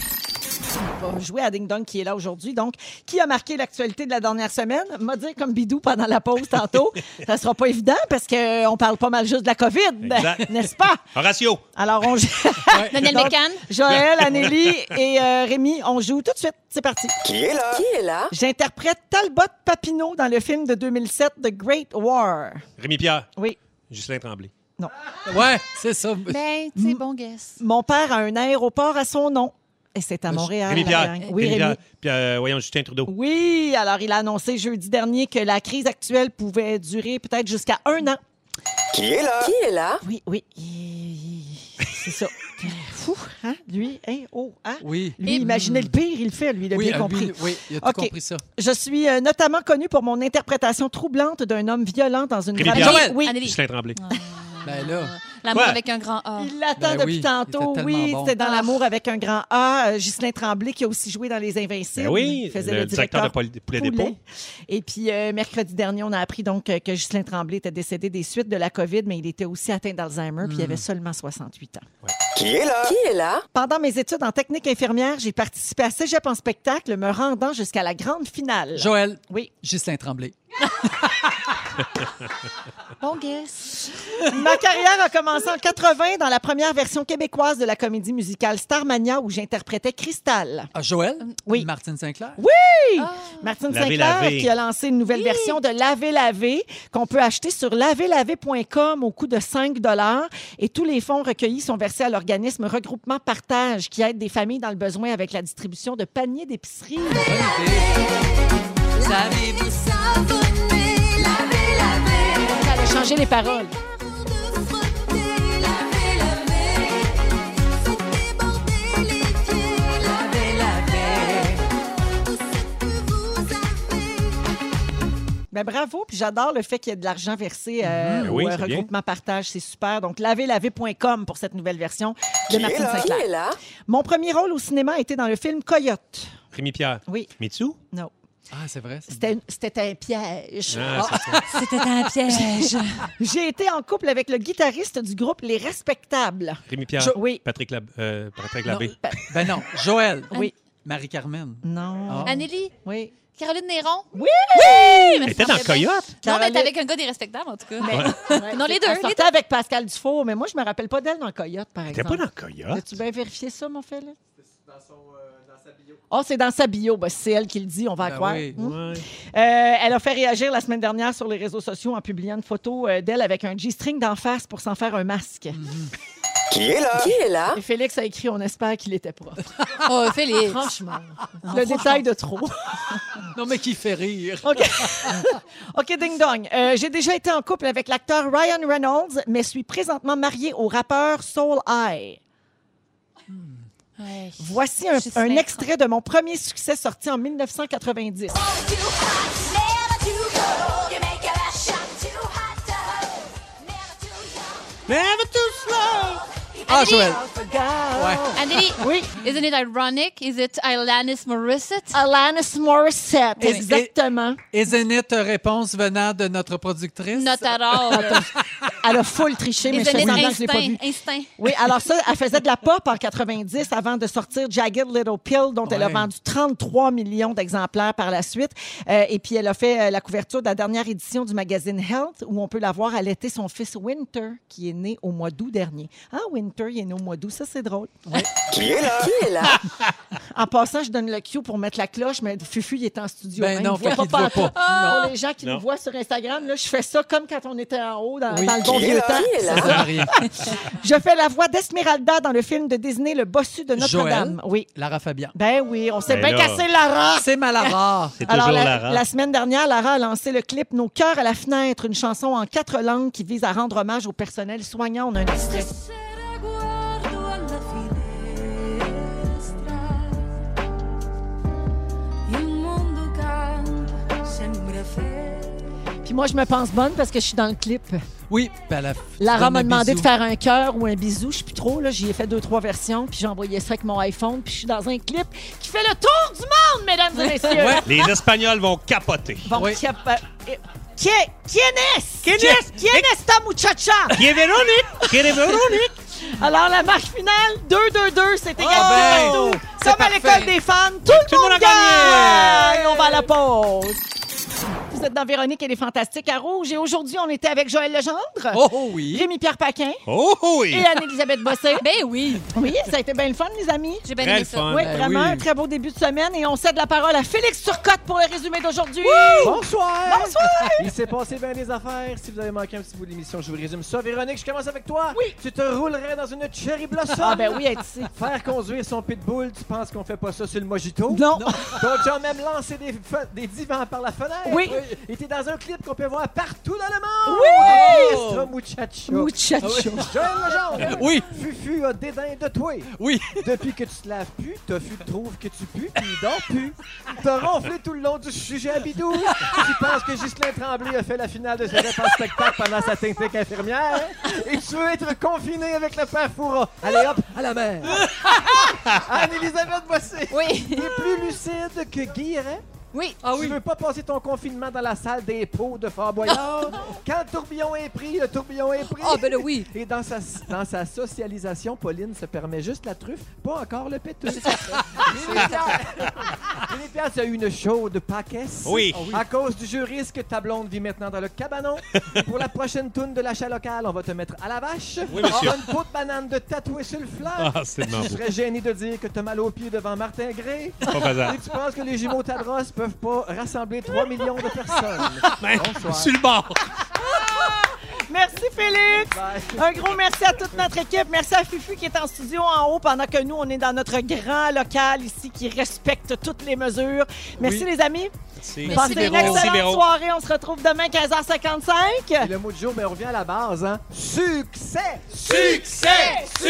[SPEAKER 2] On va jouer à Ding Dong qui est là aujourd'hui. Donc, qui a marqué l'actualité de la dernière semaine? M'a dire comme Bidou pendant la pause tantôt. Ça sera pas évident parce qu'on parle pas mal juste de la COVID,
[SPEAKER 4] Exact.
[SPEAKER 2] n'est-ce pas?
[SPEAKER 4] Horatio.
[SPEAKER 2] Alors, on joue.
[SPEAKER 3] Daniel
[SPEAKER 2] Donc,
[SPEAKER 3] Mécan.
[SPEAKER 2] Joël, Anélie et euh, Rémi, on joue tout de suite. C'est parti.
[SPEAKER 9] Qui est là?
[SPEAKER 2] J'interprète Talbot Papineau dans le film de 2007, The Great War.
[SPEAKER 4] Rémi Pierre.
[SPEAKER 2] Oui.
[SPEAKER 4] Justin Tremblay.
[SPEAKER 5] Ouais, c'est ça.
[SPEAKER 3] Ben, tu sais, bon guess.
[SPEAKER 2] Mon père a un aéroport à son nom. Et c'est à Montréal.
[SPEAKER 4] Rémi
[SPEAKER 2] la
[SPEAKER 4] Pierre.
[SPEAKER 2] gang. Oui, Rémi.
[SPEAKER 4] Pierre. Puis, euh, voyons, Justin Trudeau.
[SPEAKER 2] Oui, alors il a annoncé jeudi dernier que la crise actuelle pouvait durer peut-être jusqu'à un an.
[SPEAKER 9] Qui est là?
[SPEAKER 2] Oui, oui. il- il- C'est ça. Fou, hein? Lui, hein? Oh, hein?
[SPEAKER 5] Oui.
[SPEAKER 2] Lui,
[SPEAKER 3] Et-
[SPEAKER 2] imaginez le pire, il le fait, lui, il a
[SPEAKER 5] Oui,
[SPEAKER 2] bien
[SPEAKER 5] ah,
[SPEAKER 2] compris.
[SPEAKER 5] oui, oui, il a tout
[SPEAKER 2] OK.
[SPEAKER 5] compris ça.
[SPEAKER 2] Je suis euh, notamment connue pour mon interprétation troublante d'un homme violent dans une
[SPEAKER 4] Rémi
[SPEAKER 2] dramédie.
[SPEAKER 4] Pierre.
[SPEAKER 3] Joël.
[SPEAKER 2] Oui,
[SPEAKER 3] Anneli.
[SPEAKER 4] Justin Tremblay.
[SPEAKER 2] Ah,
[SPEAKER 5] Ben là,
[SPEAKER 3] L'amour
[SPEAKER 4] Ouais.
[SPEAKER 3] avec un grand A.
[SPEAKER 2] il l'attend
[SPEAKER 5] Ben
[SPEAKER 2] depuis
[SPEAKER 5] oui,
[SPEAKER 2] tantôt.
[SPEAKER 5] c'était
[SPEAKER 2] Oui,
[SPEAKER 5] tellement bon.
[SPEAKER 2] c'était dans
[SPEAKER 3] Ah.
[SPEAKER 2] l'amour avec un grand A. Euh, Ghislain Tremblay, qui a aussi joué dans Les Invincibles.
[SPEAKER 4] Ben oui,
[SPEAKER 2] Il
[SPEAKER 4] le,
[SPEAKER 2] faisait
[SPEAKER 4] directeur de Poli- Poulet
[SPEAKER 2] Poulet.
[SPEAKER 4] Dépôt.
[SPEAKER 2] Et puis, euh, mercredi dernier, on a appris donc euh, que Ghislain Tremblay était décédé des suites de la COVID, mais il était aussi atteint d'Alzheimer, puis il avait seulement 68 ans.
[SPEAKER 9] Hmm. Qui est là?
[SPEAKER 2] Pendant mes études en technique infirmière, j'ai participé à Cégep en spectacle, me rendant jusqu'à la grande finale.
[SPEAKER 5] Joël.
[SPEAKER 2] Oui.
[SPEAKER 5] Justin Tremblay.
[SPEAKER 3] Bon guess.
[SPEAKER 2] Ma carrière a commencé en 80 dans la première version québécoise de la comédie musicale Starmania où j'interprétais Cristal.
[SPEAKER 5] Ah, Joël?
[SPEAKER 2] Euh, Oui.
[SPEAKER 5] Martine Sinclair?
[SPEAKER 2] Ah. Martine
[SPEAKER 4] Laver,
[SPEAKER 2] Sinclair
[SPEAKER 4] laver.
[SPEAKER 2] qui a lancé une nouvelle version de Laver Laver qu'on peut acheter sur laverlaver.com au coût de 5 dollars et tous les fonds recueillis sont versés à l'organisme Regroupement Partage qui aide des familles dans le besoin avec la distribution de paniers d'épicerie.
[SPEAKER 10] Savez-vous savonner, laver, laver
[SPEAKER 2] Elle a changé les paroles.
[SPEAKER 10] de frotter, laver, laver Faut déborder les pieds, laver, laver Tout ce que vous avez
[SPEAKER 2] Ben, bravo, puis j'adore le fait qu'il y ait de l'argent versé euh,
[SPEAKER 4] Ben oui,
[SPEAKER 2] au euh,
[SPEAKER 4] c'est bien.
[SPEAKER 2] regroupement partage, c'est super. Donc laverlaver.com pour cette nouvelle version de
[SPEAKER 9] Qui est
[SPEAKER 2] Martine
[SPEAKER 9] là? Qui
[SPEAKER 2] Sinclair.
[SPEAKER 9] est là?
[SPEAKER 2] Mon premier rôle au cinéma était dans le film Coyote.
[SPEAKER 4] Rémi Pierre.
[SPEAKER 2] Oui,
[SPEAKER 4] Mitsu.
[SPEAKER 2] non.
[SPEAKER 5] Ah, c'est vrai. c'est-
[SPEAKER 2] C'était une- C'était un piège.
[SPEAKER 4] Ah, c'est ça.
[SPEAKER 3] C'était un piège.
[SPEAKER 2] J'ai été en couple avec le guitariste du groupe Les Respectables.
[SPEAKER 4] Rémi Pierre.
[SPEAKER 2] Je- oui.
[SPEAKER 4] Patrick, Lab... euh, Patrick
[SPEAKER 5] Non,
[SPEAKER 4] Labbé.
[SPEAKER 5] ben- ben non, Joël.
[SPEAKER 2] Oui.
[SPEAKER 5] Marie-Carmen.
[SPEAKER 2] Non.
[SPEAKER 5] Ah.
[SPEAKER 3] Anneli.
[SPEAKER 2] Oui.
[SPEAKER 3] Caroline Néron.
[SPEAKER 2] Oui!
[SPEAKER 3] Oui!
[SPEAKER 4] Elle
[SPEAKER 3] merci.
[SPEAKER 4] est T'étais dans
[SPEAKER 3] bien.
[SPEAKER 4] Coyote?
[SPEAKER 3] Non, mais
[SPEAKER 2] Caroline-
[SPEAKER 3] t'es avec un gars des respectables, en tout cas.
[SPEAKER 2] Mais- Ouais,
[SPEAKER 3] Non, les
[SPEAKER 2] elle
[SPEAKER 3] deux, les
[SPEAKER 2] sortait
[SPEAKER 3] deux.
[SPEAKER 2] avec Pascal Dufour, mais moi, je me rappelle pas d'elle dans Coyote, par
[SPEAKER 4] T'étais
[SPEAKER 2] exemple.
[SPEAKER 4] pas dans Coyote?
[SPEAKER 2] As-tu bien vérifié ça, mon Félix? Oh, c'est dans sa bio. Ben, c'est elle qui le dit, on va
[SPEAKER 5] Ben
[SPEAKER 2] croire.
[SPEAKER 5] oui.
[SPEAKER 2] Hmm?
[SPEAKER 4] Ouais.
[SPEAKER 2] Euh, elle a fait réagir la semaine dernière sur les réseaux sociaux en publiant une photo euh, d'elle avec un G-string d'en face pour s'en faire un masque.
[SPEAKER 9] Qui est là? Qui est là?
[SPEAKER 2] Et Félix a écrit On espère qu'il était propre.
[SPEAKER 3] Oh, Félix.
[SPEAKER 2] Ah, Franchement, le détail de trop.
[SPEAKER 5] Non, mais qui fait rire.
[SPEAKER 2] OK. OK, ding dong. Euh, J'ai déjà été en couple avec l'acteur Ryan Reynolds, mais suis présentement mariée au rappeur Soul Eye.
[SPEAKER 3] Ouais.
[SPEAKER 2] Voici un,
[SPEAKER 3] Je sais
[SPEAKER 2] un
[SPEAKER 3] pas.
[SPEAKER 2] extrait de mon premier succès sorti en 1990.
[SPEAKER 4] Never too slow!
[SPEAKER 5] Ah, Joël.
[SPEAKER 3] Anneli,
[SPEAKER 2] Oui, Ah,
[SPEAKER 3] isn't it ironic? Is it Alanis Morissette?
[SPEAKER 2] Alanis Morissette.
[SPEAKER 5] Et-
[SPEAKER 2] Exactement.
[SPEAKER 5] Isn't it, euh, réponse venant de notre productrice?
[SPEAKER 3] Not at all.
[SPEAKER 2] Elle a full triché, mais je
[SPEAKER 3] Isn't
[SPEAKER 2] fais
[SPEAKER 3] it
[SPEAKER 2] semblant que je l'ai pas
[SPEAKER 3] instinct?
[SPEAKER 2] vu.
[SPEAKER 3] Instinct.
[SPEAKER 2] Oui, alors ça, elle faisait de la pop en 90 avant de sortir Jagged Little Pill, dont elle a
[SPEAKER 5] Ouais.
[SPEAKER 2] vendu 33 millions d'exemplaires par la suite. Euh, et puis, elle a fait euh, la couverture de la dernière édition du magazine Health, où on peut la voir allaiter son fils Winter, qui est né au mois d'août dernier. Ah, Winter, il est né au mois d'août, ça, c'est drôle.
[SPEAKER 9] Qui est là? Qui est là?
[SPEAKER 2] En passant, je donne le cue pour mettre la cloche, mais Fufu, il est en studio.
[SPEAKER 5] Ben
[SPEAKER 2] hein,
[SPEAKER 5] non,
[SPEAKER 2] il me
[SPEAKER 5] fait
[SPEAKER 2] voit
[SPEAKER 5] qu'il te voit
[SPEAKER 2] pas. pantoute.
[SPEAKER 5] pas.
[SPEAKER 2] Pour les gens qui
[SPEAKER 4] Non.
[SPEAKER 2] nous voient sur Instagram, là, je fais ça comme quand on était en haut, dans,
[SPEAKER 5] Oui.
[SPEAKER 2] dans le bon
[SPEAKER 9] Qui est
[SPEAKER 2] vieux
[SPEAKER 9] là?
[SPEAKER 2] temps.
[SPEAKER 9] Qui est là?
[SPEAKER 5] Ça sert à rien.
[SPEAKER 2] Je fais la voix d'Esmeralda dans le film de Disney, Le Bossu de Notre-Dame. Oui.
[SPEAKER 5] Lara Fabian.
[SPEAKER 2] Ben oui, on s'est
[SPEAKER 4] Ben
[SPEAKER 2] bien
[SPEAKER 4] là.
[SPEAKER 2] cassé Lara.
[SPEAKER 5] C'est Malara.
[SPEAKER 4] C'est toujours
[SPEAKER 2] Alors, la,
[SPEAKER 4] Lara.
[SPEAKER 2] la semaine dernière, Lara a lancé le clip Nos cœurs à la fenêtre, une chanson en quatre langues qui vise à rendre hommage au personnel soignant. On a un extrait. Puis moi, je me pense bonne parce que je suis dans le clip.
[SPEAKER 5] Oui, ben, elle a-
[SPEAKER 2] Lara
[SPEAKER 5] donne
[SPEAKER 2] m'a
[SPEAKER 5] un
[SPEAKER 2] demandé de
[SPEAKER 5] bisou.
[SPEAKER 2] faire un cœur ou un bisou, je sais plus trop. Là, j'y ai fait deux, trois versions, puis j'ai envoyé ça avec mon iPhone, puis je suis dans un clip qui fait le tour du monde, mesdames et messieurs.
[SPEAKER 5] Ouais.
[SPEAKER 4] Les Espagnols vont capoter.
[SPEAKER 2] Bon,
[SPEAKER 5] Oui.
[SPEAKER 2] qui a pas- eh, qui est- qui est Nes? Qui est- qui est esta muchacha?
[SPEAKER 4] Qui est Véronique? Qui est Véronique?
[SPEAKER 2] Alors, la marque finale, 2-2-2, c'est égal
[SPEAKER 5] ben,
[SPEAKER 2] partout.
[SPEAKER 5] c'est
[SPEAKER 2] Comme à
[SPEAKER 5] parfait.
[SPEAKER 2] l'école des fans, tout, le monde
[SPEAKER 4] monde a
[SPEAKER 2] gagne! On va à la pause. Vous êtes dans Véronique et les Fantastiques à Rouge. Et aujourd'hui, on était avec Joël Legendre,
[SPEAKER 5] Oh, oh oui.
[SPEAKER 2] Rémi-Pierre Paquin
[SPEAKER 4] Oh oui!
[SPEAKER 2] et Anne-Élisabeth Bossé.
[SPEAKER 3] Ben oui.
[SPEAKER 2] Oui, ça a été bien le fun, les amis.
[SPEAKER 3] J'ai bien
[SPEAKER 4] Très
[SPEAKER 3] aimé ça.
[SPEAKER 4] fun.
[SPEAKER 2] Oui,
[SPEAKER 5] Ben
[SPEAKER 2] vraiment,
[SPEAKER 5] oui.
[SPEAKER 2] un très beau début de semaine. Et on cède la parole à Félix Turcotte pour le résumé d'aujourd'hui.
[SPEAKER 7] Bonsoir!
[SPEAKER 2] Bonsoir!
[SPEAKER 7] Il s'est passé bien des affaires. Si vous avez manqué un petit bout de l'émission, je vous résume ça. Véronique, je commence avec toi. Oui. Tu te roulerais dans une cherry blossom.
[SPEAKER 2] Ah ben oui, être ici.
[SPEAKER 7] Faire conduire son pitbull, tu penses qu'on fait pas ça sur le mojito?
[SPEAKER 2] Non.
[SPEAKER 7] Ton chum même lancé des, fe- des divans par la fenêtre.
[SPEAKER 2] Oui.
[SPEAKER 7] Et t'es dans un clip qu'on peut voir partout dans le monde.
[SPEAKER 2] Oui!
[SPEAKER 7] Extra muchacho.
[SPEAKER 2] Muchacho.
[SPEAKER 7] Joël Legendre.
[SPEAKER 5] Oui,
[SPEAKER 7] Fufu a dédain de toi.
[SPEAKER 5] oui.
[SPEAKER 7] Depuis que tu te laves plus, Tofu trouve que tu pues, puis il dort plus. T'as ronflé tout le long du sujet à bidou. Tu penses que Ghislain Tremblay a fait la finale de ses rêves en spectacle pendant sa technique infirmière. Et tu veux être confiné avec le père Foura. Allez hop, à la mer. Anne-Elisabeth Bossé.
[SPEAKER 3] Oui.
[SPEAKER 7] T'es plus lucide que Guilleret.
[SPEAKER 3] Oui.
[SPEAKER 7] tu veux pas passer ton confinement dans la salle des pots de Fort Boyard. Quand le tourbillon est pris, le tourbillon est pris.
[SPEAKER 3] Ah, ben là, oui.
[SPEAKER 7] Et dans sa, dans sa socialisation, Pauline se permet juste la truffe, pas encore le pétus. Lily Pierre, tu as eu une chaude paquesse. Ah
[SPEAKER 4] Oui.
[SPEAKER 7] À cause du jeu risque, ta blonde vit maintenant dans le cabanon. Pour la prochaine toune de l'achat local, on va te mettre à la vache.
[SPEAKER 4] Oui, monsieur.
[SPEAKER 7] On a une peau de banane de tatouer sur le flanc.
[SPEAKER 4] Ah, c'est
[SPEAKER 7] Je
[SPEAKER 4] marrant.
[SPEAKER 7] serais gêné de dire que t'as mal aux pieds devant Martin Gray.
[SPEAKER 4] Pas
[SPEAKER 7] Et
[SPEAKER 4] bazar.
[SPEAKER 7] tu penses que les jumeaux Tadros peuvent pas rassembler 3 millions de personnes. Bonsoir.
[SPEAKER 4] Ben, Sur le bord.
[SPEAKER 2] Merci, Félix.
[SPEAKER 7] Bye.
[SPEAKER 2] Un gros merci à toute notre équipe. Merci à Fufu qui est en studio en haut pendant que nous, on est dans notre grand local ici qui respecte toutes les mesures. Merci, les amis.
[SPEAKER 4] Merci.
[SPEAKER 2] Passez une
[SPEAKER 5] Véro.
[SPEAKER 2] excellente
[SPEAKER 4] Merci, Véro.
[SPEAKER 2] soirée. On se retrouve demain, 15h55.
[SPEAKER 7] Et le mot du jour, mais on revient à la base, hein. Succès!
[SPEAKER 4] Succès! Succès!